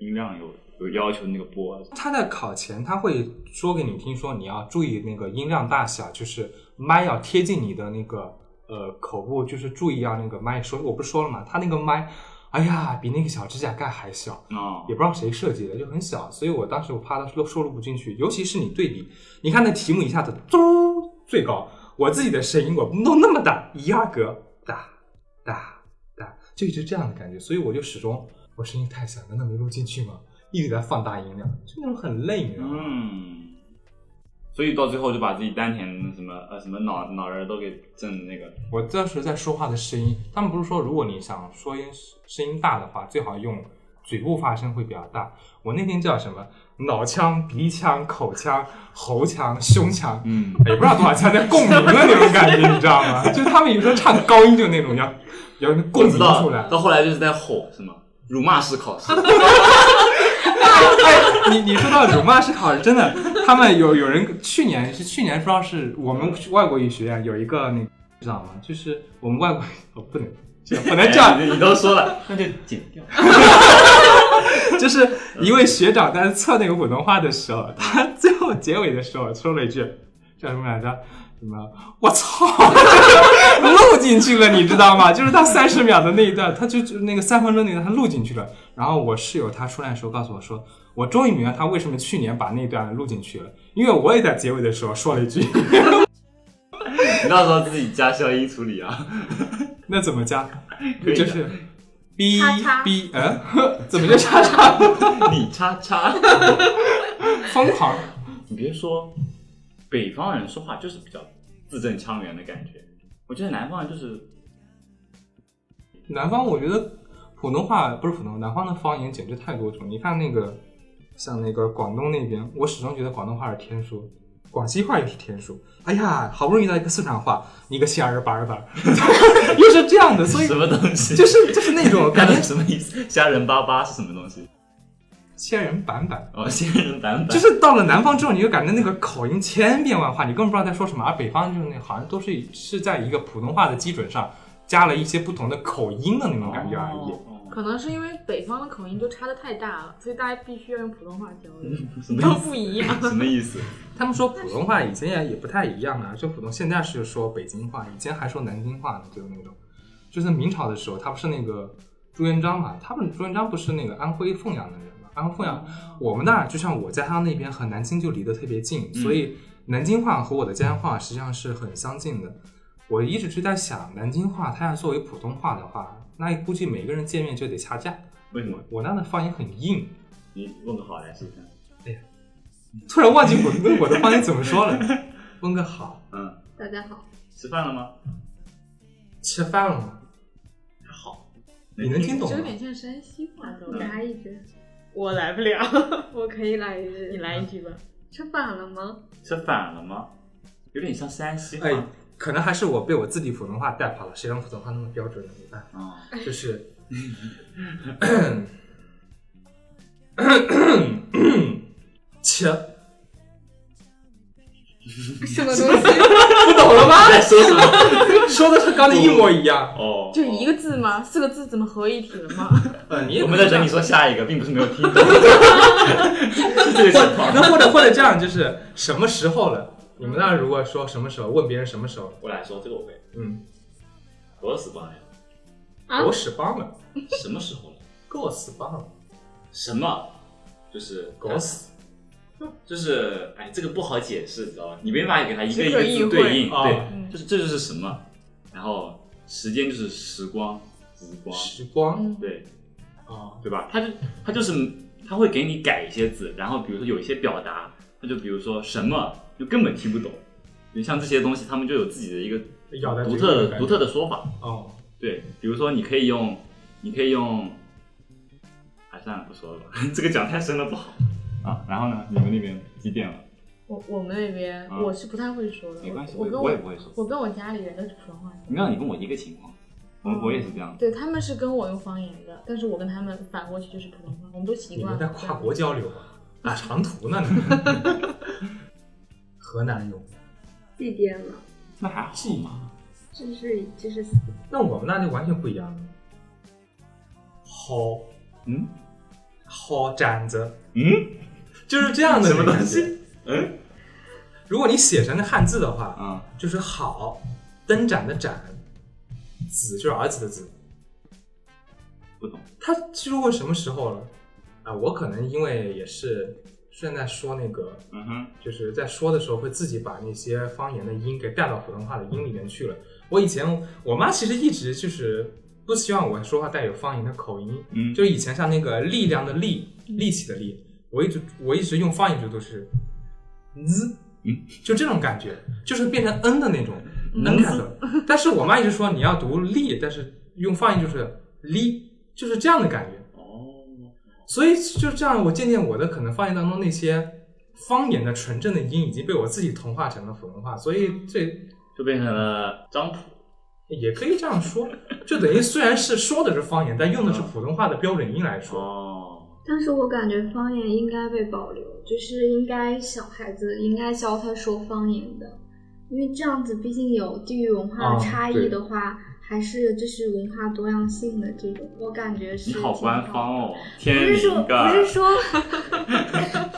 [SPEAKER 1] 音量有有要求那个啊波？
[SPEAKER 2] 他在考前他会说给你听，说你要注意那个音量大小，就是麦要贴近你的那个呃口部，就是注意要那个麦说，我不是说了嘛，他那个麦，哎呀，比那个小指甲盖还小。
[SPEAKER 1] 哦
[SPEAKER 2] 也，不知道谁设计的，就很小，所以我当时我怕它收收录不进去。尤其是你对比，你看那题目一下子嘟最高，我自己的声音我弄那么大，一二格哒哒哒，就一直这样的感觉，所以我就始终我声音太小，难道没录进去吗？一直在放大音量，就那种很累，你知道吗？
[SPEAKER 1] 嗯，所以到最后就把自己丹田的什么呃什么脑脑仁儿都给震那个，
[SPEAKER 2] 我当时在说话的声音，他们不是说如果你想说音声音大的话，最好用嘴部发声会比较大。我那天叫什么？脑腔、鼻腔、口腔、喉腔、胸腔，
[SPEAKER 1] 嗯，
[SPEAKER 2] 也不知道多少腔在共鸣的那种感觉，你知道吗？就他们有时候唱高音就那种要要共
[SPEAKER 1] 我
[SPEAKER 2] 鸣
[SPEAKER 1] 知道
[SPEAKER 2] 出来。
[SPEAKER 1] 到后来就是在吼是吗？辱骂式考 试，
[SPEAKER 2] 哎，你你说到辱骂式考试，真的，他们有有人去年是去年不知道是我们外国语学院有一个那个知道吗？就是我们外国哦不能这样不能这样，
[SPEAKER 1] 哎你你都说了，那就剪掉。
[SPEAKER 2] 就是一位学长在测那个普通话的时候，他最后结尾的时候说了一句叫什么来着？什么？我操！ 录进去了，你知道吗？就是他三十秒的那一段，他就就那个三分钟那段，他录进去了。然后我室友他出来的时候告诉我说，我终于明白他为什么去年把那段录进去了，因为我也在结尾的时候说了一句，
[SPEAKER 1] 你到时候自己加消音处理啊。
[SPEAKER 2] 那怎么加？
[SPEAKER 1] 可以的
[SPEAKER 2] 就是。哔
[SPEAKER 4] 叉叉
[SPEAKER 2] 哔，嗯，怎么就叉叉？
[SPEAKER 1] 你叉叉，
[SPEAKER 2] 疯狂，
[SPEAKER 1] 你别说，北方人说话就是比较字正腔圆的感觉。我觉得南方人就是
[SPEAKER 2] 南方我觉得普通话不是普通，南方的方言简直太多种。你看那个，像那个广东那边，我始终觉得广东话是天书，广西话也是天书。哎呀，好不容易遇到一个四川话，你个瞎人巴儿巴 儿，又是这样的，所以
[SPEAKER 1] 什么东西，
[SPEAKER 2] 就是就是那种
[SPEAKER 1] 感
[SPEAKER 2] 感
[SPEAKER 1] 觉
[SPEAKER 2] 觉
[SPEAKER 1] 什么意思？虾仁巴巴是什么东西？
[SPEAKER 2] 仙人 板板。
[SPEAKER 1] 哦，仙人板板
[SPEAKER 2] 就是到了南方之后，你就感觉那个口音千变万化，你根本不知道在说什么。而北方就是那好像都是是在一个普通话的基准上加了一些不同的口音的那种感觉
[SPEAKER 1] 啊
[SPEAKER 2] 而已。
[SPEAKER 1] 已。
[SPEAKER 3] 可能是因为北方的口音都差的太大了，所以大家必须要用普通话交流，
[SPEAKER 1] 哦什
[SPEAKER 2] 嗯
[SPEAKER 1] 么
[SPEAKER 3] 都
[SPEAKER 1] 意
[SPEAKER 3] 不一样。
[SPEAKER 1] 思？什么意思？
[SPEAKER 2] 他们说普通话以前也也不太一样啊，就普通现在是说北京话，以前还说南京话呢，就是那种，就是明朝的时候，他不是那个朱元璋嘛，他们朱元璋不是那个安徽凤阳的人嘛，安徽凤阳，我们那儿就像我家乡那边和南京就离得特别近，所以南京话和我的家乡话实际上是很相近的。我一直就在想，南京话它要作为普通话的话，那估计每个人见面就得掐架。
[SPEAKER 1] 为什么？
[SPEAKER 2] 我那儿的方言很硬，
[SPEAKER 1] 你问个好来试试看。
[SPEAKER 2] 突然忘记我的我的方言怎么说了，问个好，
[SPEAKER 1] 嗯，
[SPEAKER 4] 大家好，
[SPEAKER 1] 吃饭了吗？
[SPEAKER 2] 吃饭了吗？
[SPEAKER 1] 好，
[SPEAKER 2] 你能听懂
[SPEAKER 3] 这有
[SPEAKER 2] 吗？
[SPEAKER 3] 点像山西话的。
[SPEAKER 4] 来一句，
[SPEAKER 3] 我来不 了，
[SPEAKER 4] 我可以来一句。
[SPEAKER 3] 你来一句吧。
[SPEAKER 4] 吃饭了吗？
[SPEAKER 1] 吃反了吗？有点像山西话。
[SPEAKER 2] 哎，可能还是我被我自己普通话带跑了，谁让普通话那么标准呢？没办
[SPEAKER 1] 啊，
[SPEAKER 2] 法，就是，
[SPEAKER 1] 嗯嗯
[SPEAKER 2] 切，
[SPEAKER 4] 什 么东西？
[SPEAKER 2] 不懂了吗？
[SPEAKER 1] 在说什 么？
[SPEAKER 2] 说的是刚才一模一样。
[SPEAKER 1] 哦，
[SPEAKER 3] 就一
[SPEAKER 1] 个。
[SPEAKER 3] 个字吗？四个字怎么合一体了吗？
[SPEAKER 2] 呃，你也
[SPEAKER 1] 我们在等你说下一个，并不是没有 听懂。是这个
[SPEAKER 2] 或
[SPEAKER 1] 情况。
[SPEAKER 2] 那或者或者这样，就是什么时候了？你们那儿如果说什么时候，问别人什么时候，
[SPEAKER 1] 我来说这个我会，
[SPEAKER 2] 嗯，
[SPEAKER 1] 我死棒呀！
[SPEAKER 4] 啊
[SPEAKER 2] 狗屎帮了，
[SPEAKER 1] 什么时候了？
[SPEAKER 2] 狗屎帮了，
[SPEAKER 1] 什么？就是
[SPEAKER 2] 狗屎
[SPEAKER 1] 就是哎，这个不好解释，知道吧？你没办法给它一个
[SPEAKER 3] 只
[SPEAKER 1] 一
[SPEAKER 3] 可
[SPEAKER 1] 个
[SPEAKER 3] 意
[SPEAKER 1] 字
[SPEAKER 3] 会嗯
[SPEAKER 1] 对应，
[SPEAKER 2] 啊
[SPEAKER 1] 对，就是这就是什么？然后时间就是时光，时光，
[SPEAKER 2] 时光
[SPEAKER 3] 嗯，
[SPEAKER 1] 对
[SPEAKER 2] 啊，
[SPEAKER 1] 对吧？它就它就是它会给你改一些字，然后比如说有一些表达，它就比如说什么就根本听不懂，就像这些东西，他们就有自己的一个
[SPEAKER 2] 咬在
[SPEAKER 1] 独特
[SPEAKER 2] 嘴里
[SPEAKER 1] 的
[SPEAKER 2] 感觉
[SPEAKER 1] 独特的说法。
[SPEAKER 2] 哦，
[SPEAKER 1] 对，比如说你可以用，你可以用，哎，算了，不说了吧， 这个讲太深了不好啊。然后呢，你们那边几点了？
[SPEAKER 3] 我我们那边
[SPEAKER 1] 啊
[SPEAKER 3] 我是不太会说的，
[SPEAKER 1] 没关系，
[SPEAKER 3] 我
[SPEAKER 1] 我
[SPEAKER 3] 我
[SPEAKER 1] 也我也
[SPEAKER 3] 跟
[SPEAKER 1] 不会说。
[SPEAKER 3] 我跟我家里人都是普通话说。
[SPEAKER 1] 没有，你跟我一个情况，我我也是这样。
[SPEAKER 3] 对，他们是跟我用方言的，但是我跟他们反过去就是普通话，我们都习
[SPEAKER 2] 你
[SPEAKER 3] 惯
[SPEAKER 2] 们
[SPEAKER 3] 了。
[SPEAKER 2] 在跨国交流啊，打长途 呢？你们河南有，
[SPEAKER 4] 祭奠了，
[SPEAKER 1] 那还好嘛。
[SPEAKER 4] 就是就是
[SPEAKER 2] 那我们那就完全不一样了。好
[SPEAKER 1] 嗯
[SPEAKER 2] 好展子
[SPEAKER 1] 嗯
[SPEAKER 2] 就是这样的
[SPEAKER 1] 什么
[SPEAKER 2] 那个
[SPEAKER 1] 东
[SPEAKER 2] 感
[SPEAKER 1] 西
[SPEAKER 2] 觉。
[SPEAKER 1] 嗯
[SPEAKER 2] 如果你写成汉字的话，
[SPEAKER 1] 啊，
[SPEAKER 2] 就是好灯展的展，子就是儿子的子。
[SPEAKER 1] 不懂。
[SPEAKER 2] 他记录过什么时候了？啊，我可能因为也是顺带说那个，
[SPEAKER 1] 嗯哼，
[SPEAKER 2] 就是在说的时候会自己把那些方言的音给带到普通话的音里面去了。我以前我妈其实一直就是不希望我说话带有方言的口音，
[SPEAKER 1] 嗯，
[SPEAKER 2] 就以前像那个力量的力，
[SPEAKER 3] 嗯
[SPEAKER 2] 力气的力，我一直我一直用方言读都是滋，
[SPEAKER 1] 嗯，
[SPEAKER 2] 就这种感觉，就是变成嗯的那种
[SPEAKER 3] 嗯
[SPEAKER 2] 能开头。但是我妈一直说你要读力，但是用方言就是力，就是这样的感觉。
[SPEAKER 1] 哦，
[SPEAKER 2] 所以就这样，我渐渐我的可能方言当中那些方言的纯正的音已经被我自己同化成了普通话，所以这
[SPEAKER 1] 就变成了张普。
[SPEAKER 2] 也可以这样说，就等于虽然是说的是方言，但用的是普通话的标准音来说。
[SPEAKER 1] 哦，
[SPEAKER 4] 但是我感觉方言应该被保留，就是应该小孩子应该教他说方言的，因为这样子毕竟有地域文化
[SPEAKER 2] 啊
[SPEAKER 4] 差异
[SPEAKER 2] 对
[SPEAKER 4] 的话，还是就是文化多样性的这种，我感觉是
[SPEAKER 1] 你好
[SPEAKER 4] 挺
[SPEAKER 1] 官
[SPEAKER 4] 的
[SPEAKER 1] 方。哦，
[SPEAKER 4] 不
[SPEAKER 1] 天
[SPEAKER 4] 是说
[SPEAKER 1] 灵
[SPEAKER 4] 不是
[SPEAKER 1] 盖。
[SPEAKER 4] 说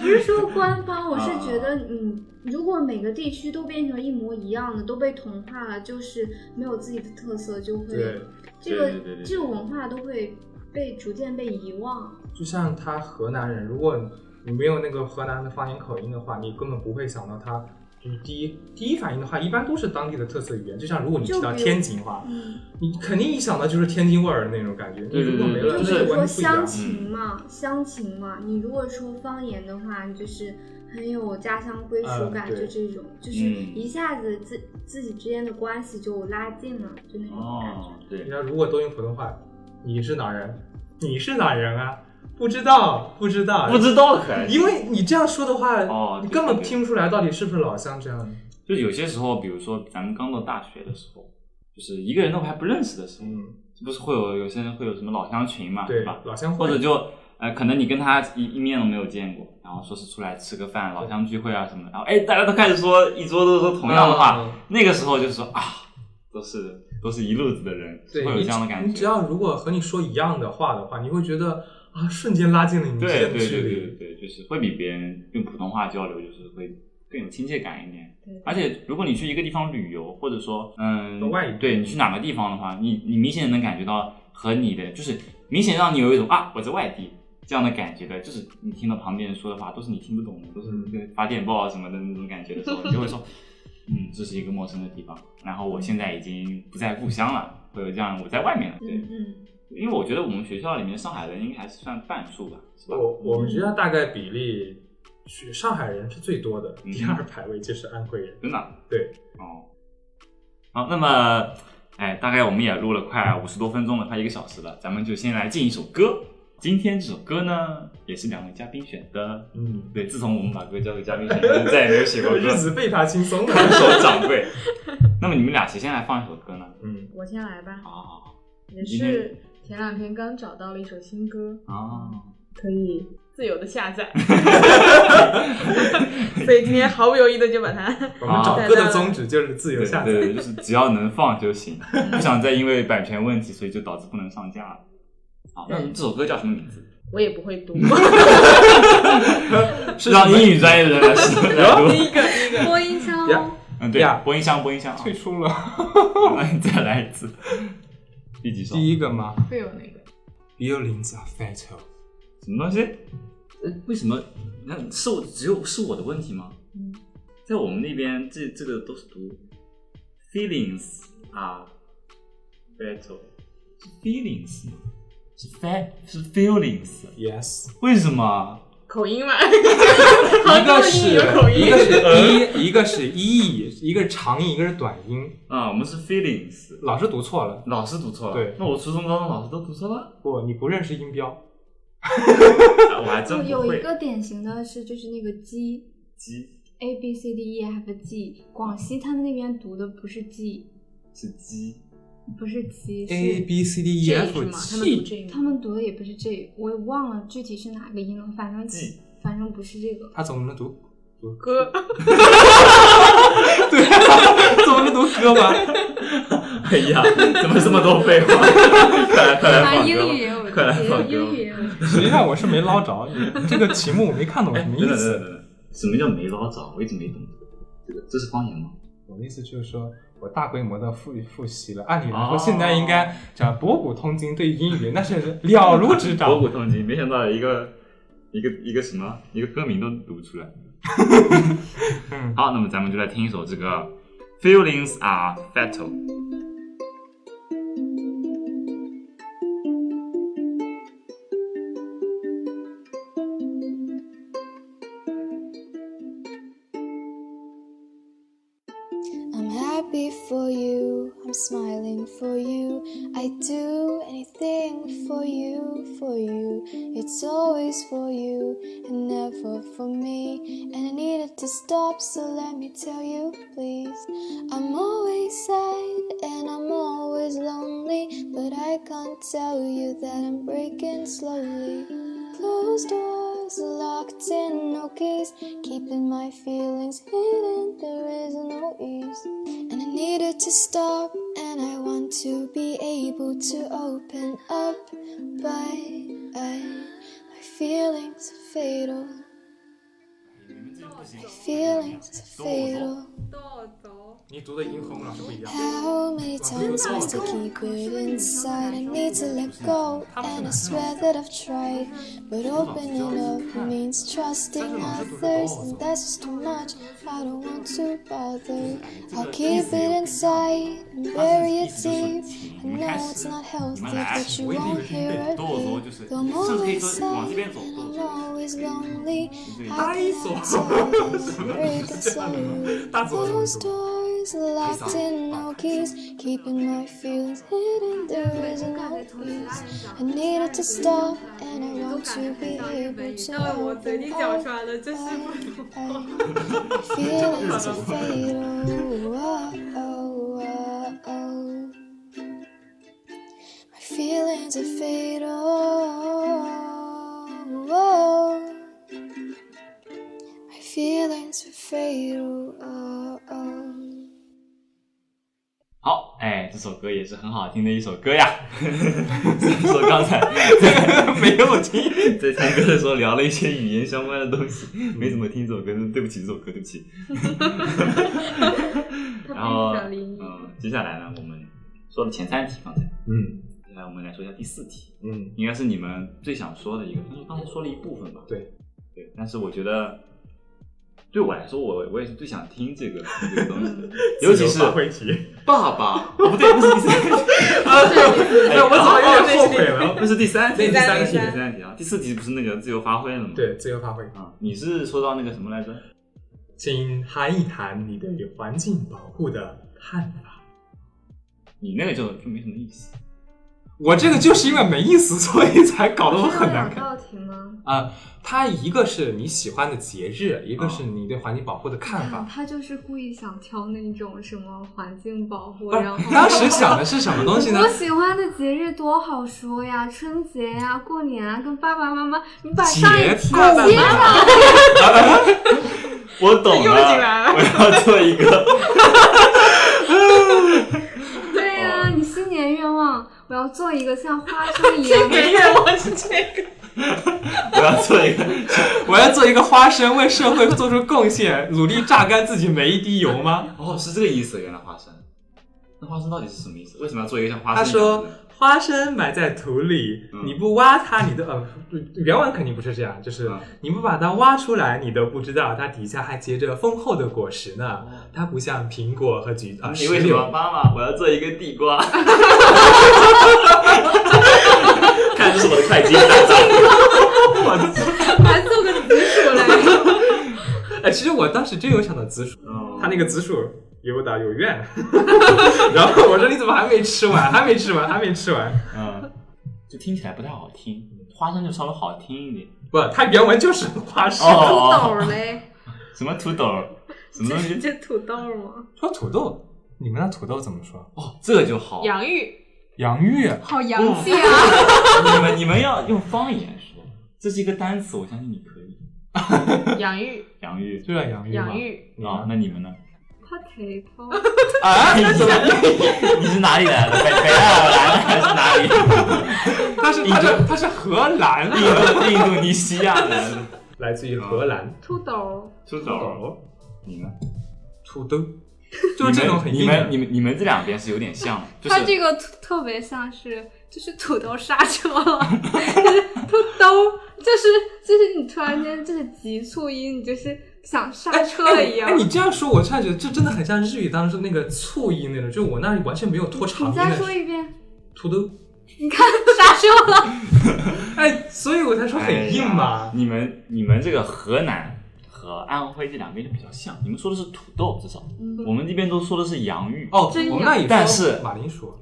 [SPEAKER 4] 不是说官方，我是
[SPEAKER 1] 啊
[SPEAKER 4] 觉得嗯，如果每个地区都变成一模一样的，都被同化了，就是没有自己的特色，就
[SPEAKER 2] 对
[SPEAKER 4] 会这个
[SPEAKER 1] 对对对对
[SPEAKER 4] 这个文化都会被逐渐被遗忘。
[SPEAKER 2] 就像他河南人，如果你没有那个河南的方言口音的话，你根本不会想到他。就是第一第一反应的话，一般都是当地的特色语言。就像如果你提到
[SPEAKER 4] 就比如
[SPEAKER 2] 天津话，
[SPEAKER 4] 嗯，
[SPEAKER 2] 你肯定一想到就是天津味儿的那种感觉。你
[SPEAKER 1] 对对
[SPEAKER 2] 如果没
[SPEAKER 1] 对
[SPEAKER 2] 了，
[SPEAKER 1] 对就
[SPEAKER 4] 就比
[SPEAKER 1] 是
[SPEAKER 4] 如
[SPEAKER 2] 完全不
[SPEAKER 4] 说
[SPEAKER 2] 一样
[SPEAKER 1] 嗯
[SPEAKER 4] 乡。情嘛，乡情嘛，你如果说方言的话，你就是很有家乡归属感，
[SPEAKER 2] 嗯
[SPEAKER 4] 就
[SPEAKER 2] 对
[SPEAKER 4] 这种，就是
[SPEAKER 1] 嗯
[SPEAKER 4] 一下子自自己之间的关系就拉近了，就那种感觉。
[SPEAKER 1] 哦，
[SPEAKER 2] 人
[SPEAKER 1] 对，
[SPEAKER 2] 家如果都用普通话，你是哪人？你是哪人啊？不知道，不知道，
[SPEAKER 1] 不知道可
[SPEAKER 2] 因为你这样说的话，
[SPEAKER 1] 哦
[SPEAKER 2] 你
[SPEAKER 1] 对
[SPEAKER 2] 根本
[SPEAKER 1] 对对
[SPEAKER 2] 听不出来到底是不是老乡这样的。
[SPEAKER 1] 就有些时候，比如说咱们刚到大学的时候，就是一个人都还不认识的时候，
[SPEAKER 2] 嗯，
[SPEAKER 1] 不是会有有些人会有什么老乡群嘛，
[SPEAKER 2] 对
[SPEAKER 1] 吧，？
[SPEAKER 2] 老乡
[SPEAKER 1] 或
[SPEAKER 2] 会
[SPEAKER 1] 者就呃，可能你跟他一一面都没有见过，然后说是出来吃个饭、老乡聚会啊什么的，然后哎，大家都开始说一桌都说同样的话，
[SPEAKER 2] 嗯
[SPEAKER 1] 那个时候就说啊， 都是都是一路子的人，
[SPEAKER 2] 对，
[SPEAKER 1] 会有
[SPEAKER 2] 你
[SPEAKER 1] 这样的
[SPEAKER 2] 只
[SPEAKER 1] 感
[SPEAKER 2] 你只
[SPEAKER 1] 觉。
[SPEAKER 2] 要如果和你说一样的话的话，你会觉得啊，瞬间拉近了你们之
[SPEAKER 1] 对对
[SPEAKER 2] 间的
[SPEAKER 1] 对对
[SPEAKER 2] 距
[SPEAKER 1] 对
[SPEAKER 2] 离。
[SPEAKER 1] 对，就是会比别人用普通话交流，就是会更有亲切感一点。
[SPEAKER 3] 对
[SPEAKER 1] 而且如果你去一个地方旅游，或者说嗯
[SPEAKER 2] 国外
[SPEAKER 1] 对你去哪个地方的话，你你明显能感觉到和你的就是明显让你有一种啊我在外地这样的感觉的，就是你听到旁边人说的话都是你听不懂的，都是
[SPEAKER 2] 嗯
[SPEAKER 1] 那个发电报啊什么的那种感觉的时候，你就会说，嗯，这是一个陌生的地方，然后我现在已经不在故乡了，会有这样我在外面了，对，
[SPEAKER 4] 嗯嗯，
[SPEAKER 1] 因为我觉得我们学校里面上海人应该还是算半数吧，是吧？
[SPEAKER 2] 我我们学校大概比例是上海人是最多的，
[SPEAKER 1] 嗯
[SPEAKER 2] 第二排位就是安徽人。
[SPEAKER 1] 真的？
[SPEAKER 2] 对，
[SPEAKER 1] 哦，好，那么，哎，大概我们也录了快五十多分钟了，快一个小时了，咱们就先来进一首歌。今天这首歌呢，也是两位嘉宾选的。
[SPEAKER 2] 嗯，
[SPEAKER 1] 对，自从我们把歌交给嘉宾选，我们再也没有写过歌啊
[SPEAKER 2] 日，子被他轻 松了。
[SPEAKER 1] 空手掌 柜。那么你们俩谁先来放一首歌呢？
[SPEAKER 2] 嗯，
[SPEAKER 3] 我先来吧，
[SPEAKER 1] 好
[SPEAKER 2] 啊
[SPEAKER 1] 好好
[SPEAKER 3] 也
[SPEAKER 1] 今天
[SPEAKER 3] 是前两天刚找到了一首新歌，
[SPEAKER 1] 哦，
[SPEAKER 3] 可以自由的 下载， 所以今天毫不犹豫的就把它。
[SPEAKER 2] 我们找歌的宗旨就是自由
[SPEAKER 1] 对
[SPEAKER 2] 下
[SPEAKER 1] 对
[SPEAKER 2] 载。
[SPEAKER 1] 对，就是只要能放就 行，不想再因为版权问题，所以就导致不能上架了。好，
[SPEAKER 2] 嗯
[SPEAKER 1] 那这首歌叫什么名字？
[SPEAKER 3] 我也不会 读，
[SPEAKER 1] 是让英语专业的人来试来 读。
[SPEAKER 3] 第一个第一个，
[SPEAKER 4] 播音腔
[SPEAKER 2] 呀
[SPEAKER 4] 哦，
[SPEAKER 1] 嗯，对
[SPEAKER 2] 呀，
[SPEAKER 1] 播音箱，播音箱啊。
[SPEAKER 2] 出了
[SPEAKER 1] 那你再来一次。第几首？
[SPEAKER 2] 第一个吗
[SPEAKER 3] 会有那个
[SPEAKER 2] 啊？Feelings are fatal。
[SPEAKER 1] 什么东西？呃，为什么？那是我只有是我的问题吗？
[SPEAKER 4] 嗯，
[SPEAKER 1] 在我们那边，这这个都是读 feelings 啊，battle 是 feelings 吗？是 fa 是 feelings？
[SPEAKER 2] Yes，
[SPEAKER 1] 为什么？
[SPEAKER 3] 口音嘛，
[SPEAKER 2] 一
[SPEAKER 3] 杭州
[SPEAKER 2] 个
[SPEAKER 3] 的英
[SPEAKER 2] 是
[SPEAKER 3] 语有口
[SPEAKER 2] 一
[SPEAKER 3] 音
[SPEAKER 2] 个。是一，一个是一，一个是长音，一个是短音，
[SPEAKER 1] 啊，我们是 feelings，
[SPEAKER 2] 老是读错了。
[SPEAKER 1] 老师读错了。
[SPEAKER 2] 对
[SPEAKER 1] 那我初中、高中老师都读错 了，
[SPEAKER 2] 不，你不认识音标，
[SPEAKER 1] 啊我还真不
[SPEAKER 4] 哦有
[SPEAKER 1] 会。
[SPEAKER 4] 一个典型的是就是那个鸡
[SPEAKER 1] 鸡
[SPEAKER 4] A B C D E F G，广西他们那边读的不是 G，
[SPEAKER 1] 是鸡，
[SPEAKER 4] 不是 G，
[SPEAKER 2] A
[SPEAKER 4] 是
[SPEAKER 2] B C D E
[SPEAKER 3] 这
[SPEAKER 2] F
[SPEAKER 3] 是吗？他们读
[SPEAKER 2] G，
[SPEAKER 3] 这个
[SPEAKER 4] 他们读的也不是 G，我也忘了具体是哪个音了，反正
[SPEAKER 2] 嗯
[SPEAKER 1] G
[SPEAKER 4] 反正不是这个。
[SPEAKER 2] 它怎么能读？读
[SPEAKER 3] 歌，
[SPEAKER 2] 对、啊，怎么能读歌吗？
[SPEAKER 1] 哎呀，怎么这么多 废话？快来快来
[SPEAKER 4] 啊，
[SPEAKER 1] 放
[SPEAKER 4] 英
[SPEAKER 1] 歌
[SPEAKER 4] 语也有
[SPEAKER 1] 快来放歌
[SPEAKER 4] 英英语也有 G。
[SPEAKER 2] 实际上我是没捞着，你这个题目我没看懂
[SPEAKER 1] 哎，
[SPEAKER 2] 什么
[SPEAKER 1] 等
[SPEAKER 2] 意
[SPEAKER 1] 等等
[SPEAKER 2] 思。
[SPEAKER 1] 等等，什么叫没捞着？我一直没懂这个，这是方言吗？
[SPEAKER 2] 我的意思就是说，我大规模的复复习了。按理来说，
[SPEAKER 1] 哦
[SPEAKER 2] 现在应该讲博古通今，对英语那是了如指
[SPEAKER 1] 博
[SPEAKER 2] 掌。
[SPEAKER 1] 古通今，没想到一个一个一个什么一个歌名都读不出来。
[SPEAKER 2] 嗯，
[SPEAKER 1] 好，那么咱们就来听一首这个 Feelings Are Fatal。
[SPEAKER 5] I'm happy for you, I'm smiling for you. I do anything for you, for you. It's always for you and never for me. And I needed to stop, so let me tell you, please. I'm always sad and I'm always lonely, but I can't tell you that I'm breaking slowly. Closed doors, locked in, no keys, keeping my feelings hidden. There is no ease, and I needed to stop, and I want to be able to open up, but I, my feelings are fatal. My feelings are fatal.
[SPEAKER 2] 你读的音和我们
[SPEAKER 4] 嗯
[SPEAKER 2] 老师不一样。
[SPEAKER 5] How many times must I keep it inside? I need to let go, and I swear that I've tried. But opening up means trusting others, and that's just too much. I don't want to bother. I'll keep it inside and bury it deep. I know it's not healthy, but you won't hear it.
[SPEAKER 1] 就是
[SPEAKER 5] Though I'm always sad and I'm always lonely. I can't tell if I'm breaking slowly.
[SPEAKER 2] 大左怎么
[SPEAKER 5] Closed
[SPEAKER 2] 读？
[SPEAKER 5] doors, locked in, no keys, keeping my feelings hidden. There is no peace. I needed to stop, and I want to be able to
[SPEAKER 3] 我嘴里
[SPEAKER 5] open
[SPEAKER 3] 讲
[SPEAKER 5] up.
[SPEAKER 3] 出来了，这是
[SPEAKER 5] My feelings are fatal. Oh, oh, oh, oh. My feelings are fatal. Oh. My feelings are fatal. Oh, oh.
[SPEAKER 1] 好，哎，这首歌也是很好听的一首歌呀。 虽然说刚才没有听，在唱歌的时候聊了一些语言相关的东西，
[SPEAKER 2] 嗯
[SPEAKER 1] 没怎么听这首歌，对不起，这首歌对不起。然后，
[SPEAKER 3] 他并不想理你
[SPEAKER 1] 嗯，接下来呢，我们说了前三题，刚才，
[SPEAKER 2] 嗯
[SPEAKER 1] 接下来我们来说一下第四题，
[SPEAKER 2] 嗯，
[SPEAKER 1] 应该是你们最想说的一个，但是刚才说了一部分吧。
[SPEAKER 2] 对
[SPEAKER 1] 对，但是我觉得对我来说，我我也是最想听这个这个东西的，尤其是
[SPEAKER 2] 自由发挥题。
[SPEAKER 1] 爸爸，哦不对，不是第三题，
[SPEAKER 2] 哎，我怎么有点后悔了？
[SPEAKER 1] 那是第三题，
[SPEAKER 3] 第三
[SPEAKER 1] 题，
[SPEAKER 3] 题
[SPEAKER 1] 第三题啊，第四题不是那个自由发挥了吗？
[SPEAKER 2] 对，自由发挥。
[SPEAKER 1] 啊，你是说到那个什么来着？
[SPEAKER 2] 请谈一谈你对环境保护的看法。
[SPEAKER 1] 你那个就就没什么意思。
[SPEAKER 2] 我这个就是因为没意思，所以才搞 得我很难
[SPEAKER 4] 两
[SPEAKER 2] 看
[SPEAKER 4] 道题吗？
[SPEAKER 2] 啊。它一个是你喜欢的节日，一个是你对环境保护的看法。
[SPEAKER 4] 嗯他就是故意想挑那种什么环境保护，
[SPEAKER 2] 不是
[SPEAKER 4] 然后
[SPEAKER 2] 哦当时想的是什么东西呢
[SPEAKER 4] 嗯我？喜欢的节日多好说呀，春节呀、过年啊，跟爸爸妈妈，你把上一
[SPEAKER 2] 结
[SPEAKER 4] 题
[SPEAKER 2] 构
[SPEAKER 4] 接上，
[SPEAKER 1] 我懂了，
[SPEAKER 3] 又进来了
[SPEAKER 1] 我要做一个。
[SPEAKER 4] 对呀、
[SPEAKER 2] 哦
[SPEAKER 4] 你新年愿望，我要做一个像花生一样的。
[SPEAKER 3] 愿望是这个。
[SPEAKER 1] 我要做一个，
[SPEAKER 2] 我要做一个花生，为社会做出贡献，努力榨干自己每一滴油吗？
[SPEAKER 1] 哦，是这个意思，原来花生。那花生到底是什么意思？为什么要做一个像花
[SPEAKER 2] 他
[SPEAKER 1] 生一样
[SPEAKER 2] 说
[SPEAKER 1] 的？
[SPEAKER 2] 花生埋在土里，
[SPEAKER 1] 嗯
[SPEAKER 2] 你不挖它，你都呃，原文肯定不是这样，就是
[SPEAKER 1] 嗯
[SPEAKER 2] 你不把它挖出来，你都不知道它底下还结着丰厚的果实呢。它不像苹果和橘啊，
[SPEAKER 1] 你为什
[SPEAKER 2] 石榴
[SPEAKER 1] 么妈妈？我要做一个地瓜。 看，这是我的快捷打造。
[SPEAKER 3] 还做个紫薯嘞。
[SPEAKER 2] 哎，其实我当时真有想到紫薯，
[SPEAKER 1] 哦
[SPEAKER 2] 它那个紫薯有导有怨， 然后我说你怎么还没吃 完？还没吃完？还没吃完？
[SPEAKER 1] 嗯，就听起来不太好听，花生就稍微好听一点。
[SPEAKER 2] 不，它原文就是花生，
[SPEAKER 1] 哦
[SPEAKER 4] 土豆嘞，
[SPEAKER 1] 什么土豆儿，什么东
[SPEAKER 4] 这
[SPEAKER 1] 西？
[SPEAKER 4] 这土豆吗？
[SPEAKER 2] 说土豆。你们那土豆怎么说？
[SPEAKER 1] 哦，这就好。
[SPEAKER 3] 洋芋，
[SPEAKER 2] 洋芋，
[SPEAKER 4] 好洋气啊！
[SPEAKER 1] 你们你们要用方言说，这是一个单词，我相信你可以。
[SPEAKER 3] 洋芋，
[SPEAKER 1] 洋芋
[SPEAKER 2] 就叫洋芋吗？
[SPEAKER 3] 洋芋，
[SPEAKER 2] 你
[SPEAKER 1] 啊、
[SPEAKER 2] 呢
[SPEAKER 1] 那你们呢？
[SPEAKER 4] potato，
[SPEAKER 2] 啊，
[SPEAKER 1] 你怎么？你是哪里来的？北北爱尔兰还是哪里？
[SPEAKER 2] 它是它是它是荷 兰的，
[SPEAKER 1] 印度印度尼西亚来的。
[SPEAKER 2] 来自于荷兰。
[SPEAKER 4] 土豆，
[SPEAKER 1] 土豆儿，
[SPEAKER 2] 哦，
[SPEAKER 1] 你呢？
[SPEAKER 2] 土豆，就是这种很
[SPEAKER 1] 你
[SPEAKER 2] 硬
[SPEAKER 1] 们
[SPEAKER 2] 的
[SPEAKER 1] 你们你们这两边是有点像，就
[SPEAKER 4] 它
[SPEAKER 1] 是
[SPEAKER 4] 这个特特别像是就是土豆刹车了，就是土豆，就是就是你突然间就是急促音，你就是想刹车了一样
[SPEAKER 2] 哎，。你这样说，我突然觉得这真的很像日语当中那个促音那种，就我那里完全没有拖长音
[SPEAKER 4] 你再说
[SPEAKER 2] 的
[SPEAKER 4] 一遍，
[SPEAKER 2] 土豆。
[SPEAKER 4] 你看刹车了，
[SPEAKER 2] 哎，所以我才说很硬嘛。
[SPEAKER 1] 你们你们这个河南和安徽这两边就比较像，你们说的是土豆，至少
[SPEAKER 4] 嗯
[SPEAKER 1] 我们这边都说的是洋芋。
[SPEAKER 2] 哦，
[SPEAKER 4] 真
[SPEAKER 2] 我们那里
[SPEAKER 1] 硬但是
[SPEAKER 2] 马铃薯，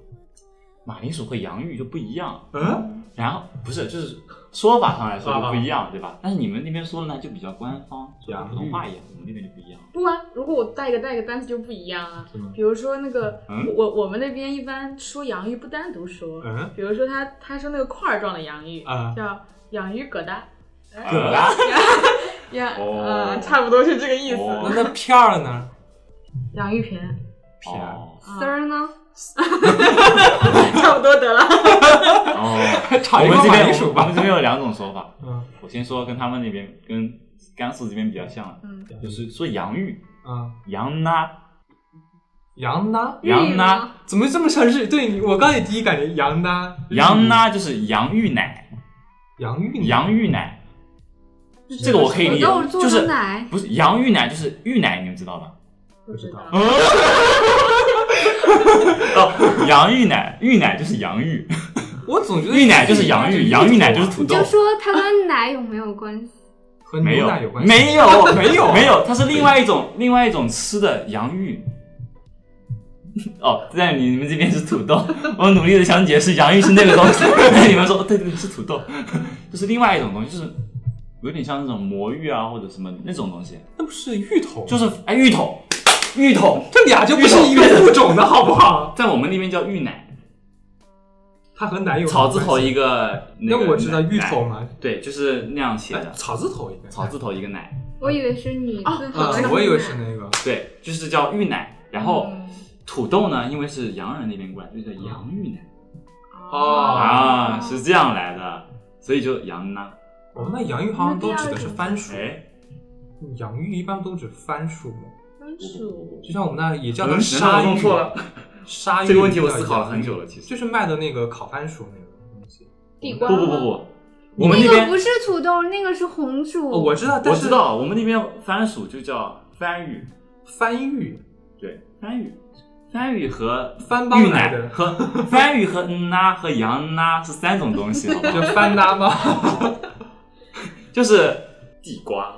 [SPEAKER 1] 马铃薯和洋芋就不一样，
[SPEAKER 2] 嗯，
[SPEAKER 1] 然后不是就是说法上来说
[SPEAKER 2] 啊
[SPEAKER 1] 就
[SPEAKER 2] 啊
[SPEAKER 1] 不一样，对吧？但是你们那边说的呢就比较官方，就是
[SPEAKER 2] 洋芋
[SPEAKER 1] 普通话一样，我们那边就不 一样。
[SPEAKER 3] 不啊，如果我带一个带一个单词就不一样啊
[SPEAKER 2] 是吗。
[SPEAKER 3] 比如说那个，
[SPEAKER 1] 嗯
[SPEAKER 3] 我我们那边一般说洋芋不单独说，
[SPEAKER 2] 嗯
[SPEAKER 3] 比如说他他说那个块儿状的洋芋，
[SPEAKER 2] 啊，
[SPEAKER 3] 叫洋芋疙瘩，
[SPEAKER 1] 葛拉
[SPEAKER 3] 呀，
[SPEAKER 1] 哦
[SPEAKER 3] 呃，差不多是这个意思。
[SPEAKER 1] 哦
[SPEAKER 2] 那那片儿呢？
[SPEAKER 3] 洋芋片，
[SPEAKER 2] 片儿
[SPEAKER 1] 哦
[SPEAKER 4] 丝儿呢？
[SPEAKER 3] 差不多得了。
[SPEAKER 1] 哦，
[SPEAKER 2] 炒
[SPEAKER 1] 我
[SPEAKER 2] 一
[SPEAKER 1] 们
[SPEAKER 2] 个
[SPEAKER 1] 这
[SPEAKER 2] 马
[SPEAKER 1] 边
[SPEAKER 2] 铃薯
[SPEAKER 1] 我们
[SPEAKER 2] 吧。
[SPEAKER 1] 这边有两种说法，
[SPEAKER 2] 嗯
[SPEAKER 1] 我先说跟他们那边跟甘肃这边比较像，啊
[SPEAKER 3] 嗯，
[SPEAKER 1] 就是说洋芋、
[SPEAKER 2] 嗯，
[SPEAKER 1] 洋拉、
[SPEAKER 2] 羊呢？
[SPEAKER 4] 日语
[SPEAKER 1] 洋拉。
[SPEAKER 4] 吗？
[SPEAKER 2] 怎么这么像日？对我刚才第一感觉羊呢？
[SPEAKER 1] 羊呢就是洋芋奶，
[SPEAKER 2] 洋芋，
[SPEAKER 1] 洋芋奶，这个我可以理
[SPEAKER 4] 土
[SPEAKER 1] 解
[SPEAKER 4] 豆，做
[SPEAKER 1] 哎就是
[SPEAKER 4] 的奶，
[SPEAKER 1] 不是洋芋奶就是芋奶，你们知道吧？
[SPEAKER 3] 不
[SPEAKER 2] 知道
[SPEAKER 1] 嗯哦，洋芋奶，芋奶就是洋芋，
[SPEAKER 2] 我总觉得
[SPEAKER 1] 芋奶就是洋芋，洋芋奶就是
[SPEAKER 2] 土
[SPEAKER 1] 土
[SPEAKER 4] 你
[SPEAKER 1] 豆
[SPEAKER 4] 就，说它跟奶有没有关系？
[SPEAKER 2] 啊和
[SPEAKER 1] 没
[SPEAKER 2] 牛
[SPEAKER 1] 有
[SPEAKER 2] 奶有关系。
[SPEAKER 1] 没有
[SPEAKER 2] 没有
[SPEAKER 1] 没有，它是另外一种 另外一种吃的洋 芋。哦，在你们这边是土豆， 我努力的想解释洋芋是那个东 西，但你们说哦对对是土豆，就是另外一种东西，就是有点像那种魔芋啊或者什么那种东西，
[SPEAKER 2] 那不是芋头，
[SPEAKER 1] 就是哎芋头，芋头
[SPEAKER 2] 这俩就不是一个物种的好不好？
[SPEAKER 1] 在我们那边叫芋奶。
[SPEAKER 2] 它和奶有
[SPEAKER 1] 草字头一个，
[SPEAKER 2] 那
[SPEAKER 1] 个
[SPEAKER 2] 我知道
[SPEAKER 1] 奶
[SPEAKER 2] 芋头，嘛，
[SPEAKER 1] 对，就是那样写
[SPEAKER 2] 哎
[SPEAKER 1] 的，
[SPEAKER 2] 草字头一个
[SPEAKER 1] 草字头一个奶，
[SPEAKER 4] 我以为是你
[SPEAKER 3] 啊
[SPEAKER 4] 自己
[SPEAKER 2] 啊
[SPEAKER 3] 草字头，
[SPEAKER 2] 我以为是那个
[SPEAKER 1] 对，就是叫芋奶。然后
[SPEAKER 3] 嗯
[SPEAKER 1] 土豆呢，因为是洋人那边过来，就叫洋芋奶
[SPEAKER 2] 哦。
[SPEAKER 1] 啊，是这样来的，所以就洋呢。
[SPEAKER 2] 我们那洋芋好像都指的是番薯，嗯
[SPEAKER 1] 哎，
[SPEAKER 2] 洋芋一般都指番薯嘛，
[SPEAKER 3] 番薯
[SPEAKER 2] 就像我们那也叫
[SPEAKER 1] 嗯
[SPEAKER 2] 它
[SPEAKER 1] 难道
[SPEAKER 2] 沙
[SPEAKER 1] 我
[SPEAKER 2] 芋
[SPEAKER 1] 弄。错了？
[SPEAKER 2] 沙芋
[SPEAKER 1] 这个问题我思考了很久
[SPEAKER 2] 了，
[SPEAKER 1] 了，其实。
[SPEAKER 2] 就是卖的那个烤番薯那个东西。
[SPEAKER 3] 地瓜
[SPEAKER 1] 不不不不，我们那
[SPEAKER 4] 那个
[SPEAKER 1] 边
[SPEAKER 4] 不是土豆，那个是红薯。
[SPEAKER 2] 哦，我知道，但
[SPEAKER 1] 我
[SPEAKER 2] 是
[SPEAKER 1] 知道，我们那边番薯就叫番芋，
[SPEAKER 2] 番芋
[SPEAKER 1] 对，番芋。番芋和
[SPEAKER 2] 番
[SPEAKER 1] 芋
[SPEAKER 2] 帮来
[SPEAKER 1] 奶
[SPEAKER 2] 的，
[SPEAKER 1] 和番芋和嗯呐和羊呐是三种东西，好吗
[SPEAKER 2] 就？番大妈。
[SPEAKER 1] 就是地瓜，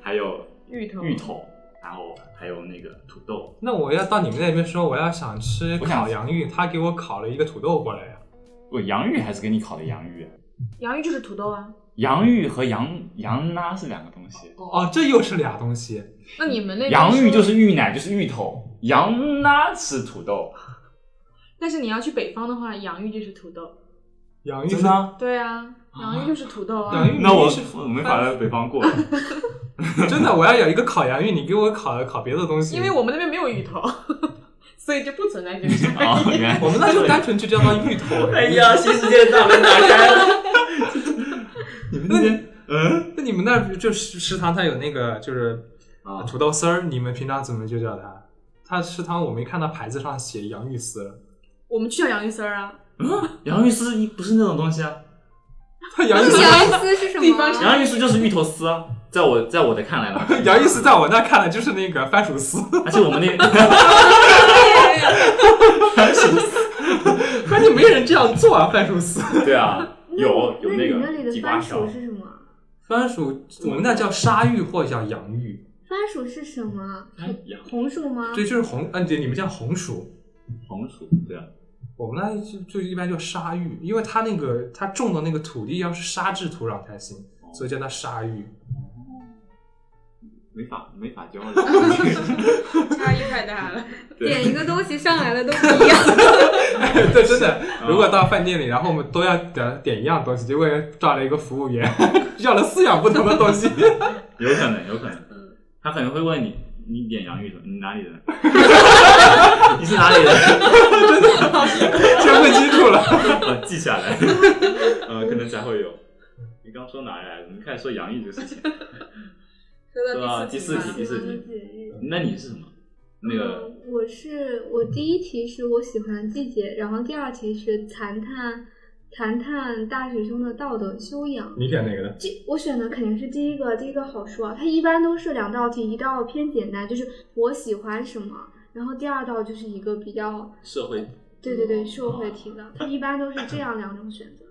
[SPEAKER 1] 还有
[SPEAKER 3] 芋头，
[SPEAKER 1] 芋头，然后还有那个土豆。
[SPEAKER 2] 那我要到你们那边说，我要想吃
[SPEAKER 1] 我想
[SPEAKER 2] 烤洋芋，他给我烤了一个土豆过来呀。
[SPEAKER 1] 我洋芋还是给你烤的洋芋，
[SPEAKER 3] 洋芋就是土豆啊。
[SPEAKER 1] 洋芋和羊羊拉是两个东西。
[SPEAKER 2] 哦，这又是俩东西。
[SPEAKER 3] 那你们那边
[SPEAKER 1] 洋芋
[SPEAKER 3] 说
[SPEAKER 1] 就是芋奶，就是芋头；羊拉是土豆，
[SPEAKER 3] 但是你要去北方的话，洋芋就是土豆。
[SPEAKER 2] 洋芋
[SPEAKER 1] 真
[SPEAKER 2] 是
[SPEAKER 1] 的啊？
[SPEAKER 3] 对啊，洋芋就是土豆啊。
[SPEAKER 2] 洋芋
[SPEAKER 1] 那我
[SPEAKER 2] 是
[SPEAKER 1] 我没法在北方 过。
[SPEAKER 2] 真的，我要有一个烤洋芋，你给我烤烤别的东西。
[SPEAKER 3] 因为我们那边没有芋头， 所以就不存在这个事儿。
[SPEAKER 1] 啊，原来
[SPEAKER 2] 我们那就单纯就叫它芋头。
[SPEAKER 1] 哎， 呀，新世界大门打开了。 你们那边 嗯
[SPEAKER 2] 那你们那儿就是食堂，它有那个就是呃
[SPEAKER 1] 啊，
[SPEAKER 2] 土豆丝儿，你们平常怎么就叫它？它食堂我没看到牌子上写洋芋丝儿，
[SPEAKER 3] 我们去掉洋芋丝儿啊，
[SPEAKER 1] 嗯，洋芋丝一不是那种东西啊，
[SPEAKER 2] 他杨
[SPEAKER 4] 杨
[SPEAKER 2] 玉思，，
[SPEAKER 4] 玉丝是什
[SPEAKER 3] 地方上
[SPEAKER 4] 么？
[SPEAKER 1] 洋芋丝就是芋头丝啊，在我在我的看来呢
[SPEAKER 2] 杨玉丝在我那看来就是那个番薯丝，
[SPEAKER 1] 而且我 们那
[SPEAKER 2] 关键没人这样做啊，番薯丝。
[SPEAKER 1] 对啊，有有
[SPEAKER 4] 那你那
[SPEAKER 1] 个
[SPEAKER 4] 里的
[SPEAKER 1] 地瓜
[SPEAKER 4] 番
[SPEAKER 1] 条
[SPEAKER 4] 薯，是什么？
[SPEAKER 2] 番薯我们那叫沙芋或者叫洋芋，
[SPEAKER 4] 番薯是什么？
[SPEAKER 1] 哎
[SPEAKER 4] 红薯吗？
[SPEAKER 2] 对，就是红，嗯，对，你们叫红薯，
[SPEAKER 1] 红薯对啊，
[SPEAKER 2] 我们那就就一般叫沙芋，因为它那个它种的那个土地要是沙质土壤才行，所以叫它沙芋。
[SPEAKER 1] 没法没法教的，
[SPEAKER 3] 差异太大了。
[SPEAKER 1] 对
[SPEAKER 4] 点一个东西上来的都不一 样。
[SPEAKER 2] 对，真的，如果到饭店里，然后我们都要点点一样东西，结果找了一个服务员 要了四样不同的东西，
[SPEAKER 1] 有可能有可能，
[SPEAKER 4] 嗯
[SPEAKER 1] 他可能会问你，你点洋芋什么？你 哪里人？你是哪里人？
[SPEAKER 2] 全问清楚了。
[SPEAKER 1] 我啊记下来，呃，可能才会有。你刚说哪里来着？你开始说洋芋这个事情，
[SPEAKER 3] 说
[SPEAKER 1] 说
[SPEAKER 3] 到
[SPEAKER 1] 到
[SPEAKER 3] 第
[SPEAKER 1] 啊第
[SPEAKER 3] 四
[SPEAKER 1] 四题
[SPEAKER 3] 题吧，
[SPEAKER 1] 第四题，那你是什么？那个
[SPEAKER 4] 嗯我是我第一题是我喜欢的季节，然后第二题是谈谈谈谈大学生的道德修养。
[SPEAKER 2] 你选哪个呢？
[SPEAKER 4] 这我选的肯定是第一个，第一个好说啊。它一般都是两道题，一道偏简单，就是我喜欢什么，然后第二道就是一个比较，
[SPEAKER 1] 社会，哦
[SPEAKER 4] 对对对，社会题的。它一般都是这样两种选择。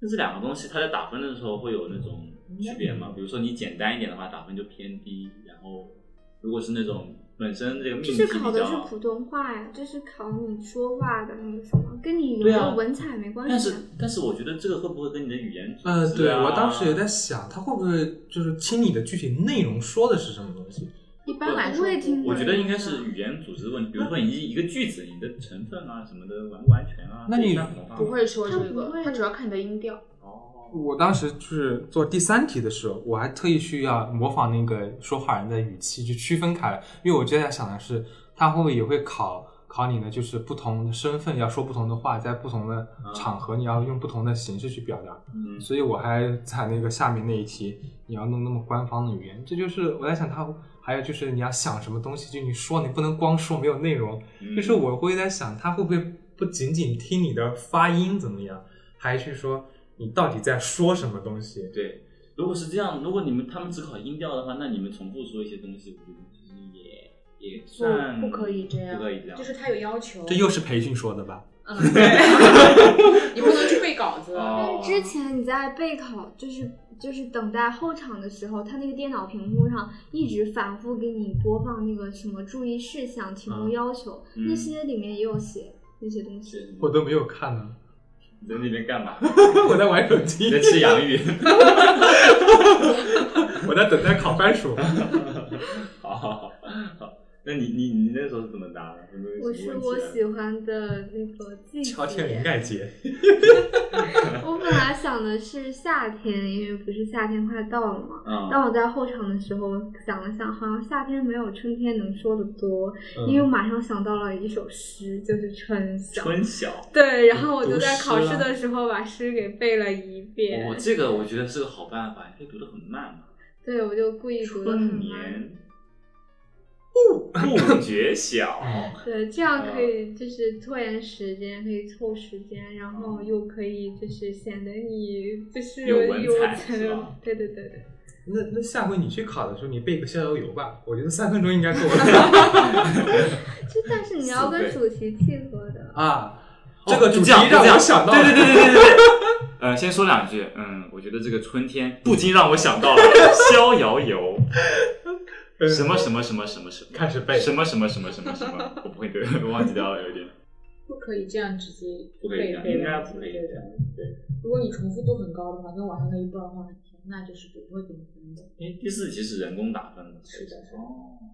[SPEAKER 1] 那这两个东西，它在打分的时候会有那种
[SPEAKER 3] 嗯
[SPEAKER 1] 区别吗？比如说你简单一点的话，打分就偏低；然后如果是那种本身这个命
[SPEAKER 4] 这
[SPEAKER 1] 题
[SPEAKER 4] 是
[SPEAKER 1] 比
[SPEAKER 4] 考的是
[SPEAKER 1] 较，
[SPEAKER 4] 普通话呀，这是考你说话的那个什么，跟你有
[SPEAKER 1] 对
[SPEAKER 4] 没
[SPEAKER 1] 啊
[SPEAKER 4] 有文采没关系。
[SPEAKER 1] 但是但是我觉得这个会不会跟你的语言
[SPEAKER 2] 呃，
[SPEAKER 1] 组织
[SPEAKER 2] 对
[SPEAKER 1] 啊
[SPEAKER 2] 我当时也在想，他会不会就是听你的具体内容说的是什么东西？
[SPEAKER 3] 一般来
[SPEAKER 4] 我
[SPEAKER 3] 说
[SPEAKER 4] 也听
[SPEAKER 1] 啊我觉得应该是语言组织问题，比如说你一个句子，你的成分啊什么的完不完全啊，
[SPEAKER 2] 那你
[SPEAKER 1] 像什么话
[SPEAKER 3] 不会说这
[SPEAKER 4] 他嗯不
[SPEAKER 3] 个
[SPEAKER 4] 会，
[SPEAKER 3] 他主要看你的音调。
[SPEAKER 1] 哦，
[SPEAKER 2] 我当时就是做第三题的时候，我还特意去要模仿那个说话人的语气，去区分开来，因为我就在想的是，他会不会也会考考你的，就是不同的身份要说不同的话，在不同的场合你要用不同的形式去表达。
[SPEAKER 1] 嗯，
[SPEAKER 2] 所以我还在那个下面那一题，你要弄那么官方的语言，这就是我在想他，还有就是你要想什么东西，就你说你不能光说没有内容，
[SPEAKER 1] 嗯
[SPEAKER 2] 就是我会在想他会不会不仅仅听你的发音怎么样，还去说你到底在说什么东西。
[SPEAKER 1] 对，如果是这样，如果你们他们只考音调的话，那你们重复说一些东西，我觉得其实也也算
[SPEAKER 3] 不可以这样
[SPEAKER 1] 不可以这样，
[SPEAKER 3] 就是他有 要求，
[SPEAKER 2] 这又是培训说的吧？
[SPEAKER 3] 嗯，对，你不能去背稿子。
[SPEAKER 1] 哦
[SPEAKER 4] 之前你在备考，就是就是等待候场的时候，他那个电脑屏幕上一直反复给你播放那个什么注意事项、题目
[SPEAKER 1] 嗯
[SPEAKER 4] 要求，
[SPEAKER 1] 嗯
[SPEAKER 4] 那些里面也有写那些东西。
[SPEAKER 1] 是
[SPEAKER 2] 我都没有看呢，
[SPEAKER 1] 你在那边干嘛？
[SPEAKER 2] 我在玩手
[SPEAKER 1] 你在
[SPEAKER 2] 机，
[SPEAKER 1] 吃洋芋。
[SPEAKER 2] 我在等待烤番薯。
[SPEAKER 1] 好好好，好，那你你你那时候是怎么答的？有没有
[SPEAKER 4] 我
[SPEAKER 1] 什
[SPEAKER 4] 是
[SPEAKER 1] 么
[SPEAKER 4] 我
[SPEAKER 1] 问题啊
[SPEAKER 4] 喜欢的那个 季
[SPEAKER 2] 乔天林
[SPEAKER 4] 节。
[SPEAKER 2] 盖杰，
[SPEAKER 4] 我本来想的是夏天，因为不是夏天快到了嘛。
[SPEAKER 1] 嗯
[SPEAKER 4] 当我在候场的时候，想了想，好像夏天没有春天能说的多，
[SPEAKER 2] 嗯
[SPEAKER 4] 因为我马上想到了一首诗，就是《春晓》。
[SPEAKER 1] 春晓。
[SPEAKER 4] 对，然后我
[SPEAKER 2] 读
[SPEAKER 4] 就在
[SPEAKER 2] 诗
[SPEAKER 4] 考试
[SPEAKER 2] 啦
[SPEAKER 4] 的时候把诗给背了一遍。
[SPEAKER 1] 哦，这个我觉得是个好办法，你可以读得很慢嘛。
[SPEAKER 4] 对，我就故意读的
[SPEAKER 1] 春
[SPEAKER 4] 很慢。
[SPEAKER 1] 眠不不觉晓，
[SPEAKER 4] 对，这样可
[SPEAKER 1] 哦
[SPEAKER 4] 以就是拖延时间，可以凑时间，然后又可以就是显得你就是
[SPEAKER 1] 哦有文
[SPEAKER 4] 有
[SPEAKER 1] 采是吧
[SPEAKER 4] 对对 对对，
[SPEAKER 2] 那那下回你去考的时候，你背个逍遥游吧，我觉得三分钟应该够 了
[SPEAKER 4] 就但是你
[SPEAKER 1] 四
[SPEAKER 4] 要跟
[SPEAKER 1] 倍
[SPEAKER 4] 主题契合的。
[SPEAKER 2] 啊。
[SPEAKER 1] 哦
[SPEAKER 2] 这个
[SPEAKER 1] 就
[SPEAKER 2] 主题
[SPEAKER 1] 这样就这
[SPEAKER 2] 让我
[SPEAKER 1] 样
[SPEAKER 2] 想到了，
[SPEAKER 1] 对对对对对对 对。呃，先说两句，嗯，我觉得这个春天不禁让我想 到了逍遥游，
[SPEAKER 2] 对
[SPEAKER 1] 什么什么什么什么什么，
[SPEAKER 2] 开始背
[SPEAKER 1] 什么什么什么什么什么，我不会对， 我忘记掉了，有一点
[SPEAKER 3] 不可以这样直接
[SPEAKER 1] 不可以
[SPEAKER 3] 背
[SPEAKER 1] 这样，
[SPEAKER 3] 背
[SPEAKER 1] 应该
[SPEAKER 3] 单
[SPEAKER 1] 不
[SPEAKER 3] 词
[SPEAKER 1] 可以
[SPEAKER 3] 对
[SPEAKER 1] 这
[SPEAKER 3] 的
[SPEAKER 1] 样。对，
[SPEAKER 3] 如果你重复度很高的话，跟网上的一段话很像，那就是不会给你分的。
[SPEAKER 1] 因为第四题是人工打分的，
[SPEAKER 3] 是的是的
[SPEAKER 1] 哦，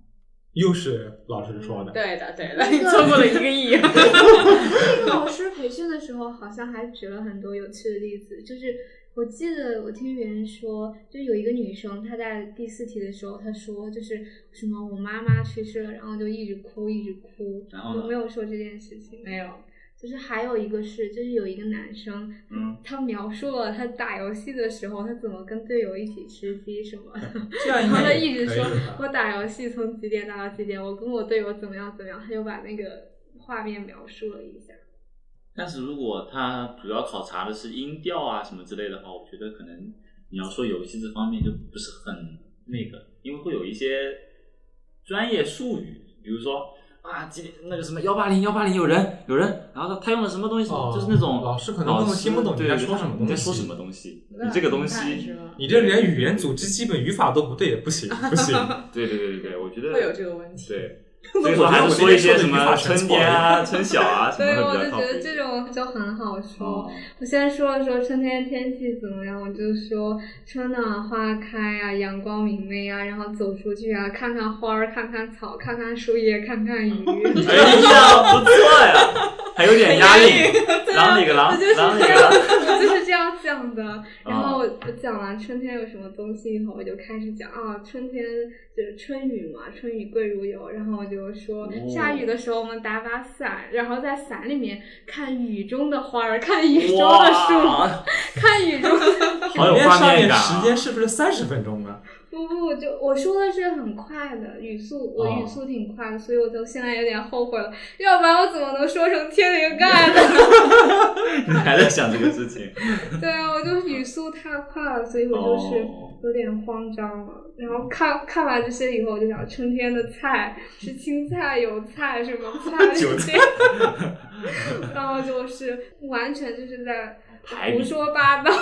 [SPEAKER 2] 又是老师说的。
[SPEAKER 3] 对的，对的，你错过了一个亿。
[SPEAKER 4] 那个老师培训的时候，好像还举了很多有趣的例子，就是我记得我听别人说，就有一个女生，她在第四题的时候，她说就是什么我妈妈去世了，然后就一直哭一直哭，
[SPEAKER 1] 然后呢
[SPEAKER 4] 有没有说这件事情？没有。就是还有一个是，就是有一个男生，
[SPEAKER 1] 嗯，
[SPEAKER 4] 他描述了他打游戏的时候，他怎么跟队友一起吃鸡 什么的。
[SPEAKER 2] 这样
[SPEAKER 4] 然
[SPEAKER 2] 应
[SPEAKER 4] 后他
[SPEAKER 2] 该
[SPEAKER 4] 一直说
[SPEAKER 2] 可以吧
[SPEAKER 4] 我打游戏从几点打到几点，我跟我队友怎么样怎么样，他就把那个画面描述了一下。
[SPEAKER 1] 但是如果它主要考察的是音调啊什么之类的话，我觉得可能你要说游戏这方面就不是很那个，因为会有一些专业术语，比如说啊，今天那个什么幺八零幺八零有人有人，然后他他用了什么东西，
[SPEAKER 2] 哦
[SPEAKER 1] 就是那种
[SPEAKER 2] 老师可能根本听不懂
[SPEAKER 1] 老师
[SPEAKER 2] 你在
[SPEAKER 1] 对
[SPEAKER 2] 说什么
[SPEAKER 1] 你在
[SPEAKER 2] 东西
[SPEAKER 1] 说什么东西，你这个东西，
[SPEAKER 2] 你这连语言组织基本语法都不对也不行，不行。
[SPEAKER 1] 对对对对对，我觉得
[SPEAKER 6] 会有这个问题。
[SPEAKER 1] 对，
[SPEAKER 2] 那
[SPEAKER 1] 所以
[SPEAKER 2] 我
[SPEAKER 1] 说
[SPEAKER 2] 觉得
[SPEAKER 1] 还
[SPEAKER 2] 我
[SPEAKER 1] 是
[SPEAKER 2] 今
[SPEAKER 1] 说一
[SPEAKER 2] 天
[SPEAKER 1] 些
[SPEAKER 2] 说
[SPEAKER 1] 什
[SPEAKER 2] 的语法
[SPEAKER 1] 么
[SPEAKER 2] 全
[SPEAKER 1] 春
[SPEAKER 2] 错
[SPEAKER 1] 天啊、
[SPEAKER 2] 了
[SPEAKER 1] 春晓 啊什
[SPEAKER 4] 所以
[SPEAKER 1] 么
[SPEAKER 4] 我
[SPEAKER 1] 的比
[SPEAKER 4] 就
[SPEAKER 1] 较
[SPEAKER 4] 觉
[SPEAKER 1] 靠
[SPEAKER 4] 得
[SPEAKER 1] 谱。
[SPEAKER 4] 这种就很好说。
[SPEAKER 1] 哦
[SPEAKER 4] 我现在说的时候，春天天气怎么样？我就说春暖花开啊，阳光明媚啊，然后走出去啊，看看花儿，看看草，看看树叶，看看鱼。
[SPEAKER 1] 哎呀，不错呀，还有点押韵。狼里个
[SPEAKER 4] 我
[SPEAKER 1] 狼
[SPEAKER 4] 就，是
[SPEAKER 1] 狼里
[SPEAKER 4] 这
[SPEAKER 1] 个
[SPEAKER 4] 样，
[SPEAKER 1] 狼。
[SPEAKER 4] 我 就是这样想
[SPEAKER 1] 啊
[SPEAKER 4] 的。然后我我讲完春天有什么东西以后，我就开始讲啊，春天就是春雨嘛，春雨贵如油。然后我就说，
[SPEAKER 1] 哦
[SPEAKER 4] 下雨的时候我们打把伞，然后在伞里面看雨中的花儿，看雨中的树，
[SPEAKER 1] 哇，
[SPEAKER 4] 看雨中的。
[SPEAKER 1] 好有画面感啊
[SPEAKER 2] 时间是不是三十分钟啊？
[SPEAKER 4] 不不，我就我说的是很快的语速，我
[SPEAKER 1] 哦
[SPEAKER 4] 语速挺快的，所以我就现在有点后悔了，要不然我怎么能说成天灵盖呢？
[SPEAKER 1] 你还在想这个事情？
[SPEAKER 4] 对啊，我就是语速太快了，所以 我就是
[SPEAKER 1] 哦
[SPEAKER 4] 有点慌张了。然后看看完这些以后，我就想春天的菜是青菜、油菜什么 菜
[SPEAKER 1] 韭
[SPEAKER 4] 这些， 然后就是完全就是在
[SPEAKER 1] 排
[SPEAKER 4] 胡
[SPEAKER 1] 比
[SPEAKER 4] 说八道，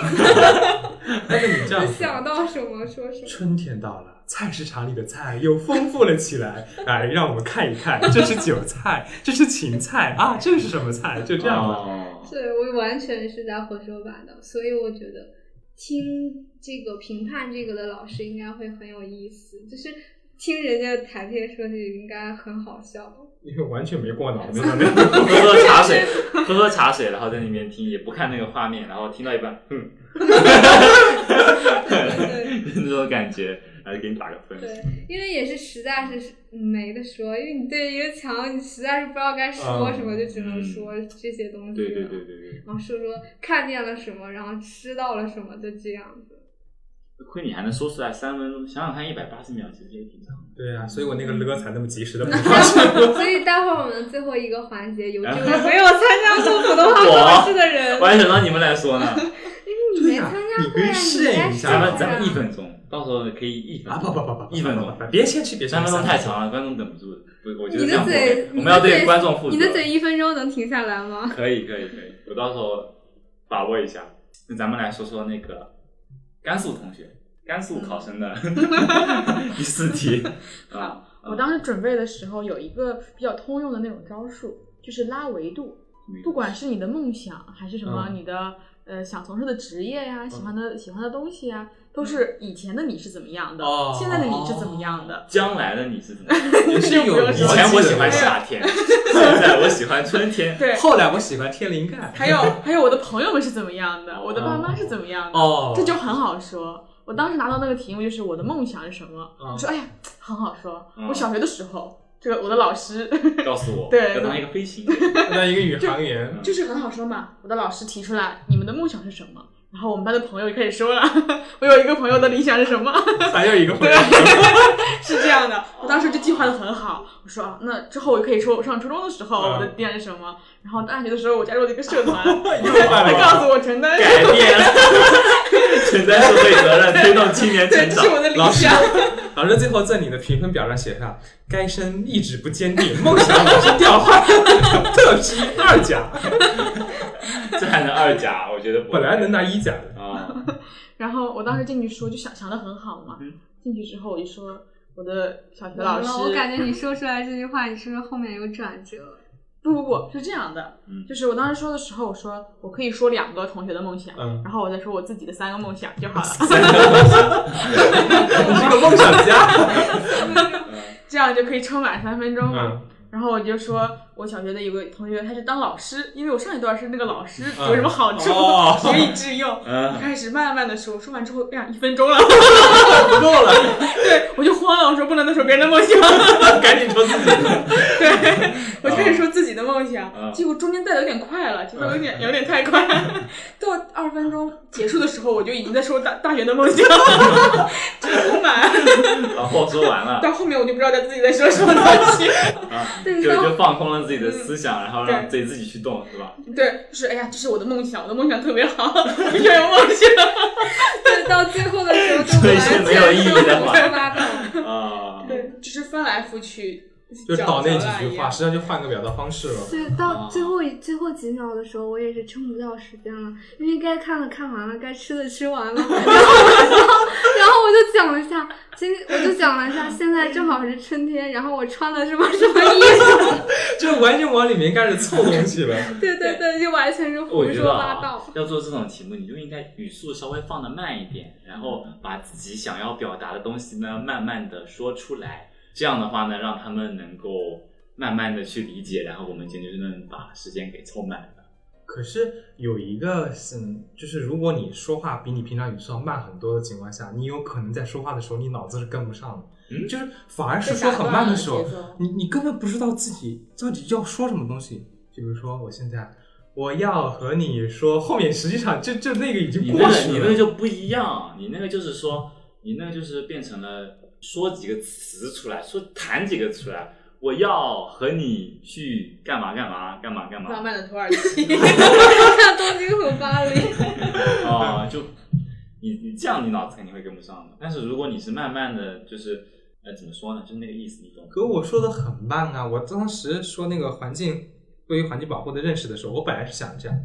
[SPEAKER 2] 但是你这样子
[SPEAKER 4] 想到什么说什么。
[SPEAKER 2] 春天到了，菜市场里的菜又丰富了起来。哎，让我们看一看，这是韭菜，这是芹菜啊，这是什么菜？就这样了。
[SPEAKER 1] 哦
[SPEAKER 4] 对，我完全是在胡说八道，所以我觉得听这个评判这个的老师应该会很有意思，就是听人家谈天说地应该很好笑。
[SPEAKER 2] 因为完全没过脑子的那种。
[SPEAKER 1] 喝喝茶水，喝喝茶水，然后在那边听，也不看那个画面，然后听到一半，嗯， 那种感觉，然后给你打个分。
[SPEAKER 4] 对，因为也是实在是没得说，因为你对一个墙，你实在是不知道该说什么，
[SPEAKER 2] 嗯
[SPEAKER 4] 就只能说这些东西。
[SPEAKER 1] 对对对。对对，
[SPEAKER 4] 然后说说看见了什么，然后吃到了什么，就这样 子。
[SPEAKER 1] 亏你还能说出来三分钟，想想看，一百八十秒其实也挺长的。
[SPEAKER 2] 对啊，所以我那个乐才那么及时的补上 去。
[SPEAKER 4] 所以待会儿我们最后一个环节，有 这位没有参加过普通话考试的人，
[SPEAKER 1] 我还想让你们来说呢，
[SPEAKER 4] 因为你没参加
[SPEAKER 2] 你
[SPEAKER 4] 过
[SPEAKER 2] 可
[SPEAKER 4] 呀，
[SPEAKER 2] 以试验一
[SPEAKER 4] 你
[SPEAKER 2] 下
[SPEAKER 1] 咱
[SPEAKER 4] 在
[SPEAKER 1] 们咱们一分钟，到时候可以一分
[SPEAKER 2] 啊不
[SPEAKER 1] 钟
[SPEAKER 2] 不不不，
[SPEAKER 1] 一分钟，
[SPEAKER 2] 别谦虚，别谦
[SPEAKER 1] 三
[SPEAKER 2] 虚
[SPEAKER 1] 分钟太。长了，观众等不住。不，我觉得
[SPEAKER 4] 你
[SPEAKER 1] 这
[SPEAKER 4] 的
[SPEAKER 1] 样不
[SPEAKER 4] 嘴
[SPEAKER 1] 对，，我
[SPEAKER 4] 你
[SPEAKER 1] 们要
[SPEAKER 4] 的
[SPEAKER 1] 对
[SPEAKER 4] 嘴，
[SPEAKER 1] 观众负责。
[SPEAKER 4] 你的嘴一分钟能停下来 吗？
[SPEAKER 1] 可以可以可以，我到时候把握一下。那咱们来说说那个甘肃同学，甘肃考生的 第四题啊，
[SPEAKER 3] 我当时准备的时候有一个比较通用的那种招数，就是拉维度。不管是你的梦想还是什么，
[SPEAKER 2] 嗯
[SPEAKER 3] 你的呃想从事的职业呀、喜欢的喜欢的东西呀、都是以前的你是怎么样的，
[SPEAKER 2] 哦
[SPEAKER 3] 现在的你是怎么样的。
[SPEAKER 1] 将来的你是怎么？
[SPEAKER 2] 也是有逻
[SPEAKER 1] 以
[SPEAKER 2] 辑的
[SPEAKER 1] 前我喜欢夏天，现在我喜欢春天。
[SPEAKER 3] 对，
[SPEAKER 2] 后来我喜欢天灵盖。
[SPEAKER 3] 还有还有我的朋友们是怎么样的，我的爸妈是怎么样的，
[SPEAKER 2] 哦
[SPEAKER 3] 这就很好说。我当时拿到那个题目就是我的梦想是什么，
[SPEAKER 2] 嗯
[SPEAKER 3] 我说哎呀很好说，
[SPEAKER 1] 嗯
[SPEAKER 3] 我小学的时候，这个我的老师
[SPEAKER 1] 告诉我，
[SPEAKER 3] 对
[SPEAKER 1] 要当一个飞行员。
[SPEAKER 2] 那一个宇航员，
[SPEAKER 3] 就是很好说嘛。我的老师提出来你们的梦想是什么，然后我们班的朋友也开始说了， 我有一个朋友的理想是 什么。
[SPEAKER 2] 还有一个朋友，
[SPEAKER 3] 是这
[SPEAKER 2] 哦
[SPEAKER 3] 样的，我当时就计划的很好，我说啊，那之后我就可以说我上初中的时候
[SPEAKER 2] 嗯
[SPEAKER 3] 我的点是什么，然后大学的时候我加入了一个社 团，
[SPEAKER 2] 又办 了
[SPEAKER 3] 他告诉我 承担，
[SPEAKER 1] 改变，承担社会责任，推动青年
[SPEAKER 3] 对，
[SPEAKER 1] 成
[SPEAKER 3] 这
[SPEAKER 1] 长
[SPEAKER 3] 是。我的 理
[SPEAKER 2] 老师
[SPEAKER 3] 想。，
[SPEAKER 2] 老师最后在你的评分表上写上，该生意志不坚定，梦想老是掉坏， 特批二甲，
[SPEAKER 1] 这还能二甲？我觉得不
[SPEAKER 2] 本来能拿一甲的。
[SPEAKER 1] 啊，
[SPEAKER 3] 然后我当时进去说就想想的很好嘛
[SPEAKER 1] 嗯，
[SPEAKER 3] 进去之后我就说我的小学老师，
[SPEAKER 4] 我感觉你说出来这句话，你是不是后面有转折？
[SPEAKER 3] 不不不是这样的
[SPEAKER 1] 嗯，
[SPEAKER 3] 就是我当时说的时候，我说我可以说两个同学的梦想，
[SPEAKER 2] 嗯
[SPEAKER 3] 然后我再说我自己的三个梦想就好了。
[SPEAKER 2] 你是个梦想家。
[SPEAKER 3] 这样就可以撑满三分钟嘛。
[SPEAKER 2] 嗯
[SPEAKER 3] 然后我就说，我小学的有个同学，他是当老师，因为我上一段是那个老师，
[SPEAKER 2] 嗯
[SPEAKER 3] 有什么好处
[SPEAKER 2] 哦，
[SPEAKER 3] 学以致用。我
[SPEAKER 1] 嗯，
[SPEAKER 3] 开始慢慢的说，说完之后，哎呀，一分钟了，
[SPEAKER 2] 不够了，
[SPEAKER 3] 对我就慌了，我说不能再说别人的梦想，
[SPEAKER 2] 赶紧说自己。
[SPEAKER 3] 对，我开始说自己的梦想，
[SPEAKER 1] 啊
[SPEAKER 3] 结果中间带的有点快了，节奏有点
[SPEAKER 2] 嗯
[SPEAKER 3] 有点太快， 到二十分钟结束的时候，我就已经在说大大学的梦想， 真不满。
[SPEAKER 1] 然后说完 了
[SPEAKER 3] 到后面我就不知道在自己在说什么东西。
[SPEAKER 1] 啊，
[SPEAKER 3] 对
[SPEAKER 1] 就
[SPEAKER 3] 然后
[SPEAKER 1] 就放空了自己的思想，然后让
[SPEAKER 3] 对
[SPEAKER 1] 自己自己去动，是吧？
[SPEAKER 3] 对，就是哎呀，这是我的梦想，我的梦想特别好，我必须要有梦想。
[SPEAKER 4] 对，到最后的时候 就
[SPEAKER 1] 做一
[SPEAKER 4] 完
[SPEAKER 1] 些
[SPEAKER 4] 全
[SPEAKER 1] 没有意义的
[SPEAKER 4] 无
[SPEAKER 1] 话
[SPEAKER 4] 从发 动。
[SPEAKER 1] 啊，
[SPEAKER 3] 对，就是翻来覆去，
[SPEAKER 2] 就
[SPEAKER 3] 搅
[SPEAKER 2] 倒那
[SPEAKER 3] 搅烂
[SPEAKER 2] 几
[SPEAKER 3] 一
[SPEAKER 2] 句
[SPEAKER 3] 样
[SPEAKER 2] 话，实际上就换个表达方式了。
[SPEAKER 4] 对，
[SPEAKER 1] 哦
[SPEAKER 4] 到最后一最后几秒的时候，我也是撑不到时间了，因为该看的看完了，该吃的吃 完了，然后我就然后我就讲了一下，今我就讲了一下，现在正好是春天，然后我穿了什么什么衣服，
[SPEAKER 2] 就完全往里面开始凑东西了。
[SPEAKER 4] 对对对，就完全是
[SPEAKER 1] 我
[SPEAKER 4] 胡
[SPEAKER 1] 觉
[SPEAKER 4] 说
[SPEAKER 1] 得
[SPEAKER 4] 八
[SPEAKER 1] 啊
[SPEAKER 4] 道，。
[SPEAKER 1] 要做这种题目，你就应该语速稍微放的慢一点，然后把自己想要表达的东西呢，慢慢的说出来。这样的话呢，让他们能够慢慢的去理解，然后我们简直就能把时间给凑满了。
[SPEAKER 2] 可是有一个嗯，就是如果你说话比你平常语速要慢很多的情况下，你有可能在说话的时候你脑子是跟不上的，
[SPEAKER 1] 嗯
[SPEAKER 2] 就是反而
[SPEAKER 3] 被
[SPEAKER 2] 是说
[SPEAKER 3] 打
[SPEAKER 2] 很慢
[SPEAKER 3] 断
[SPEAKER 2] 的
[SPEAKER 3] 了
[SPEAKER 2] 时候
[SPEAKER 3] 节，奏
[SPEAKER 2] 你你根本不知道自己到底要说什么东西。就比如说我现在我要和你说，后面实际上就就那个已
[SPEAKER 1] 你
[SPEAKER 2] 经
[SPEAKER 1] 那
[SPEAKER 2] 过
[SPEAKER 1] 个
[SPEAKER 2] 去了，
[SPEAKER 1] 你那个就不一样，你那个就是说，你那个就是变成了说几个词出来，说弹几个出来。我要和你去干嘛干嘛干嘛干嘛
[SPEAKER 3] 浪漫的土耳其。
[SPEAKER 4] 看东京和巴黎，
[SPEAKER 1] 哦，就你你这样，你脑子肯定会跟不上的。但是如果你是慢慢的，就是呃，怎么说呢，就是那个意思，你懂吗？
[SPEAKER 2] 可我说的很慢啊！我当时说那个环境对于环境保护的认识的时候，我本来是想这样：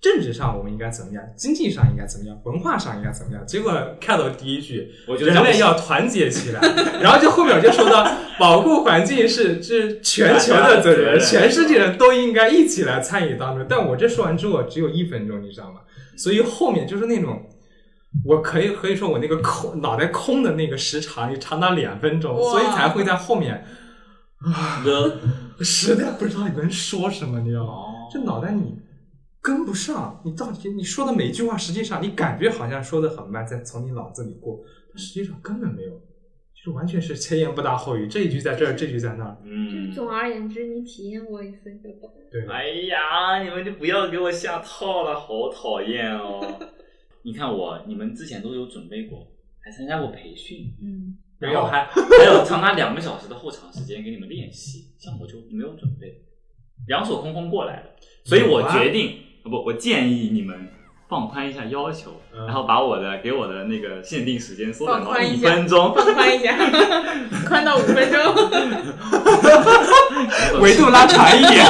[SPEAKER 2] 政治上我们应该怎么样，经济上应该怎么样，文化上应该怎么样。结果看到第一句，
[SPEAKER 1] 我觉得
[SPEAKER 2] 人类要团结起来，然后就后面就说到保护环境是是全球的责任，全世界人都应该一起来参与当中。但我这说完之后只有一分钟，你知道吗？所以后面就是那种。我可以可以说，我那个空脑袋空的那个时长也长达两分钟，
[SPEAKER 3] 哇
[SPEAKER 2] 所以才会在后面
[SPEAKER 1] 的
[SPEAKER 2] 实在不知道你能说什么，你知道吗？
[SPEAKER 1] 哦，
[SPEAKER 2] 这脑袋你跟不上，你到底你说的每句话，实际上你感觉好像说的很慢，在从你脑子里过，但实际上根本没有，就是完全是 前言不搭后语，这一句在这儿，这一句在那儿。
[SPEAKER 4] 就是
[SPEAKER 1] 嗯，
[SPEAKER 4] 总而言之，你体验过一次你就懂。
[SPEAKER 2] 对，
[SPEAKER 1] 哎呀，你们就不要给我下套了，好讨厌哦！ 你看我，你们之前都有准备过，还参加过培训，
[SPEAKER 3] 嗯，
[SPEAKER 2] 没
[SPEAKER 1] 然后
[SPEAKER 2] 有，
[SPEAKER 1] 还还有长达两个小时的后场时间给你们练 习，像我就没有准备，两手空空过
[SPEAKER 2] 嗯
[SPEAKER 1] 来的，所以我决定，啊不，我建议你们放宽一下要求，
[SPEAKER 2] 嗯
[SPEAKER 1] 然后把我的给我的那个限定时间缩短
[SPEAKER 3] 放
[SPEAKER 1] 到
[SPEAKER 3] 宽一下
[SPEAKER 1] 分 钟，
[SPEAKER 3] 放宽一下， 宽到五分 钟。
[SPEAKER 2] 维度拉长一 点。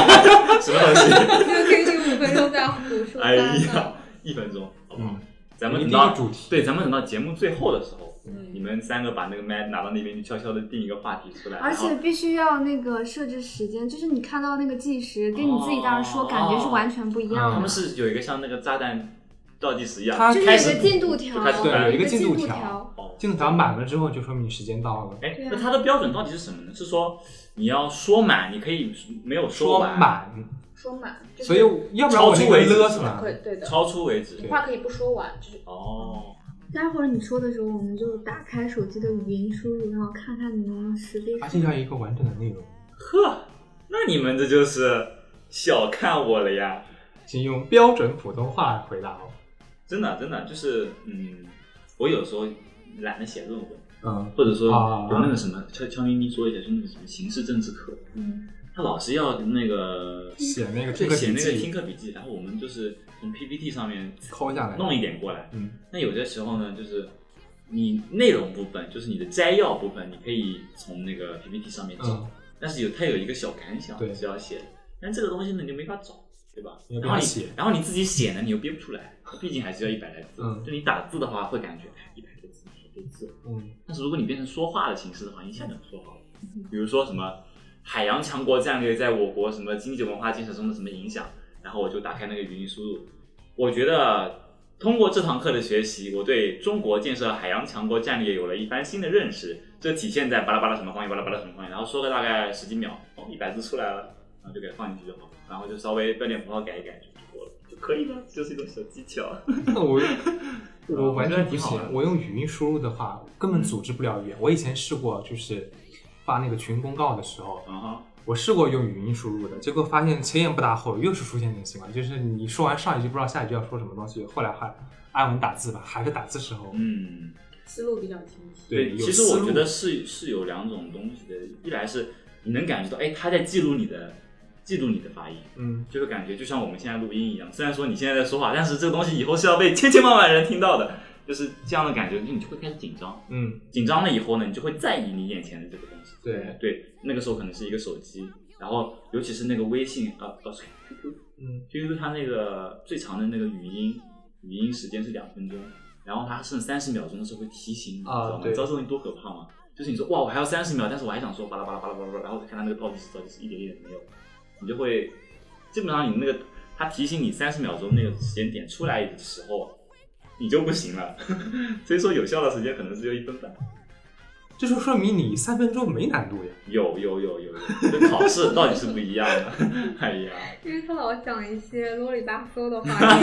[SPEAKER 1] 什么东 西？
[SPEAKER 4] 就听你五分钟在胡说八
[SPEAKER 1] 哎
[SPEAKER 4] 道
[SPEAKER 1] 呀。，一分钟，好不好？
[SPEAKER 2] 嗯
[SPEAKER 1] 咱们
[SPEAKER 2] 一
[SPEAKER 1] 等
[SPEAKER 2] 定要
[SPEAKER 1] 到
[SPEAKER 2] 主题，
[SPEAKER 1] 对，咱们等到节目最后的时候，你
[SPEAKER 3] 嗯，
[SPEAKER 1] 们三个把那个麦拿到那边去，悄悄的定一个话题出来，
[SPEAKER 4] 而
[SPEAKER 1] 然后
[SPEAKER 4] 且必须要那个设置时间，就是你看到那个计时，跟你自己在那儿说，
[SPEAKER 1] 哦
[SPEAKER 4] 感觉是完全不一样
[SPEAKER 2] 嗯
[SPEAKER 1] 他
[SPEAKER 4] 的。
[SPEAKER 1] 们是有一个像那个炸弹倒计时一样，
[SPEAKER 2] 它
[SPEAKER 4] 就
[SPEAKER 1] 哦
[SPEAKER 4] 是
[SPEAKER 1] 开
[SPEAKER 4] 有
[SPEAKER 1] 始
[SPEAKER 4] 个进度条
[SPEAKER 1] 就开始，
[SPEAKER 2] 对有一个进
[SPEAKER 4] 进
[SPEAKER 2] 度
[SPEAKER 4] 条。
[SPEAKER 2] 条
[SPEAKER 1] 哦
[SPEAKER 2] 进度条满了之后，就说明时间到了。
[SPEAKER 1] 哎
[SPEAKER 4] 对，啊
[SPEAKER 1] 那它的标准到底是什么呢？是说你要说满，你可以没有
[SPEAKER 2] 说
[SPEAKER 1] 完，
[SPEAKER 2] 满，
[SPEAKER 3] 说满，就是
[SPEAKER 2] 所以要不然我那个勒啊死
[SPEAKER 3] 可以
[SPEAKER 2] 了。
[SPEAKER 3] 对的，
[SPEAKER 1] 超出为止
[SPEAKER 2] 对。
[SPEAKER 3] 话可以不说完，就是
[SPEAKER 1] 哦，
[SPEAKER 4] 待会儿你说的时候，我们就打开手机的语音输入，然后看看你能识别
[SPEAKER 2] 而且要一个完整的内容，
[SPEAKER 1] 呵，那你们这就是小看我了呀！
[SPEAKER 2] 请用标准普通话回答哦我。
[SPEAKER 1] 真的，真的就是，嗯，我有时候懒得写论文，
[SPEAKER 2] 嗯，
[SPEAKER 1] 或者说
[SPEAKER 2] 啊
[SPEAKER 1] 有那个什么，悄悄咪咪说一下，就那个什么形式政治课，
[SPEAKER 3] 嗯，
[SPEAKER 1] 他老师要那个
[SPEAKER 2] 写那个
[SPEAKER 1] 对
[SPEAKER 2] 听课
[SPEAKER 1] 写
[SPEAKER 2] 笔
[SPEAKER 1] 那个听
[SPEAKER 2] 记，
[SPEAKER 1] 课笔记，然后我们就是从 PPT 上面
[SPEAKER 2] 抠下来。
[SPEAKER 1] 弄一点过来。
[SPEAKER 2] 嗯，
[SPEAKER 1] 那有些时候呢，就是你内容部分，就是你的摘要部分，你可以从那个 PPT 上面找，
[SPEAKER 2] 嗯，
[SPEAKER 1] 但是有它有一个小感想
[SPEAKER 2] 对
[SPEAKER 1] 是要写的，但这个东西呢，你就没法找，对吧
[SPEAKER 2] 没？法
[SPEAKER 1] 然后你
[SPEAKER 2] 写
[SPEAKER 1] 然后你自己写呢，你又编不出来，毕竟还是要一百来字。
[SPEAKER 2] 嗯
[SPEAKER 1] 就你打字的话，会感觉哎一百个字好多字，
[SPEAKER 2] 嗯，
[SPEAKER 1] 但是如果你变成说话的形式的话，一下就说好了。比如说什么海洋强国战略在我国什么经济文化建设中的什么影响，然后我就打开那个语音输入。我觉得通过这堂课的学习，我对中国建设海洋强国战略有了一番新的认识。这体现在巴拉巴拉什么方面，巴拉巴拉什么方面，然后说个大概十几秒，哦，一百字出来了，然后就给它放进去就好，然后就稍微标点符号改一改就过了，就可以了，就是一种小技巧。
[SPEAKER 2] 那 我
[SPEAKER 1] 我
[SPEAKER 2] 我完
[SPEAKER 1] 觉得
[SPEAKER 2] 全不
[SPEAKER 1] 挺好
[SPEAKER 2] 行
[SPEAKER 1] 的，
[SPEAKER 2] 我用语音输入的话根本组织不了语言。我以前试过，就是发那个群公告的时候，
[SPEAKER 1] 啊哈，
[SPEAKER 2] 我试过用语音输入的，结果发现前言不搭后语，又是出现这种情况，就是你说完上一句不知道下一句要说什么东西，后来还按文打字吧，还是打字时候，
[SPEAKER 1] 嗯，
[SPEAKER 3] 思路比较清晰。
[SPEAKER 2] 对，有
[SPEAKER 1] 其实
[SPEAKER 2] 思
[SPEAKER 1] 我
[SPEAKER 2] 路
[SPEAKER 1] 觉得是是有两种东西的，一来是你能感觉到，哎，他在记录你的记录你的发音，
[SPEAKER 2] 嗯，
[SPEAKER 1] 这个感觉就像我们现在录音一样，虽然说你现在在说话，但是这个东西以后是要被千千万万人听到的，就是这样的感觉，你就会开始紧张，
[SPEAKER 2] 嗯，
[SPEAKER 1] 紧张了以后呢，你就会在意你眼前的这个东西。
[SPEAKER 2] 对，
[SPEAKER 1] 对，那个时候可能是一个手机，然后尤其是那个微信，呃，不是 QQ，
[SPEAKER 2] 嗯
[SPEAKER 1] ，QQ 它那个最长的那个语音，语音时间是两分钟，然后它剩三十秒钟的时候会提醒你，你知
[SPEAKER 2] 啊
[SPEAKER 1] 道吗？
[SPEAKER 2] 对
[SPEAKER 1] 你知道这东西多可怕吗？就是你说哇，我还要三十秒，但是我还想说巴拉巴拉巴拉巴拉巴拉，然后看它那个倒计时，倒计时一点一点没有，你就会基本上你那个它提醒你三十秒钟那个时间点出来的时候，你就不行了， 所以说有效的时间可能只有一分半。
[SPEAKER 2] 这就说明你三分钟没难度呀，
[SPEAKER 1] 有有有有有，跟考试到底是不一样的。 哎呀，
[SPEAKER 4] 因为他老讲一些啰里吧嗦 的话，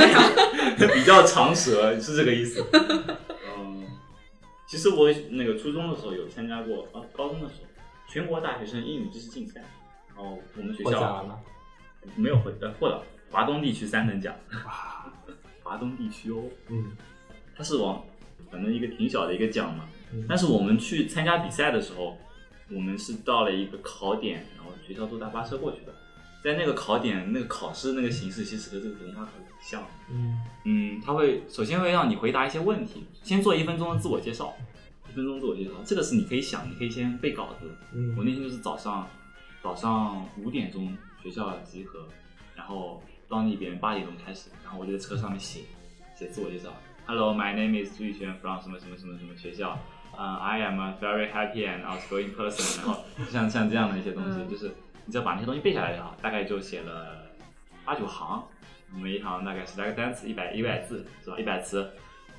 [SPEAKER 1] 比较长舌是这个意思。嗯，其实我那个初中的时候有参加过，啊，高中的时候全国大学生英语知识竞赛，然后我们学
[SPEAKER 2] 获奖
[SPEAKER 1] 校
[SPEAKER 2] 了吗？
[SPEAKER 1] 没有获呃获了华东地区三等奖，
[SPEAKER 2] 哇，
[SPEAKER 1] 华东地区哦，
[SPEAKER 2] 嗯，
[SPEAKER 1] 它是往反正一个挺小的一个奖嘛
[SPEAKER 2] 嗯。
[SPEAKER 1] 但是我们去参加比赛的时候，我们是到了一个考点，然后学校坐大巴车过去的。在那个考点，那个考试那个形式其实和这个普通话考试挺像的。
[SPEAKER 2] 嗯，
[SPEAKER 1] 嗯，他会首先会让你回答一些问题，先做一分钟的自我介绍，一分钟自我介绍，这个是你可以想，你可以先背稿子。
[SPEAKER 2] 嗯
[SPEAKER 1] 我那天就是早上早上五点钟学校集合，然后到那边八点钟开始，然后我就在车上面写写自我介绍，Hello, my name is 朱宇轩 from 什么什么什么什么学校，嗯、i am a very happy and outgoing person，然后像像这样的一些东西，
[SPEAKER 3] 嗯
[SPEAKER 1] 就是你只要把那些东西背下来就好，大概就写了八九行，每一行大概十来个单词，一百一百字是吧？一百词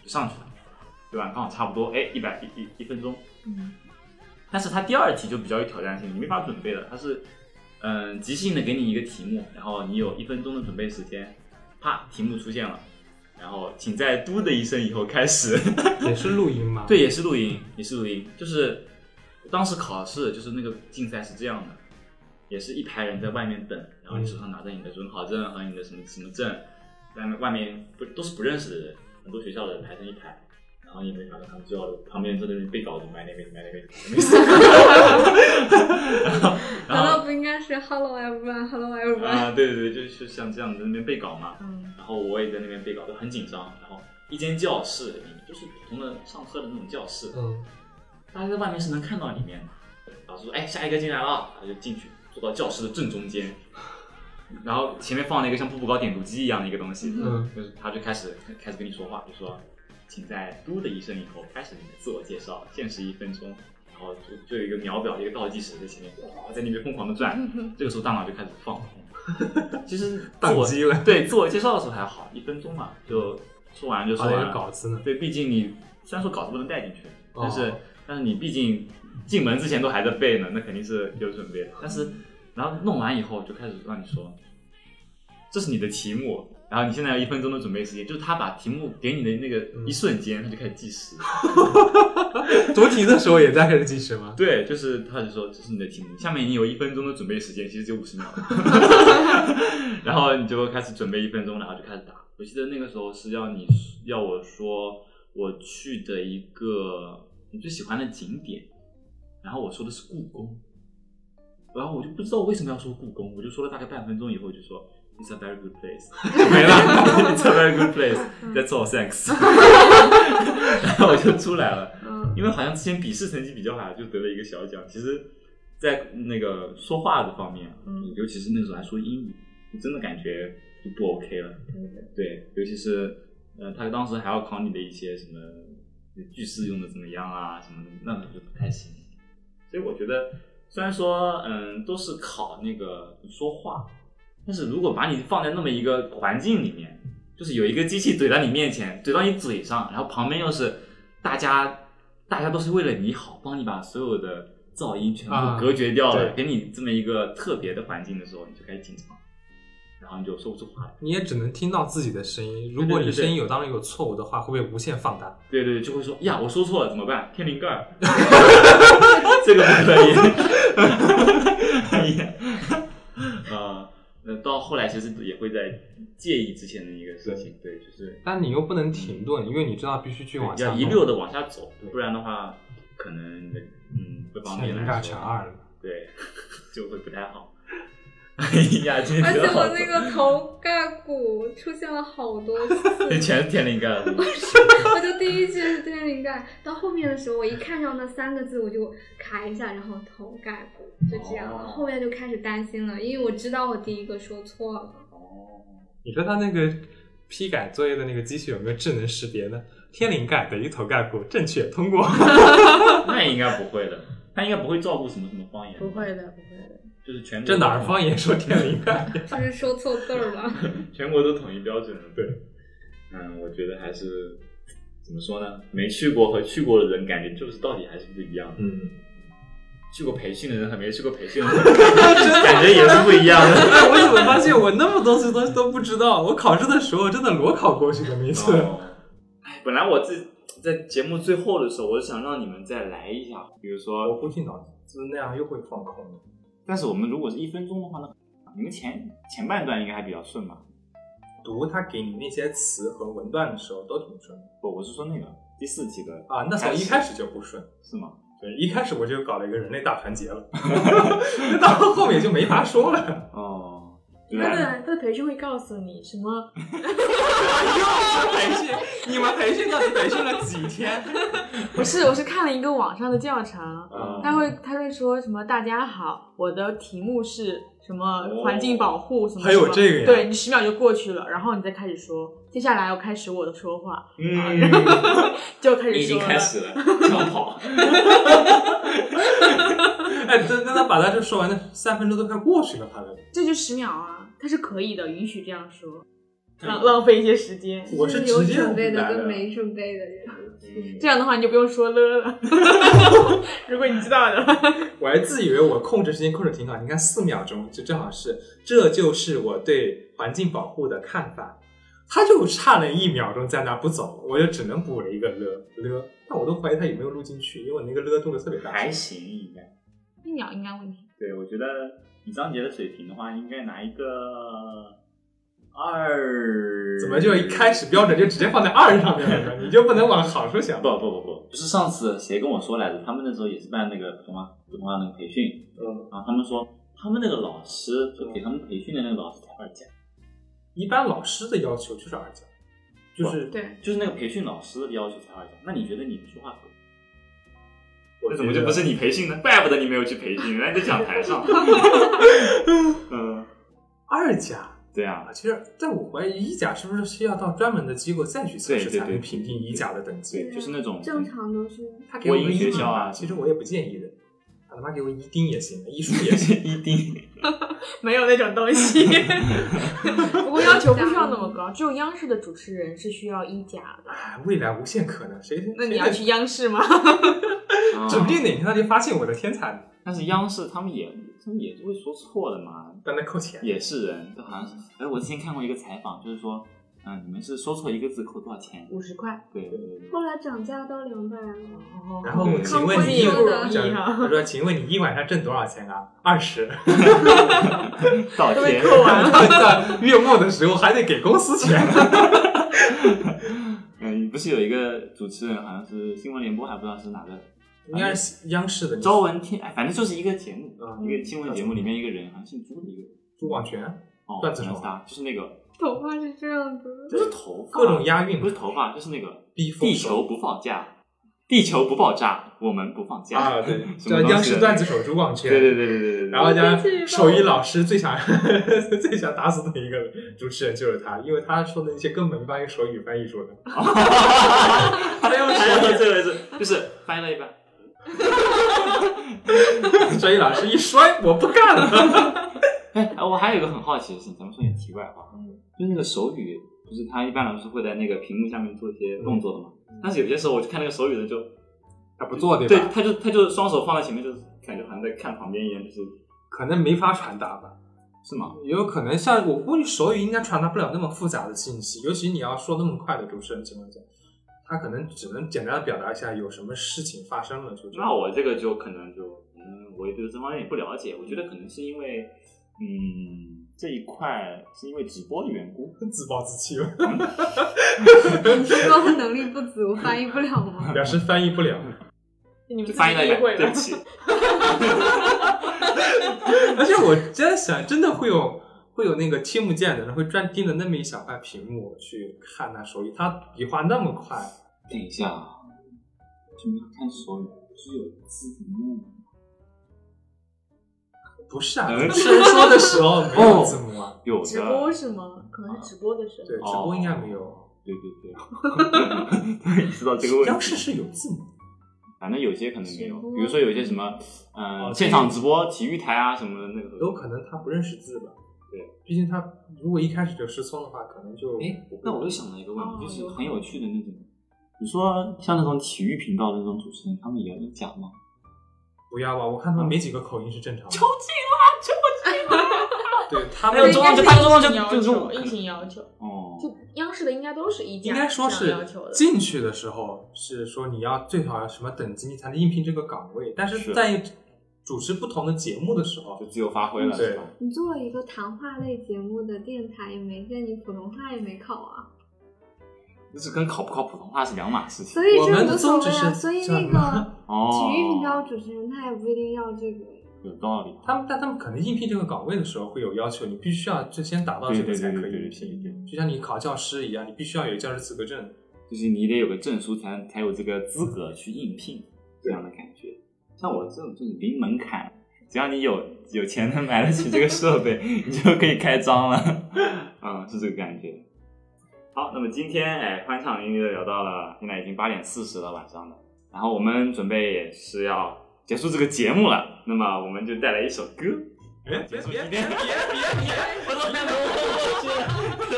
[SPEAKER 1] 就上去了，对吧？刚好差不多，哎，一百一一一分钟。
[SPEAKER 3] 嗯，
[SPEAKER 1] 但是它第二题就比较有挑战性，你没法准备了。它是，嗯、即兴的给你一个题目，然后你有一分钟的准备时间，啪，题目出现了，然后请在“嘟”的一声以后开始。
[SPEAKER 2] 也是录音吗？
[SPEAKER 1] 对，也是录音，也是录音，就是当时考试就是那个竞赛是这样的，也是一排人在外面等，然后你手上拿着你的准考证和你的什么什么证，外面外面不都是不认识的人，很多学校的人排成一排。然后你没法跟他们最好的旁边坐那边背稿子，买那边买那边，没事。然后，然
[SPEAKER 4] 难
[SPEAKER 1] 后
[SPEAKER 4] 道不应该是 Hello everyone，Hello everyone？
[SPEAKER 1] 啊，对对对，就是像这样在那边背稿嘛。
[SPEAKER 3] 嗯
[SPEAKER 1] 然后我也在那边背稿，都很紧张。然后一间教室，就是普通的上课的那种教室，
[SPEAKER 2] 嗯，
[SPEAKER 1] 大家在外面是能看到里面的。老师说：“哎，下一个进来了。”然后就进去，坐到教室的正中间，然后前面放了一个像步步高点读机一样的一个东西，
[SPEAKER 2] 嗯
[SPEAKER 1] 就是他就开始开始跟你说话，就说：“请在嘟的一声以后开始你的自我介绍，限时一分钟。”然后就就有一个秒表，一个倒计时在前面，哇，在那边疯狂的转。这个时候大脑就开始放空。 其实自
[SPEAKER 2] 嗯宕
[SPEAKER 1] 我
[SPEAKER 2] 机了，
[SPEAKER 1] 对自我介绍的时候还好，一分钟嘛，就说完就说
[SPEAKER 2] 好
[SPEAKER 1] 完
[SPEAKER 2] 歹有
[SPEAKER 1] 了。
[SPEAKER 2] 稿子呢。
[SPEAKER 1] 对，毕竟你虽然说稿子不能带进去，
[SPEAKER 2] 哦
[SPEAKER 1] 但是、但是你毕竟进门之前都还在背呢，那肯定是有准备的。但是然后弄完以后就开始让你说，这是你的题目，然后你现在有一分钟的准备时间，就是他把题目给你的那个
[SPEAKER 2] 嗯
[SPEAKER 1] 一瞬间，他就开始计时。
[SPEAKER 2] 读题的时候也在开始计时吗？
[SPEAKER 1] 对，就是他就说这是你的题目，下面你有一分钟的准备时间，其实只有五十秒， 然后你就开始准备一分钟，然后就开始打。我记得那个时候是要你要我说我去的一个你最喜欢的景点，然后我说的是故宫，然后我就不知道我为什么要说故宫，我就说了大概半分钟以后我就说 It's a very good place，没 了，It's a very good place，That's all thanks，然后我就出来了。
[SPEAKER 3] 嗯，
[SPEAKER 1] 因为好像之前笔试成绩比较好，就得了一个小奖。其实，在那个说话的方面，啊
[SPEAKER 3] 嗯
[SPEAKER 1] 尤其是那个时候还说英语，就真的感觉就不 OK 了。对，尤其是呃，他当时还要考你的一些什么呃句式用的怎么样啊，什么的，那种就不太行。所以我觉得，虽然说嗯都是考那个说话，但是如果把你放在那么一个环境里面，就是有一个机器怼到你面前，怼到你嘴上，然后旁边又是大家，大家都是为了你好，帮你把所有的噪音全部
[SPEAKER 2] 啊
[SPEAKER 1] 隔绝掉了，
[SPEAKER 2] 对
[SPEAKER 1] 给你这么一个特别的环境的时候，你就开始紧张，然后你就说不出话来。
[SPEAKER 2] 你也只能听到自己的声音。如果
[SPEAKER 1] 对对对
[SPEAKER 2] 你
[SPEAKER 1] 对
[SPEAKER 2] 声音有当中有错误的话，会不会无限放大？嗯
[SPEAKER 1] 对对，对就会说呀，我说错了怎么办？天灵盖儿， 这个不可以。 哎呀，啊，那到后来其实也会在介意之前的一个事情，对，就是
[SPEAKER 2] 但你又不能停顿，因为你知道必须去往下
[SPEAKER 1] 要
[SPEAKER 2] 弄。
[SPEAKER 1] 一溜的往下走
[SPEAKER 2] 对，
[SPEAKER 1] 不然的话，可能嗯各方面
[SPEAKER 2] 欠
[SPEAKER 1] 来
[SPEAKER 2] 大乘
[SPEAKER 1] 说，
[SPEAKER 2] 二了。
[SPEAKER 1] 对， 就会不太 好。哎呀，今天
[SPEAKER 4] 而
[SPEAKER 1] 觉
[SPEAKER 4] 且
[SPEAKER 1] 得好
[SPEAKER 4] 我那个头盖骨出现了好多次，
[SPEAKER 1] 对，全是天灵盖。
[SPEAKER 4] 我就第一句是天灵盖，到后面的时候，我一看到那三个字，我就卡一下，然后头盖骨就这样
[SPEAKER 1] 哦
[SPEAKER 4] 了。后面就开始担心了，因为我知道我第一个说错了。
[SPEAKER 1] 哦，
[SPEAKER 2] 你说他那个批改作业的那个机器有没有智能识别呢？天灵盖等于头盖骨，正确通 过。
[SPEAKER 1] 那应该不会的，他应该不会照顾什么什么方言，
[SPEAKER 3] 不会的，不会的。
[SPEAKER 1] 就是全国
[SPEAKER 2] 这哪儿方言说天灵盖？
[SPEAKER 4] 就是说错字儿了，
[SPEAKER 1] 全国都统一标准了。对，嗯，我觉得还是怎么说呢？没去过和去过的人，感觉就是到底还是不一样的。
[SPEAKER 2] 嗯，
[SPEAKER 1] 去过培训的人和没去过培训的人， 感觉也是不一样的。
[SPEAKER 2] 哎，我怎么发现我那么多次都都不知道？我考试的时候真的裸考过去的那次。
[SPEAKER 1] 哦哎，本来我自在节目最后的时候，我是想让你们再来一下，比如
[SPEAKER 2] 我
[SPEAKER 1] 说，
[SPEAKER 2] 估计脑子那样又会放空的。
[SPEAKER 1] 但是我们如果是一分钟的话，那你们前前半段应该还比较顺吧？
[SPEAKER 2] 读他给你那些词和文段的时候都挺顺的
[SPEAKER 1] 不，我是说那个第四期的
[SPEAKER 2] 啊，那从一开始就不顺。
[SPEAKER 1] 是吗？
[SPEAKER 2] 对，一开始我就搞了一个人类大团结 了，那到后面就没法说了。
[SPEAKER 1] 哦，
[SPEAKER 3] 他
[SPEAKER 1] 原来
[SPEAKER 3] 的他的培训会告诉你什么？
[SPEAKER 2] 又哎是培训，你们培训到底培训了几天？
[SPEAKER 3] 不是，我是看了一个网上的教程，
[SPEAKER 2] 哦
[SPEAKER 1] 嗯
[SPEAKER 3] 他会他会说什么“大家好”，我的题目是什么
[SPEAKER 1] 哦
[SPEAKER 3] 环境保护什么什么，
[SPEAKER 2] 还有这个呀
[SPEAKER 3] 对你十秒就过去了，然后你再开始说，接下来我开始我的说话，
[SPEAKER 1] 嗯，
[SPEAKER 3] 就开 始说了，
[SPEAKER 1] 你已经开始了，想跑。
[SPEAKER 2] 哎，那那他把他这说完，那三分钟都快过去了，他的。
[SPEAKER 3] 这就十秒啊，它是可以的，允许这样说，浪浪费一些时间。
[SPEAKER 2] 我是
[SPEAKER 4] 有
[SPEAKER 2] 直接
[SPEAKER 4] 准备
[SPEAKER 2] 来
[SPEAKER 4] 的
[SPEAKER 2] 的
[SPEAKER 4] 跟没准备的人，
[SPEAKER 1] 嗯
[SPEAKER 3] 这样的话你就不用说了 了，如果你知道的话。
[SPEAKER 2] 我还自以为我控制时间控制挺好，你看四秒钟就正好是，这就是我对环境保护的看法。他就差了一秒钟在那不走，我就只能补了一个了了，但我都怀疑他有没有录进去，因为我那个了度的特别大。
[SPEAKER 1] 还行，应该。
[SPEAKER 3] 一秒应该问题。
[SPEAKER 1] 对，我觉得以张杰的水平的话，应该拿一个二。
[SPEAKER 2] 怎么就一开始标准就直接放在二上面了呢？ 你就不能往好处想
[SPEAKER 1] 不？不不不，就是上次谁跟我说来着？他们那时候也是办那个普通话普通话那个培训，
[SPEAKER 2] 嗯，
[SPEAKER 1] 然后他们说他们那个老师就给他们培训的那个老师才二甲，
[SPEAKER 2] 一般老师的要求就是二加，就是
[SPEAKER 3] 对，
[SPEAKER 1] 就是那个培训老师的要求才二甲。那你觉得你们说话可
[SPEAKER 2] 我
[SPEAKER 1] 那怎么就不是你培训呢？怪不得你没有去培训，原来在讲台 上。嗯，
[SPEAKER 2] 二加
[SPEAKER 1] 对啊
[SPEAKER 2] 啊？，其实，但我怀疑一甲是不是需要到专门的机构再去测试
[SPEAKER 1] 对对
[SPEAKER 2] 才
[SPEAKER 1] 对
[SPEAKER 2] 能评定一甲的等级？
[SPEAKER 1] 对，就是那种
[SPEAKER 4] 正常都是
[SPEAKER 2] 他给我们
[SPEAKER 1] 播音学
[SPEAKER 2] 一
[SPEAKER 1] 校啊
[SPEAKER 2] 嘛其实我也不建议的。他他妈给我一丁也行，一书也 行。
[SPEAKER 1] 一定
[SPEAKER 3] 没有那种 东西。不过要求不需要那么 高，只有央视的主持人是需要一甲的。
[SPEAKER 2] 哎，未来无限可能，谁？
[SPEAKER 3] 那你
[SPEAKER 2] 谁
[SPEAKER 3] 要去央视吗？
[SPEAKER 2] 指不定哪天他就发现我的天才呢，
[SPEAKER 1] 哦但是央视他们也他们也会说错的嘛，
[SPEAKER 2] 但他扣钱。
[SPEAKER 1] 也是人，就好像是。哎，我之前看过一个采访，就是说，嗯、你们是说错一个字扣多少钱？
[SPEAKER 3] 五十块。
[SPEAKER 1] 对对对对。
[SPEAKER 4] 后来涨价到两百
[SPEAKER 3] 哦
[SPEAKER 4] 了，
[SPEAKER 2] 然后，
[SPEAKER 1] 嗯
[SPEAKER 2] 请问你一
[SPEAKER 4] 也不容
[SPEAKER 2] 晚
[SPEAKER 3] 易
[SPEAKER 2] 上，
[SPEAKER 3] 啊
[SPEAKER 2] 他说，请问你一晚上挣多少钱啊？二十。
[SPEAKER 1] 倒
[SPEAKER 3] 都被
[SPEAKER 1] 贴
[SPEAKER 3] 扣完了。
[SPEAKER 2] 到月末的时候还得给公司钱。
[SPEAKER 1] 嗯，不是有一个主持人，好像是新闻联播，还不知道是哪个，
[SPEAKER 2] 应该是央视的
[SPEAKER 1] 周文天，哎，反正就是一个节目，
[SPEAKER 2] 嗯
[SPEAKER 1] 一个新闻节目里面一个人，好像姓朱的一个人，
[SPEAKER 2] 朱广权，
[SPEAKER 1] 哦，
[SPEAKER 2] 段子手
[SPEAKER 1] 好像是他，就是那个，
[SPEAKER 4] 头发是这样子，
[SPEAKER 1] 不是头发，
[SPEAKER 2] 各种押韵
[SPEAKER 1] 不是头发，就是那个
[SPEAKER 2] 逼疯
[SPEAKER 1] 地球不放假，地球不爆炸，我们不放假
[SPEAKER 2] 啊， 对，
[SPEAKER 1] 什
[SPEAKER 2] 叫
[SPEAKER 1] 么东西
[SPEAKER 2] 央视段子手朱广权。
[SPEAKER 1] 对对对对对对，
[SPEAKER 2] 然后
[SPEAKER 4] 我
[SPEAKER 2] 加
[SPEAKER 4] 生气了
[SPEAKER 2] 手艺老师最想 最想打死的一个主持人就是他，因为他说的那些根本没法用手语翻译 出来。他用
[SPEAKER 1] 还有
[SPEAKER 2] 手
[SPEAKER 1] 这个是就是翻译了一半，
[SPEAKER 2] 语，手语老师一摔，我不干了。
[SPEAKER 1] 哎，我还有一个很好奇的事情，咱们说点题外话，就是那个手语，不是他一般来说会在那个屏幕下面做一些动作的嘛？但是有些时候我去看那个手语的就，
[SPEAKER 2] 他不做对
[SPEAKER 1] 对
[SPEAKER 2] 吧？，
[SPEAKER 1] 他就他就双手放在前面，就是感觉好像在看旁边一样，就是
[SPEAKER 2] 可能没法传达吧。
[SPEAKER 1] 是吗？
[SPEAKER 2] 也有可能像我估计手语应该传达不了那么复杂的信息，尤其你要说那么快的主持人情况下，他可能只能简单的表达一下有什么事情发生了，就这样
[SPEAKER 1] 那我这个就可能就，嗯，我也对这方面也不了解。我觉得可能是因为，嗯，这一块是因为直播的缘故。
[SPEAKER 2] 自暴自弃了，
[SPEAKER 4] 你是说他能力不足，翻译不了 吗？
[SPEAKER 2] 表示翻译不了。
[SPEAKER 3] 你们自己
[SPEAKER 1] 翻译了
[SPEAKER 3] 意
[SPEAKER 1] 两，
[SPEAKER 3] 会
[SPEAKER 1] 对
[SPEAKER 3] 了
[SPEAKER 1] 不。起，
[SPEAKER 2] 而且我在想，真的会有会有那个听不见的人会专盯着那么一小块屏幕去看他手语，他笔画那么快，
[SPEAKER 1] 等一下啊，就没有看手语，是有字幕。
[SPEAKER 2] 不是啊，
[SPEAKER 1] 嗯
[SPEAKER 2] 主持人说的时候没
[SPEAKER 1] 哦
[SPEAKER 2] 有字幕啊，
[SPEAKER 1] 有的，
[SPEAKER 3] 直播是吗？可能是直播的时
[SPEAKER 2] 对，
[SPEAKER 3] 候。
[SPEAKER 2] 直播应该没有。
[SPEAKER 1] 对对对，突然意识到哦这个问
[SPEAKER 2] 央
[SPEAKER 1] 题。
[SPEAKER 2] 视是有字幕，
[SPEAKER 1] 反正有些可能没有
[SPEAKER 4] 直播，
[SPEAKER 1] 比如说有一些什么，嗯、
[SPEAKER 2] 哦
[SPEAKER 1] 现场直播、体育台啊什么的那个。
[SPEAKER 2] 有可能他不认识字吧？
[SPEAKER 1] 对，
[SPEAKER 2] 毕竟他如果一开始就失聪的话，可能就
[SPEAKER 1] 哎，那我又想到一个问
[SPEAKER 3] 哦
[SPEAKER 1] 题，就是
[SPEAKER 3] 有可
[SPEAKER 1] 很有趣的那种，你说像那种体育频道的那种主持人，他们也要讲吗？
[SPEAKER 2] 不要吧，我看他们没几个口音是正 常的。对他
[SPEAKER 1] 没有
[SPEAKER 2] 们
[SPEAKER 1] 中央就大
[SPEAKER 3] 应
[SPEAKER 1] 中央就
[SPEAKER 3] 该
[SPEAKER 1] 就是是我
[SPEAKER 3] 硬性要求，硬性要求。
[SPEAKER 1] 哦，
[SPEAKER 3] 就央视的应该都是一家
[SPEAKER 2] 应该说
[SPEAKER 3] 这样
[SPEAKER 2] 是
[SPEAKER 3] 要求的。
[SPEAKER 2] 进去的时候是说你要最好要什么等级你才能应聘这个岗位，但是
[SPEAKER 1] 是
[SPEAKER 2] 在主持不同的节目的时候
[SPEAKER 1] 就，自由发挥了，
[SPEAKER 2] 对
[SPEAKER 1] 是吧？
[SPEAKER 4] 你做了一个谈话类节目的电台，也没见你普通话也没考啊，
[SPEAKER 1] 就是跟考不考普通话是两码事情
[SPEAKER 4] 所。以
[SPEAKER 2] 我
[SPEAKER 4] 这
[SPEAKER 2] 们
[SPEAKER 4] 无所谓
[SPEAKER 2] 宗旨
[SPEAKER 4] 啊。
[SPEAKER 2] 是
[SPEAKER 4] 所以
[SPEAKER 2] 什
[SPEAKER 4] 那
[SPEAKER 2] 么
[SPEAKER 4] 个
[SPEAKER 1] 哦，
[SPEAKER 4] 体育频道主持人他也不一定要这个。
[SPEAKER 1] 有道理。
[SPEAKER 2] 他们但他们可能应聘这个岗位的时候会有要求，你必须要最先达到
[SPEAKER 1] 对
[SPEAKER 2] 这个
[SPEAKER 1] 对
[SPEAKER 2] 才
[SPEAKER 1] 对
[SPEAKER 2] 可
[SPEAKER 1] 对
[SPEAKER 2] 以
[SPEAKER 1] 对对
[SPEAKER 2] 应聘，
[SPEAKER 1] 对，
[SPEAKER 2] 就像你考教师一样，你必须要有教师资格证。
[SPEAKER 1] 就是你得有个证书才才有这个资格去应聘这样的感觉。像我这种就是零门槛，只要你有有钱能买得起这个设备，你就可以开张了。嗯，是这个感觉。好，那么今天哎，欢畅淋漓的聊到了，现在已经八点四十了，晚上了。然后我们准备也是要结束这个节目了，那么我们就带来一首歌。
[SPEAKER 2] 哎，
[SPEAKER 1] 结
[SPEAKER 2] 别
[SPEAKER 1] 束
[SPEAKER 2] 别
[SPEAKER 1] 今
[SPEAKER 2] 别
[SPEAKER 1] 天
[SPEAKER 2] 别别！
[SPEAKER 1] 我怎么可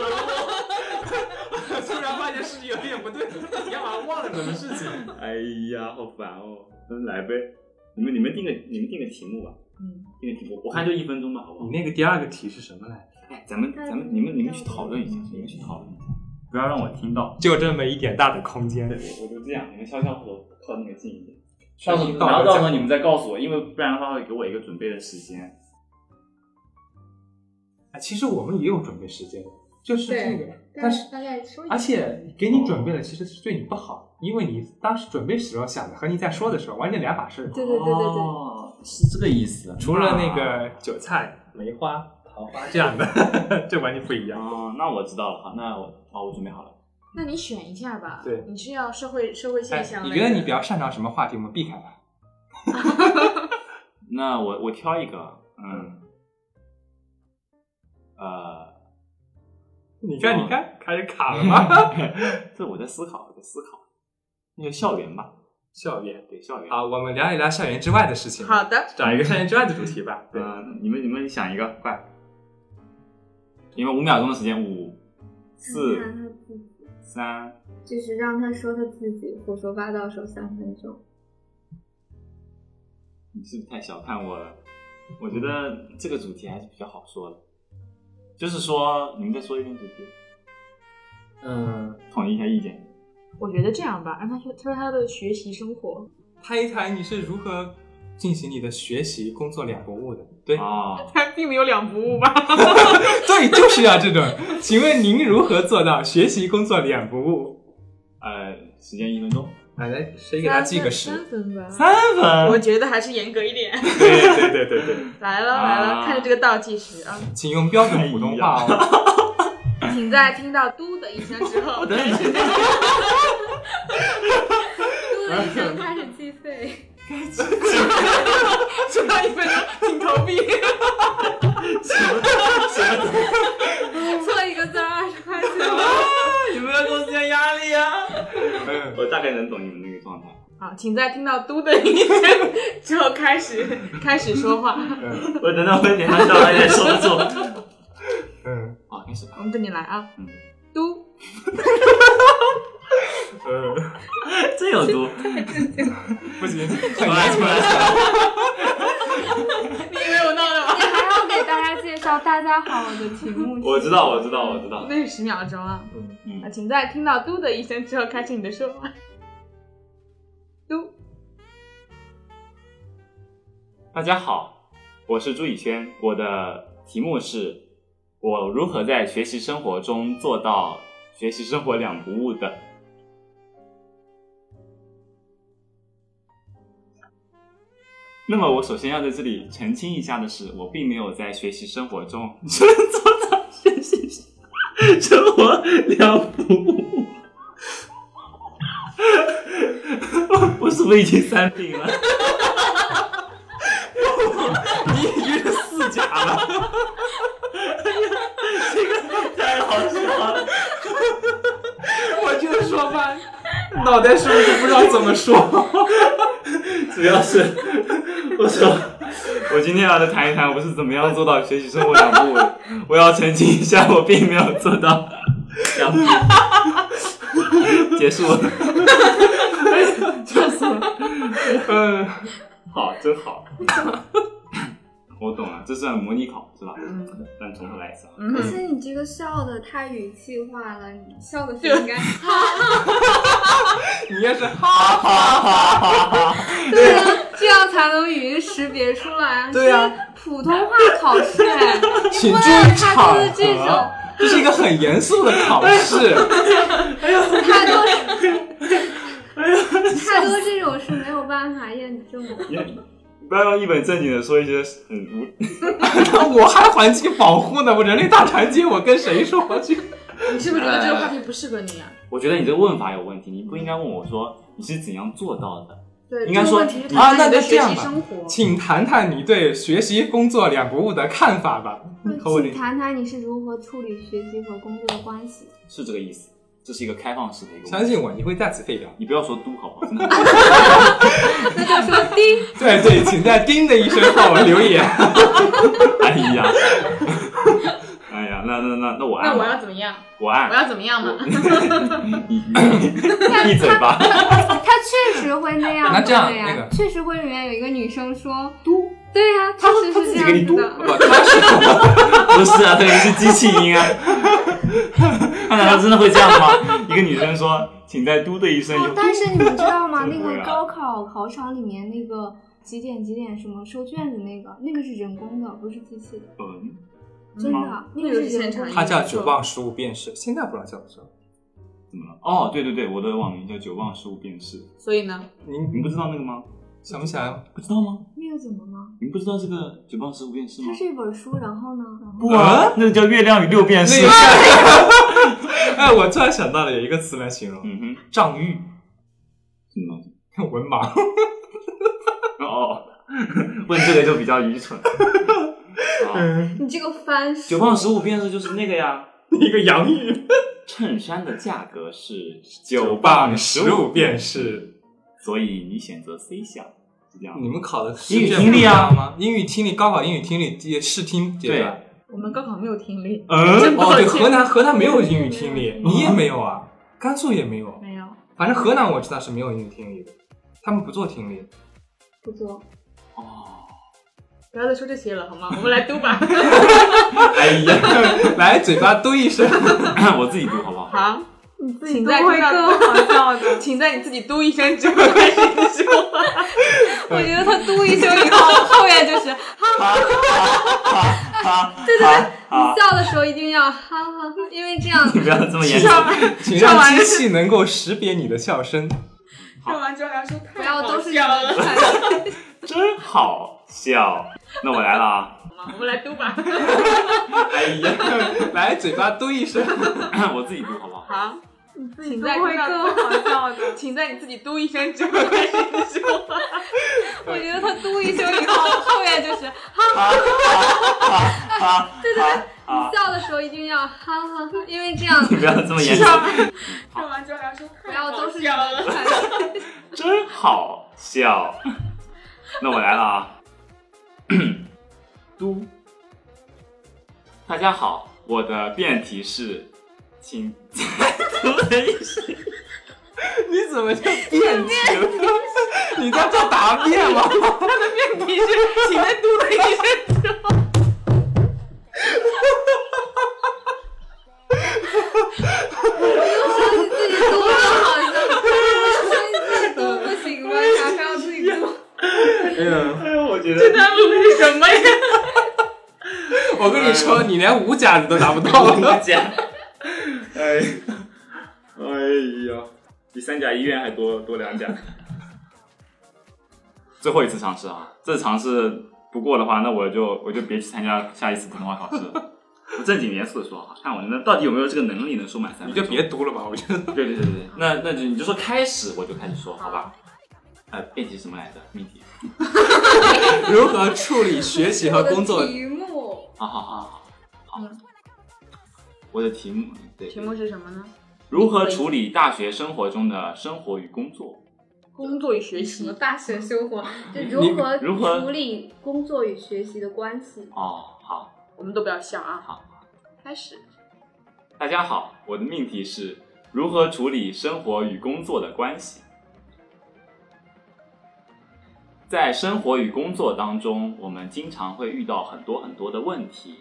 [SPEAKER 1] 恶？
[SPEAKER 2] 突然发现事情有点不对，你好像忘了什么事情。
[SPEAKER 1] 哎呀，好烦哦！那来呗，你们你们定个你们定个题目吧，
[SPEAKER 3] 嗯，
[SPEAKER 1] 定个题目，我看就一分钟吧，好不好
[SPEAKER 2] 你？那个第二个题是什么来？
[SPEAKER 1] 哎，咱们咱们你们你们去讨论一下，你们去讨论一下，不要让我听到。
[SPEAKER 2] 就这么一点大的空间
[SPEAKER 1] 对，我就这样，你们悄悄走靠那个近一点。
[SPEAKER 2] 到
[SPEAKER 1] 到
[SPEAKER 2] 时
[SPEAKER 1] 时
[SPEAKER 2] 候
[SPEAKER 1] 候，然后到时候你们再告诉我，因为不然的话会给我一个准备的时间。
[SPEAKER 2] 啊，其实我们也有准备时间，就是这个，但是
[SPEAKER 3] 大概说一下
[SPEAKER 2] 而且给你准备了，其实是对你不好，因为你当时准备时候想的和你在说的时候完全两码事。
[SPEAKER 4] 对对对对对
[SPEAKER 1] 哦，是这个意思。
[SPEAKER 2] 除了那个韭菜、梅花、桃花这样的， 这完全不一
[SPEAKER 1] 那，
[SPEAKER 2] 样。
[SPEAKER 1] 哦，那我知道了。好，那我哦，我准备好了。
[SPEAKER 3] 那你选一下吧。
[SPEAKER 2] 对
[SPEAKER 3] 你是要社会社会现
[SPEAKER 2] 哎
[SPEAKER 3] 象，
[SPEAKER 2] 你
[SPEAKER 3] 类的？
[SPEAKER 2] 觉得你比较擅长什么话题？我们避开它。
[SPEAKER 1] 那我我挑一个，嗯，呃，
[SPEAKER 2] 你看，你看，开始卡了吗？
[SPEAKER 1] 这我在思考，我在思考。那就校园吧，
[SPEAKER 2] 校园
[SPEAKER 1] 对校园。
[SPEAKER 2] 好，我们聊一聊校园之外的事情。
[SPEAKER 3] 好，的，
[SPEAKER 2] 找一个校园之外的主题吧。对，
[SPEAKER 1] 嗯，你们你们想一个，快！你们五秒钟的时间，五、
[SPEAKER 4] 看
[SPEAKER 1] 四、
[SPEAKER 4] 他自己，
[SPEAKER 1] 三，
[SPEAKER 4] 就是让他说他自己胡说八道说三分钟。
[SPEAKER 1] 你是不是太小看我了？我觉得这个主题还是比较好说的，就是说，你们再说一遍主题，
[SPEAKER 2] 嗯，
[SPEAKER 1] 统一一下意见。
[SPEAKER 3] 我觉得这样吧，让他说他说他的学习生活，
[SPEAKER 2] 谈一谈你是如何进行你的学习、工作两不误的。对，
[SPEAKER 1] 哦，
[SPEAKER 3] 他并没有两不误吧？
[SPEAKER 2] 对，就是要这种。请问您如何做到学习工作两不误？
[SPEAKER 1] 呃，时间一分钟，
[SPEAKER 2] 来来，谁 给他记个
[SPEAKER 3] 三
[SPEAKER 2] 十？
[SPEAKER 3] 分吧。
[SPEAKER 2] 三
[SPEAKER 3] 我
[SPEAKER 2] 分。
[SPEAKER 3] 觉得还是严格一点。
[SPEAKER 2] 对对对对对，
[SPEAKER 3] 来了来了，
[SPEAKER 1] 啊
[SPEAKER 3] 看着这个倒计时啊，
[SPEAKER 2] 请用标
[SPEAKER 1] 哎
[SPEAKER 2] 准普通话哦。
[SPEAKER 3] 请在听到“嘟”的一声之 后开始。
[SPEAKER 4] 嘟的一声开始计费，
[SPEAKER 3] 剩到一分钟，请投币。
[SPEAKER 4] 错一个字二十块钱。
[SPEAKER 1] 你们要给我时间压力啊！
[SPEAKER 2] 哎嗯，
[SPEAKER 1] 我大概能懂你们那个状态。
[SPEAKER 3] 好，请在听到“嘟”的一声之后开始开始说话。
[SPEAKER 2] 嗯
[SPEAKER 1] 我等到我脸上笑有点收 住。
[SPEAKER 2] 嗯
[SPEAKER 1] 好，开始吧。
[SPEAKER 3] 我们等你来啊
[SPEAKER 1] 嗯，
[SPEAKER 3] 嘟。
[SPEAKER 2] 嗯，
[SPEAKER 1] 这哎有 毒，
[SPEAKER 2] 不行，
[SPEAKER 1] 出来出来。。
[SPEAKER 3] 你以为我闹的吗？
[SPEAKER 4] 还要给大家介
[SPEAKER 6] 叫大家好我的题目
[SPEAKER 1] 我知道，我知道，我知道。
[SPEAKER 3] 那是十秒钟啊！
[SPEAKER 2] 嗯，
[SPEAKER 3] 啊请在听到“嘟”的一声之后开始你的说话。嘟，
[SPEAKER 1] 大家好，我是朱以轩，我的题目是：我如何在学习生活中做到学习生活两不误的？那么，我首先要在这里澄清一下的是，我并没有在学习生活中做到学习生活两不误。 我是不是已经三病了？你已经是四甲了。这个太好笑了，
[SPEAKER 2] 我就说吧，脑袋是不是不知道怎么说？
[SPEAKER 1] 主要是 我说，我今天要来谈一谈我是怎么样做到学习生活两不误的。我要澄清一下，我并没有做到两不误。结束了，哎
[SPEAKER 3] 笑死了！
[SPEAKER 2] 嗯，
[SPEAKER 1] 好，真好。我懂了，这算模拟考是吧？嗯，但从头来 一次啊。
[SPEAKER 4] 可
[SPEAKER 3] 嗯，
[SPEAKER 4] 是你这个笑的太语气化了，你笑的是应 该哈，
[SPEAKER 2] 你也是哈哈。
[SPEAKER 6] 对啊，这样才能语音识别出来啊。
[SPEAKER 2] 对啊，
[SPEAKER 6] 普通话考试哎，
[SPEAKER 2] 请注
[SPEAKER 6] 对
[SPEAKER 2] 意场
[SPEAKER 6] 他就是这
[SPEAKER 2] 合
[SPEAKER 6] 种，
[SPEAKER 2] 这是一个很严肃的考试。
[SPEAKER 6] 他就
[SPEAKER 4] 太多这种是没有办法验证的。
[SPEAKER 1] 你不要用一本正经的说一些很无
[SPEAKER 2] 我还环境保护呢，我人类大团结，我跟谁说去？
[SPEAKER 3] 你是不是觉得这个话题不适合你啊？
[SPEAKER 1] 我觉得你这个问法有问题，你不应该问我说你是怎样做到的。
[SPEAKER 3] 对
[SPEAKER 1] 应该
[SPEAKER 3] 这
[SPEAKER 1] 说
[SPEAKER 3] 个问题是
[SPEAKER 2] 啊
[SPEAKER 3] 谈
[SPEAKER 2] 那
[SPEAKER 3] 谈你的
[SPEAKER 2] 那这
[SPEAKER 3] 学
[SPEAKER 2] 样
[SPEAKER 3] 习
[SPEAKER 2] 吧
[SPEAKER 3] 生活。
[SPEAKER 2] 请谈谈你对学习工作两不误的看法吧。
[SPEAKER 1] 嗯
[SPEAKER 2] 和我
[SPEAKER 4] 请谈谈你是如何处理学习和工作的关系？
[SPEAKER 1] 是这个意思。这是一个开放式的一个问题。
[SPEAKER 2] 相信我，你会再次废掉。
[SPEAKER 1] 你不要说都好不好？真的，
[SPEAKER 6] 那就说滴，
[SPEAKER 2] 对对，请在“叮”的一声后留言。
[SPEAKER 1] 哎呀， 哎呀，那那那那我
[SPEAKER 3] 那
[SPEAKER 1] 按
[SPEAKER 3] 我
[SPEAKER 1] 吧，
[SPEAKER 3] 要怎么 样？
[SPEAKER 1] 我
[SPEAKER 3] 我
[SPEAKER 1] 按，
[SPEAKER 3] 要怎么样嘛？
[SPEAKER 1] 你你闭嘴吧。
[SPEAKER 4] 他确实会那样
[SPEAKER 2] 那
[SPEAKER 4] 子
[SPEAKER 2] 这样
[SPEAKER 4] 的呀，
[SPEAKER 2] 那个
[SPEAKER 4] 确实会里面有一个女生说，
[SPEAKER 1] 嘟，
[SPEAKER 4] 对呀、
[SPEAKER 1] 他
[SPEAKER 4] 确实
[SPEAKER 1] 他
[SPEAKER 4] 是
[SPEAKER 1] 自
[SPEAKER 4] 这
[SPEAKER 1] 己给你
[SPEAKER 4] 样
[SPEAKER 1] 嘟
[SPEAKER 4] 子的。
[SPEAKER 2] 我他是
[SPEAKER 1] 不是啊，对，是机器音啊。他难道真的会这样吗？一个女生说：“请在嘟的一声
[SPEAKER 4] 哦
[SPEAKER 1] 有。”
[SPEAKER 4] 但是你们知道吗？
[SPEAKER 1] 真的
[SPEAKER 4] 那
[SPEAKER 1] 不会
[SPEAKER 4] 个
[SPEAKER 1] 啊
[SPEAKER 4] 高考考场里面那个几点几点什么收卷子那个，那个是人工的，不是机器的，
[SPEAKER 1] 嗯，
[SPEAKER 4] 真
[SPEAKER 1] 是
[SPEAKER 4] 的，那
[SPEAKER 3] 那
[SPEAKER 4] 个
[SPEAKER 3] 个是
[SPEAKER 4] 人
[SPEAKER 3] 现
[SPEAKER 4] 工
[SPEAKER 3] 场
[SPEAKER 4] 的
[SPEAKER 2] 他叫九磅十五便士，现在不知道叫不叫。
[SPEAKER 1] 怎么了？哦，对对对，我的网名叫九忘十五便是。
[SPEAKER 3] 所以呢？
[SPEAKER 2] 你
[SPEAKER 1] 你
[SPEAKER 2] 你
[SPEAKER 1] 们不知道那个吗？
[SPEAKER 2] 想不起来吗？
[SPEAKER 1] 不知道吗？
[SPEAKER 4] 那个怎么了？
[SPEAKER 1] 你们不知道这个九忘十五便是吗
[SPEAKER 4] 它？是一本书，然后呢？
[SPEAKER 1] 不啊，那个叫月亮与六便
[SPEAKER 2] 那
[SPEAKER 1] 士
[SPEAKER 2] 个。叫哎，我突然想到了有一个词来形容，
[SPEAKER 1] 嗯哼，
[SPEAKER 2] 仗欲、
[SPEAKER 1] 什么东西？
[SPEAKER 2] 文盲。
[SPEAKER 1] 哦， 问这个就比较愚蠢。啊，
[SPEAKER 4] 你这个翻
[SPEAKER 1] 九磅十五便士就是那个呀。
[SPEAKER 2] 一个洋芋，
[SPEAKER 1] 衬衫的价格是
[SPEAKER 2] 九
[SPEAKER 1] 九
[SPEAKER 2] 磅
[SPEAKER 1] 磅
[SPEAKER 2] 十五便士。
[SPEAKER 1] 所以你选择 C 项，是这样
[SPEAKER 2] 你
[SPEAKER 1] 吗？
[SPEAKER 2] 们考的
[SPEAKER 1] 英语
[SPEAKER 2] 试卷
[SPEAKER 1] 听
[SPEAKER 2] 不一
[SPEAKER 1] 力啊
[SPEAKER 2] 样吗？英语听力，高考英语听力也试听阶段。
[SPEAKER 3] 我们高考没有听力，
[SPEAKER 1] 嗯，
[SPEAKER 2] 哦，对，
[SPEAKER 3] 抱歉
[SPEAKER 2] 河南河南没有英语听力，
[SPEAKER 1] 没有
[SPEAKER 2] 你也没有啊，甘肃也没有，
[SPEAKER 3] 没有。
[SPEAKER 2] 反正河南我知道是没有英语听力的，他们不做听力。
[SPEAKER 4] 不做，
[SPEAKER 1] 哦，
[SPEAKER 3] 不要再说这些了，好吗？我们来读吧。
[SPEAKER 2] 哎呀， 来嘴巴嘟一声，
[SPEAKER 1] 我自己读好不好？
[SPEAKER 3] 好，
[SPEAKER 6] 你自
[SPEAKER 3] 己
[SPEAKER 6] 己
[SPEAKER 3] 都
[SPEAKER 6] 都
[SPEAKER 3] 会
[SPEAKER 6] 会
[SPEAKER 3] 更
[SPEAKER 6] 更好笑的。
[SPEAKER 3] 请在你自己嘟一声之后开始你的说话。
[SPEAKER 6] 我觉得他嘟一声以后，后面就是
[SPEAKER 1] 对对啊，
[SPEAKER 4] 笑的时候一定要哈哈哈，因为这样
[SPEAKER 1] 你不要这么严
[SPEAKER 3] 笑
[SPEAKER 1] 重。
[SPEAKER 3] 完
[SPEAKER 2] 请让机器能够识别你的笑声。
[SPEAKER 3] 笑完之后还 要说太
[SPEAKER 4] 不要都 是
[SPEAKER 3] 好笑了。
[SPEAKER 1] 真好笑。那我来了啊！
[SPEAKER 3] 好吗我们来读吧。
[SPEAKER 2] 哎呀，来嘴巴嘟一声，
[SPEAKER 1] 我自己读好不好？
[SPEAKER 3] 好，
[SPEAKER 6] 你自
[SPEAKER 3] 己
[SPEAKER 6] 己
[SPEAKER 3] 都
[SPEAKER 6] 都
[SPEAKER 3] 会
[SPEAKER 6] 会
[SPEAKER 3] 更
[SPEAKER 6] 更好笑的。
[SPEAKER 3] 请在你自己嘟一声之后开始你的说 话。
[SPEAKER 6] 我觉得他嘟一声以后，后面 就是
[SPEAKER 1] 啊，
[SPEAKER 4] 笑的时候一定要哈哈哈，因为这 样
[SPEAKER 1] 你不要这么严重。
[SPEAKER 3] 笑完之后还要说
[SPEAKER 4] 不
[SPEAKER 3] 太
[SPEAKER 4] 要都是
[SPEAKER 3] 好笑了。
[SPEAKER 1] 真好笑。那我来了啊，嘟，大家好，我的辩题是，请 读的一声，
[SPEAKER 2] 你怎么叫辩题？ 你在这答辩吗？
[SPEAKER 3] 你是请在嘟的一声之后。
[SPEAKER 1] 哎
[SPEAKER 2] 哎 我跟你说，你连五甲你都达不到
[SPEAKER 1] 我
[SPEAKER 2] 了。
[SPEAKER 1] 的家， 哎，哎呀，比三甲医院还多多两甲。最后一次尝试啊，这次尝试不过的话，那我就我就别去参加下一次普通话考试 了。我正经严肃的说啊，看我能到底有没有这个能力能说满三
[SPEAKER 2] 你
[SPEAKER 1] 分
[SPEAKER 2] 就
[SPEAKER 1] 钟。
[SPEAKER 2] 别读了吧，我觉得。
[SPEAKER 1] 对对对对，那那就你就说开始，我就开始说，好吧？呃，辩题是什么来着？命题。
[SPEAKER 2] 如何处理学习和工
[SPEAKER 6] 我
[SPEAKER 2] 作
[SPEAKER 6] 的？题目
[SPEAKER 1] 好好好好好。嗯我的题目对，
[SPEAKER 3] 题目是什么呢？
[SPEAKER 1] 如何处理大学生活中的生活与工作？
[SPEAKER 3] 工作与学
[SPEAKER 4] 什
[SPEAKER 3] 习
[SPEAKER 4] 么。大学生活， 就
[SPEAKER 1] 你
[SPEAKER 4] 如何
[SPEAKER 1] 如何
[SPEAKER 4] 处理工作与学习的关系？
[SPEAKER 1] 哦，好。
[SPEAKER 3] 我们都不要笑啊！
[SPEAKER 1] 好，
[SPEAKER 3] 开始。
[SPEAKER 1] 大家好，我的命题是如何处理生活与工作的关系。在生活与工作当中，我们经常会遇到很多很多的问题，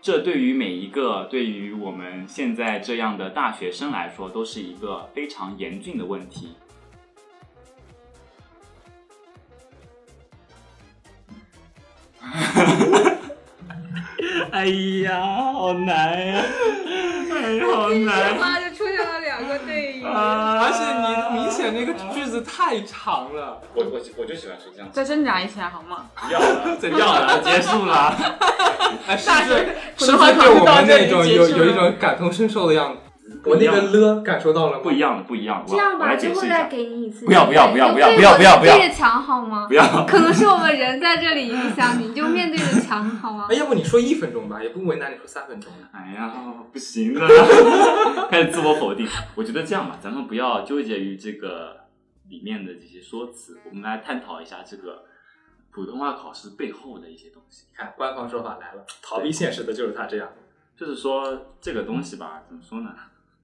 [SPEAKER 1] 这对于每一个对于我们现在这样的大学生来说，都是一个非常严峻的问题。哎呀，好难呀、哎呀，好啊
[SPEAKER 6] 一妈就出现了两个对应。
[SPEAKER 2] 而且你明显那个句子太长了，
[SPEAKER 1] 我我我就喜欢说这样子，
[SPEAKER 3] 再挣扎一下好吗？
[SPEAKER 1] 要了，
[SPEAKER 2] 怎
[SPEAKER 1] 要
[SPEAKER 2] 样？
[SPEAKER 1] 了，结束了。
[SPEAKER 2] 哎，是不是
[SPEAKER 3] 普
[SPEAKER 2] 是
[SPEAKER 3] 通
[SPEAKER 2] 不
[SPEAKER 3] 话
[SPEAKER 2] 是
[SPEAKER 3] 考
[SPEAKER 2] 对
[SPEAKER 3] 试
[SPEAKER 2] 我
[SPEAKER 3] 到
[SPEAKER 2] 们
[SPEAKER 3] 这
[SPEAKER 2] 那
[SPEAKER 3] 里
[SPEAKER 2] 种
[SPEAKER 3] 结
[SPEAKER 2] 有
[SPEAKER 3] 束
[SPEAKER 2] 有一
[SPEAKER 3] 了
[SPEAKER 2] 种感同身受的样子？
[SPEAKER 1] 不
[SPEAKER 2] 我
[SPEAKER 1] 一
[SPEAKER 2] 那
[SPEAKER 1] 样
[SPEAKER 2] 个了感受到了吗？
[SPEAKER 1] 不一样的，不一样的。
[SPEAKER 4] 这样
[SPEAKER 1] 我
[SPEAKER 4] 吧，
[SPEAKER 1] 来解
[SPEAKER 4] 最后
[SPEAKER 1] 释一
[SPEAKER 4] 再
[SPEAKER 1] 下。
[SPEAKER 4] 给你一次。
[SPEAKER 1] 不要不要不要不要
[SPEAKER 6] 对
[SPEAKER 1] 不要不要不要
[SPEAKER 6] 对着墙好吗
[SPEAKER 1] 不？要！
[SPEAKER 6] 可能是我们人在这里影响你，你就面对着墙好吗
[SPEAKER 2] 哎，？要不你说一分钟吧，也不为难你说三分钟了。
[SPEAKER 1] 哎呀，不行了， 开始自我否定。我觉得这样吧，咱们不要纠结于这个里面的这些说辞，我们来探讨一下这个普通话考试背后的一些东西。
[SPEAKER 2] 看官方说法来了，逃避现实的就是他这样。
[SPEAKER 1] 就是说这个东西吧，怎么说呢？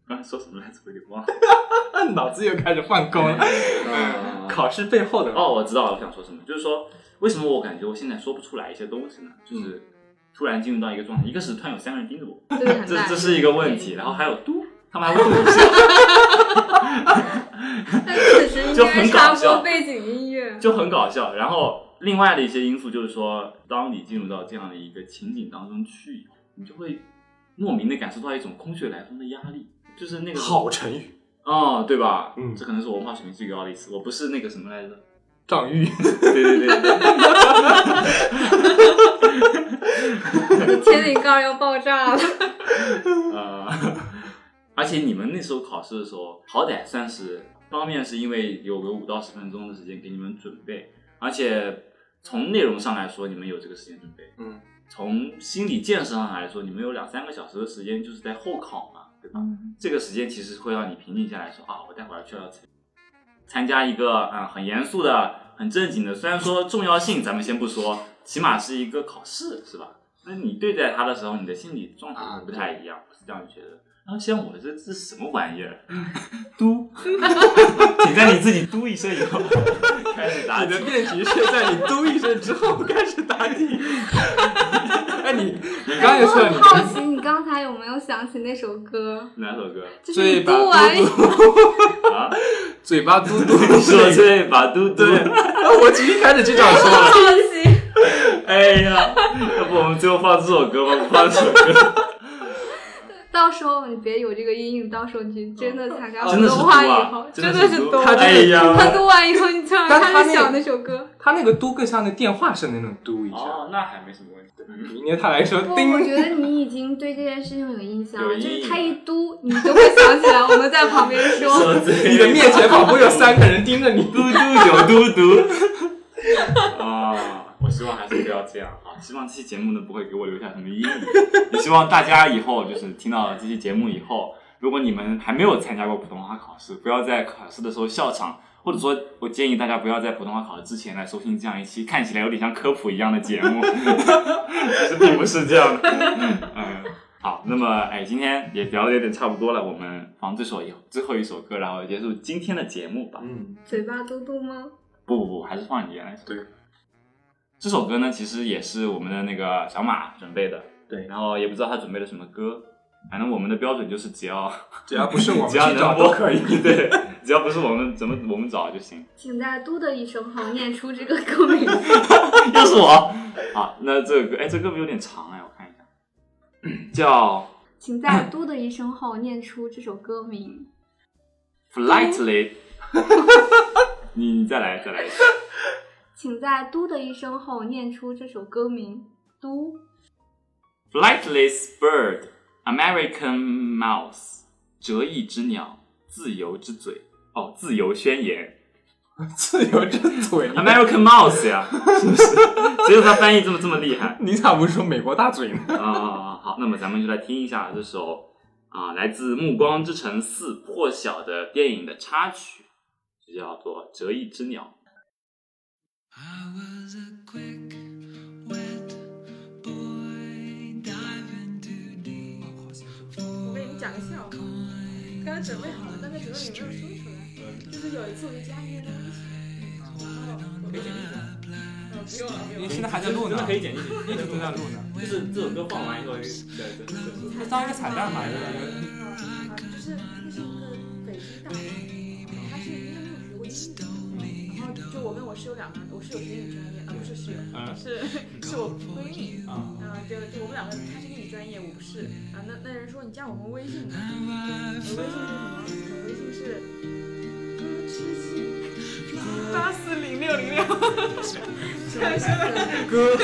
[SPEAKER 1] 刚才说什么来着？我有点忘了。
[SPEAKER 2] 脑子又开始放空 了。 考试背后的
[SPEAKER 1] 哦，我知道了，我想说什么，就是说为什么我感觉我现在说不出来一些东西呢？就是突然进入到一个状态，一个是突然有三个人盯着我，
[SPEAKER 3] 对，很嗯
[SPEAKER 1] 这
[SPEAKER 3] 大。
[SPEAKER 1] 这是一个问题，然后还有嘟，他们还会嘟一下。
[SPEAKER 6] 但此时应
[SPEAKER 1] 哎就
[SPEAKER 6] 该
[SPEAKER 1] 很
[SPEAKER 6] 插
[SPEAKER 1] 搞
[SPEAKER 6] 播
[SPEAKER 1] 笑
[SPEAKER 6] 背景音乐。
[SPEAKER 1] 就很搞笑。然后另外的一些因素就是说，当你进入到这样的一个情景当中去以后，你就会莫名的感受到一种空穴来风的压力，就是那个
[SPEAKER 2] 好成语，
[SPEAKER 1] 哦，对吧？
[SPEAKER 2] 嗯
[SPEAKER 1] 这可能是我文化水平最高的一次。我不是那个什么来着？
[SPEAKER 2] 仗 玉。
[SPEAKER 1] 对对对对对，
[SPEAKER 6] 天井盖要爆 炸了，
[SPEAKER 1] 呃， 而且你们那时候考试的时候，好歹算是方面是因为有个五到十分钟的时间给你们准备，而且从内容上来说，你们有这个时间准备。
[SPEAKER 2] 嗯，
[SPEAKER 1] 从心理建设上来说，你们有两三个小时的时间就是在候考嘛，对吧？这个时间其实会让你平静下来说，啊，我待会儿就要参参加一个啊、很严肃的、很正经的，虽然说重要性咱们先不说，起码是一个考试，是吧？那你对待它的时候，你的心理状态不太一样，我是这样觉得。然后像我这这是什么玩意儿？嘟， 请在你自己嘟一声以后开始答
[SPEAKER 2] 你
[SPEAKER 1] 题
[SPEAKER 2] 的。辩题是在你嘟一声之 后开始答题。哎， 你你刚才
[SPEAKER 6] 我
[SPEAKER 2] 说
[SPEAKER 1] 啊
[SPEAKER 6] 很
[SPEAKER 2] 你
[SPEAKER 6] 好奇你刚才有没有想起那首歌？
[SPEAKER 1] 哪首歌
[SPEAKER 6] 就是
[SPEAKER 2] 嘴
[SPEAKER 6] 你
[SPEAKER 2] 巴
[SPEAKER 6] 读完以
[SPEAKER 2] 嘟
[SPEAKER 6] 后，
[SPEAKER 2] 嘟，
[SPEAKER 1] 啊？
[SPEAKER 2] 嘴巴嘟 嘟，
[SPEAKER 1] 说对把嘟嘟。
[SPEAKER 2] 对。我其实一开始就这样说了。
[SPEAKER 6] 好奇，
[SPEAKER 1] 哎呀，要不我们最后放这首歌吧？不放这首歌，
[SPEAKER 6] 到时候你别有这个阴影，到时候你真的参加普
[SPEAKER 1] 哦 真的是
[SPEAKER 6] 通话
[SPEAKER 1] 读啊
[SPEAKER 6] 以后，
[SPEAKER 1] 真的
[SPEAKER 6] 的
[SPEAKER 1] 是
[SPEAKER 6] 是
[SPEAKER 1] 读
[SPEAKER 6] 读。
[SPEAKER 2] 他
[SPEAKER 1] 哎呀
[SPEAKER 6] 他读完以后，你突然
[SPEAKER 2] 但他
[SPEAKER 6] 开始
[SPEAKER 2] 那
[SPEAKER 6] 想那首歌。
[SPEAKER 2] 他那个嘟更像那电话声那种嘟一下，，
[SPEAKER 1] 哦那还没什么问题。嗯
[SPEAKER 2] 明天他来说
[SPEAKER 6] 不，
[SPEAKER 2] 叮
[SPEAKER 6] 我。觉得你已经对这件事情有印象了，
[SPEAKER 1] 有
[SPEAKER 6] 就
[SPEAKER 1] 阴影
[SPEAKER 6] 是他一嘟，你就会想起来我们在旁边说。
[SPEAKER 1] 你
[SPEAKER 2] 你的面前仿佛有三个人盯着你。
[SPEAKER 1] 嘟嘟有嘟嘟。 啊，我希望还是不要这样啊！希望这期节目呢不会给我留下什么阴影。也希望大家以后就是听到这期节目以后，如果你们还没有参加过普通话考试，不要在考试的时候笑场，或者说我建议大家不要在普通话考试之前来收听这样一期看起来有点像科普一样的节目，其实并不 是这样的。 嗯，好，那么哎，今天也聊的有点差不多了，我们放这首以后最后一首歌，然后结束今天的节目吧。
[SPEAKER 2] 嗯，
[SPEAKER 6] 嘴巴嘟嘟吗？
[SPEAKER 1] 不不不，还是放你原来首歌
[SPEAKER 2] 对。
[SPEAKER 1] 这首歌呢，其实也是我们的那个小马准备的，
[SPEAKER 2] 对
[SPEAKER 1] 然后也不知道他准备了什么歌，反正我们的标准就是只要
[SPEAKER 2] 只要不是我们
[SPEAKER 1] 只要
[SPEAKER 2] 去找
[SPEAKER 1] 能
[SPEAKER 2] 都
[SPEAKER 1] 播
[SPEAKER 2] 可以。
[SPEAKER 1] 对，只要不是我们怎么我们找就行。
[SPEAKER 4] 请在“嘟”的一声后念出这个歌名。
[SPEAKER 1] 又是我，好，那这个歌哎，这歌名有点长哎，我看一下，叫
[SPEAKER 6] 请在“嘟”的一声后念出这首歌名。
[SPEAKER 1] Flightly，你你再来再来一次，
[SPEAKER 6] 请在“嘟”的一声后念出这首歌名。嘟
[SPEAKER 1] Flightless bird, American mouse，折翼之鸟，自由之嘴。哦，自由宣言
[SPEAKER 2] 自由之嘴你
[SPEAKER 1] ，American mouse 呀， 是不是？只有他翻译这么这么厉害
[SPEAKER 2] 你咋不说美国大嘴呢？
[SPEAKER 1] 啊、好，那么咱们就来听一下这首啊、来自《暮光之城四》破晓的电影的插曲，就叫做《折翼之鸟》。
[SPEAKER 7] I was a quick, wet boy diving too deep
[SPEAKER 3] 我给你们讲个笑话，刚刚准备好了，但是准备有没有说出来？就是有一次我跟佳音在一起，然后嗯我被剪辑了，呃，不用了，不用
[SPEAKER 2] 你
[SPEAKER 3] 了。
[SPEAKER 2] 现在还在录呢，
[SPEAKER 8] 真的可以剪辑，
[SPEAKER 2] 一直都在录呢。
[SPEAKER 8] 就是这首歌放完以后，对对对，
[SPEAKER 2] 那当一个彩蛋吧，就是
[SPEAKER 3] 啊，就是那是一个北京大学，他是因为没有学过英语，然后就我跟我室友两个人，我室友是英语专业，啊不是室友，
[SPEAKER 8] 嗯
[SPEAKER 3] 是是我闺蜜，
[SPEAKER 8] 啊
[SPEAKER 3] 啊就就我们两个，她是英语专业，我不是，啊那那人说你加我们微信吧，我微信是什么？我微信是。八四零六零六，然说
[SPEAKER 2] 歌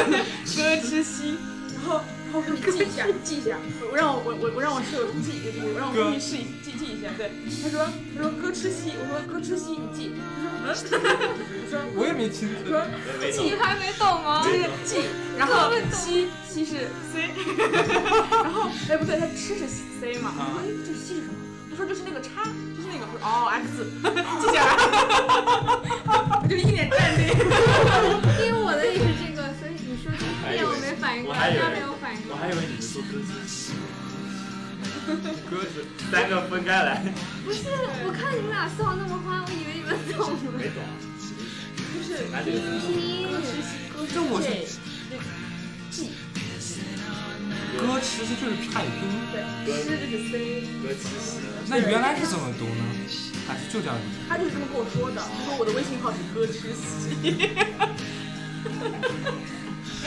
[SPEAKER 3] 歌之息，然后然后我说记一下，记一下，我让我我我我让我室友记，我让我闺蜜试一记记一下，对，他说他说歌之息，我说歌之息你记，他说嗯，我说
[SPEAKER 2] 我也没听
[SPEAKER 3] 我说
[SPEAKER 8] 没错
[SPEAKER 6] 你。还没懂吗？
[SPEAKER 3] 这个记，然后西西是 C，然后哎不对，他吃是 C 嘛，我说哎这西是什么？他说就是那个叉，就是那个，我说哦 X，记下来，我 就一脸淡定。
[SPEAKER 6] 因为我的也是这个，所以你说这一点我没反应过来，
[SPEAKER 8] 我还以为
[SPEAKER 6] 他没有反应过
[SPEAKER 8] 我
[SPEAKER 6] 来。
[SPEAKER 8] 还以为你是说歌词，歌词三个分开 来，
[SPEAKER 6] 不是，我看你们俩笑那么欢，我以为你们懂了。
[SPEAKER 8] 没懂，
[SPEAKER 3] 就是
[SPEAKER 8] 拿这个词
[SPEAKER 6] 拼音
[SPEAKER 2] 这我是歌其实就是汉语拼音，
[SPEAKER 3] 对，诗就是 C，
[SPEAKER 8] 歌词
[SPEAKER 2] 那原来是怎么读呢？还是就这样读？
[SPEAKER 3] 他就是这么跟我说的，他说我的微信号是歌之西，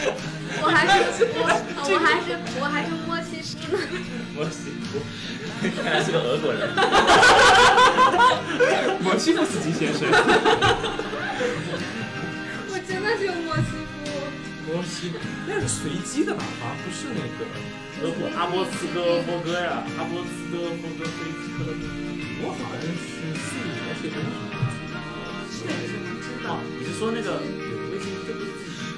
[SPEAKER 6] 我还是我我还是我还是摸西夫呢。
[SPEAKER 8] 我写过，看来是个俄国人。
[SPEAKER 2] 我西夫斯基先 生，
[SPEAKER 6] 我真的是有莫西夫，
[SPEAKER 8] 摩西，
[SPEAKER 2] 那是随机的吧？好像不是那个，
[SPEAKER 8] 俄国阿波斯哥波哥呀，阿波斯哥波哥飞车。
[SPEAKER 2] 我好像是四五年写的。
[SPEAKER 8] 哦，你是说那个有微信这不是自己？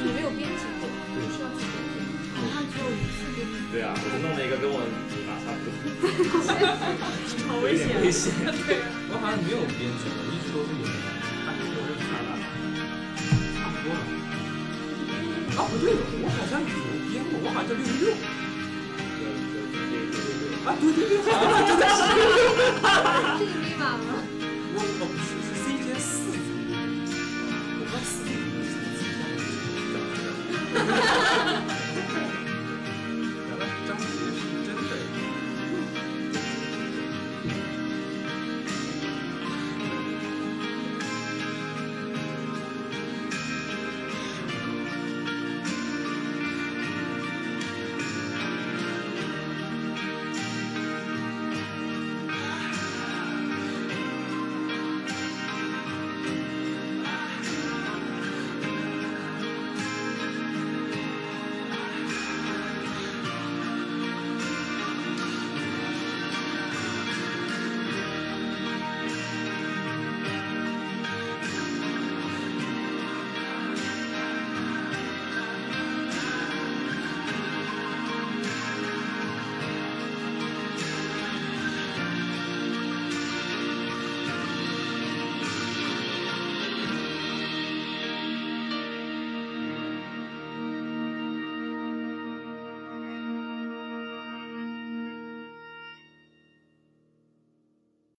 [SPEAKER 3] 你没有编辑过，你需要自己编辑。
[SPEAKER 6] 好像只有一次给你。
[SPEAKER 8] 对啊，我就弄了一个跟我马差不多，
[SPEAKER 3] 好危险！
[SPEAKER 8] 危险。
[SPEAKER 2] 我好像没有编辑过，一直都是有的。但是我认识他了，差不多了。啊，不对，我好像有编过，我好像叫六六六。啊，对对对，好像就在十六六。
[SPEAKER 6] 是你密码吗？
[SPEAKER 2] 我哦不是，是 C 加四。我刚四。